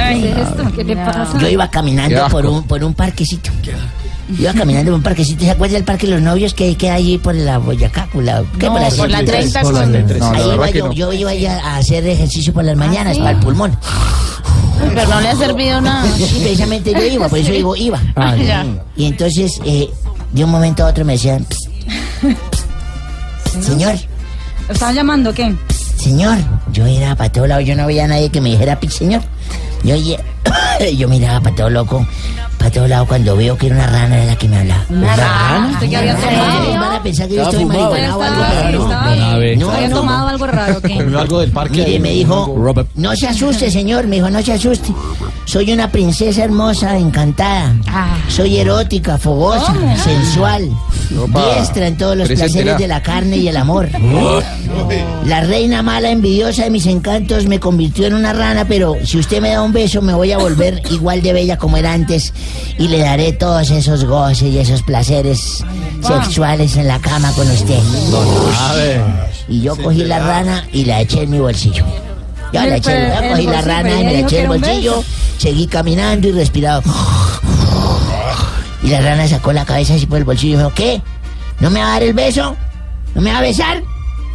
[SPEAKER 6] Ay, ¿qué es esto? ¿Qué le pasa?
[SPEAKER 30] yo iba caminando
[SPEAKER 5] Qué asco.
[SPEAKER 30] por un, por un parquecito. Iba caminando por un parquecito. ¿Se acuerda del parque de los novios que queda allí por la Boyacá? Por la, ¿qué?
[SPEAKER 6] No,
[SPEAKER 30] por la,
[SPEAKER 6] por la 30
[SPEAKER 30] Por la
[SPEAKER 6] con- ¿Ah,
[SPEAKER 30] 33.
[SPEAKER 5] No, la
[SPEAKER 30] Ahí
[SPEAKER 5] verdad
[SPEAKER 30] iba
[SPEAKER 5] que
[SPEAKER 30] yo,
[SPEAKER 5] no.
[SPEAKER 30] yo iba allá a hacer ejercicio por las mañanas,
[SPEAKER 6] sí?
[SPEAKER 30] para el pulmón.
[SPEAKER 6] Pero no le ha servido nada.
[SPEAKER 30] Sí, precisamente yo iba, por eso digo iba.
[SPEAKER 6] Ah, ya.
[SPEAKER 30] Y entonces, eh, de un momento a otro me decían, "Psst, psst, señor,
[SPEAKER 6] ¿Lo ¿Estaban llamando o qué?
[SPEAKER 30] señor. Yo miraba para todo lado, yo no veía a nadie que me dijera, "Psst, señor. Yo, oía- yo miraba para todo loco, para todo lado, cuando veo que era una rana de la que me hablaba.
[SPEAKER 6] ¿Una rana? ¿Usted qué había
[SPEAKER 30] Ustedes van
[SPEAKER 6] tomado?
[SPEAKER 30] a pensar que yo
[SPEAKER 13] Estaba
[SPEAKER 30] estoy
[SPEAKER 13] fumado.
[SPEAKER 30] marihuana o algo,
[SPEAKER 6] Estaba-
[SPEAKER 30] pero no.
[SPEAKER 6] estaba-
[SPEAKER 30] No,
[SPEAKER 6] ¿Se había
[SPEAKER 30] no,
[SPEAKER 6] tomado algo raro o qué?
[SPEAKER 4] Comió algo del parque.
[SPEAKER 30] Mire, me dijo, no se asuste, señor, me dijo, no se asuste. Soy una princesa hermosa, encantada.
[SPEAKER 6] Ah.
[SPEAKER 30] Soy erótica, fogosa, sensual,
[SPEAKER 5] Opa.
[SPEAKER 30] diestra en todos los
[SPEAKER 5] Preséntela.
[SPEAKER 30] placeres de la carne y el amor. La reina mala, envidiosa de mis encantos, me convirtió en una rana, pero si usted me da un beso, me voy a volver igual de bella como era antes y le daré todos esos goces y esos placeres sexuales en la cama Ah. con usted. Y yo cogí la rana y la eché en mi bolsillo. Yo la eché,
[SPEAKER 6] Pero
[SPEAKER 30] yo cogí
[SPEAKER 6] el
[SPEAKER 30] la
[SPEAKER 6] bolsillo,
[SPEAKER 30] rana
[SPEAKER 6] pero
[SPEAKER 30] y
[SPEAKER 6] ella
[SPEAKER 30] me la
[SPEAKER 6] dijo
[SPEAKER 30] eché
[SPEAKER 6] que
[SPEAKER 30] en el
[SPEAKER 6] era un
[SPEAKER 30] bolsillo,
[SPEAKER 6] beso.
[SPEAKER 30] seguí caminando y respiraba. Y la rana sacó la cabeza así por el bolsillo y me dijo, ¿qué? ¿No me va a dar el beso? ¿No me va a besar?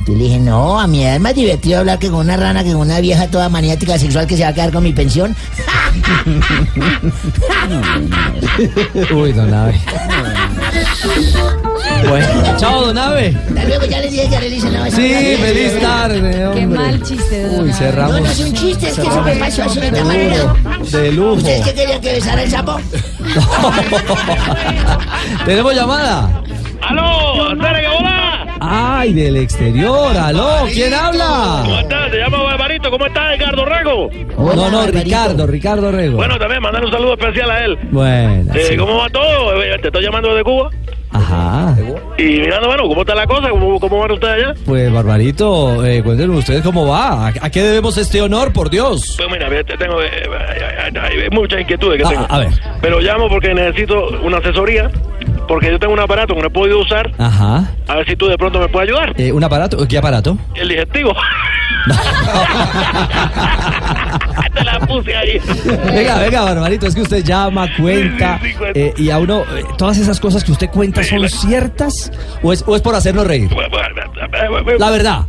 [SPEAKER 30] Yo le dije, no, a mi edad es más divertido hablar que con una rana que con una vieja toda maniática sexual que se va a quedar con mi pensión.
[SPEAKER 9] Uy, don Ave. bueno, chao, don Ave.
[SPEAKER 30] Hasta luego, ya les dije que Arely se la va a
[SPEAKER 9] Sí,
[SPEAKER 30] sacar.
[SPEAKER 9] feliz tarde.
[SPEAKER 6] Qué
[SPEAKER 9] hombre.
[SPEAKER 6] mal chiste, don
[SPEAKER 9] Uy,
[SPEAKER 6] Abel.
[SPEAKER 30] No, no
[SPEAKER 9] cerramos.
[SPEAKER 30] es un chiste, es que eso me pasó así de esta manera.
[SPEAKER 9] De lujo.
[SPEAKER 30] ¿Ustedes qué querían que besara el sapo?
[SPEAKER 9] Tenemos llamada.
[SPEAKER 17] ¡Aló! ¡Sara que hola!
[SPEAKER 9] Ay, del exterior. Aló, ¿quién habla?
[SPEAKER 17] ¿Cómo estás? Te llamo Barbarito.
[SPEAKER 31] Jorgito, ¿cómo está Edgardo Rego?
[SPEAKER 9] no, no, Ricardo, Ricardo Rego.
[SPEAKER 31] Bueno, también mandar un saludo especial a él.
[SPEAKER 9] Bueno.
[SPEAKER 31] Eh,
[SPEAKER 9] sí.
[SPEAKER 31] ¿Cómo va todo? Eh, Te estoy llamando desde Cuba.
[SPEAKER 9] Ajá.
[SPEAKER 31] Y mirando, bueno, ¿cómo está la cosa? ¿Cómo, cómo van ustedes allá?
[SPEAKER 9] Pues, Barbarito, eh, cuéntenos ustedes cómo va. ¿A, a qué debemos este honor, por Dios?
[SPEAKER 31] Pues mira, ve, te tengo eh, eh, eh, hay muchas inquietudes que
[SPEAKER 9] Ah,
[SPEAKER 31] tengo.
[SPEAKER 9] a ver.
[SPEAKER 31] Pero llamo porque necesito una asesoría, porque yo tengo un aparato que no he podido usar.
[SPEAKER 9] Ajá.
[SPEAKER 31] A ver si tú de pronto me puedes ayudar.
[SPEAKER 9] Eh, ¿Un aparato? ¿Qué aparato?
[SPEAKER 31] El digestivo. te la puse ahí.
[SPEAKER 9] Venga, venga, Barbarito, es que usted llama, cuenta,
[SPEAKER 31] Sí, sí, sí, cuenta.
[SPEAKER 9] eh, y a uno, eh, todas esas cosas que usted cuenta son ciertas, o es, o es por hacernos reír. La verdad.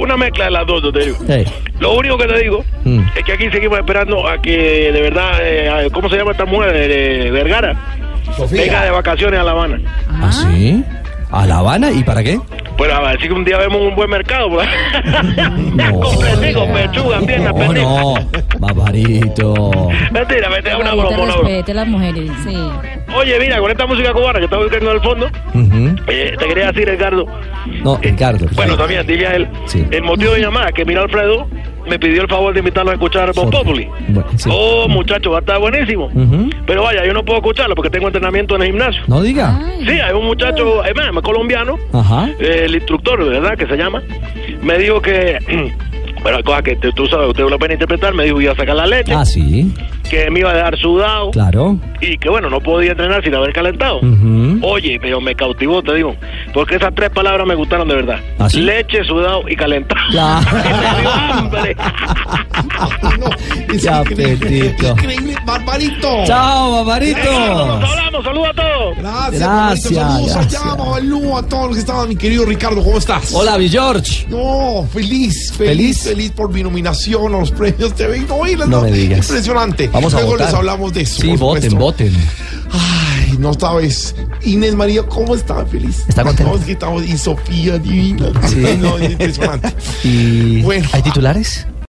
[SPEAKER 31] Una mezcla de las dos, yo te digo.
[SPEAKER 9] Eh,
[SPEAKER 31] Lo único que te digo
[SPEAKER 9] Mm.
[SPEAKER 31] es que aquí seguimos esperando a que de verdad, eh, a- ¿cómo se llama esta mujer? Eh, Vergara. Venga de vacaciones a La Habana.
[SPEAKER 9] ¿Ah, sí? ¿A La Habana? ¿Y para qué?
[SPEAKER 31] Bueno, a ver si un día vemos un buen mercado. pues. por ahí. Comprendí, con pechuga, piernas,
[SPEAKER 9] No, no, Barbarito.
[SPEAKER 31] Mentira, me te- una broma,
[SPEAKER 6] Ahorita
[SPEAKER 31] una broma.
[SPEAKER 6] respete a las mujeres, sí.
[SPEAKER 31] Oye, mira, con esta música cubana que está buscando al fondo,
[SPEAKER 9] Ujú.
[SPEAKER 31] eh, te quería decir, Ricardo,
[SPEAKER 9] No, Ricardo.
[SPEAKER 31] Bueno, también, dile a él. El motivo de mi llamada es que mira Alfredo me pidió el favor de invitarlo a escuchar Voz Populi.
[SPEAKER 9] Bueno, sí.
[SPEAKER 31] Oh, muchacho, va a estar buenísimo.
[SPEAKER 9] Ujú.
[SPEAKER 31] Pero vaya, yo no puedo escucharlo porque tengo entrenamiento en el gimnasio.
[SPEAKER 9] No diga.
[SPEAKER 31] Sí, hay un muchacho, es más, es colombiano,
[SPEAKER 9] Ajá.
[SPEAKER 31] eh, el instructor, ¿verdad? Que se llama. Me dijo que, bueno, cosa que tú, tú sabes, usted lo puede interpretar, me dijo que iba a sacar la leche,
[SPEAKER 9] Ah, sí,
[SPEAKER 31] que me iba a dejar sudado
[SPEAKER 9] claro.
[SPEAKER 31] y que, bueno, no podía entrenar sin haber calentado. Oye, pero me cautivó, te digo, porque esas tres palabras me gustaron de verdad.
[SPEAKER 9] ¿Ah, sí?
[SPEAKER 31] Leche, sudado y calentado.
[SPEAKER 9] Qué apetito.
[SPEAKER 24] Increíble, Barbarito.
[SPEAKER 9] Chao, Barbarito.
[SPEAKER 31] Nos hablamos, saludos a todos.
[SPEAKER 24] Gracias,
[SPEAKER 9] Gracias,
[SPEAKER 24] Barbarito. Saludos
[SPEAKER 9] gracias.
[SPEAKER 24] allá, Babalú, a todos los que estaban. Mi querido Ricardo, ¿cómo estás?
[SPEAKER 9] Hola, mi George.
[SPEAKER 24] No, feliz, feliz,
[SPEAKER 9] ¿Feliz?
[SPEAKER 24] feliz, por mi nominación a los premios TV. No, y las
[SPEAKER 9] No
[SPEAKER 24] no-
[SPEAKER 9] me digas.
[SPEAKER 24] Impresionante.
[SPEAKER 9] Vamos a
[SPEAKER 24] Luego
[SPEAKER 9] votar.
[SPEAKER 24] les hablamos de eso.
[SPEAKER 9] Sí,
[SPEAKER 24] por
[SPEAKER 9] voten,
[SPEAKER 24] supuesto.
[SPEAKER 9] voten.
[SPEAKER 24] Ay, no sabes. Inés María, ¿cómo está? Feliz.
[SPEAKER 9] Está contenta.
[SPEAKER 24] No, es que estamos- y Sofía, divina.
[SPEAKER 9] Sí.
[SPEAKER 24] No, es impresionante.
[SPEAKER 9] ¿Y
[SPEAKER 24] Bueno.
[SPEAKER 9] hay titulares?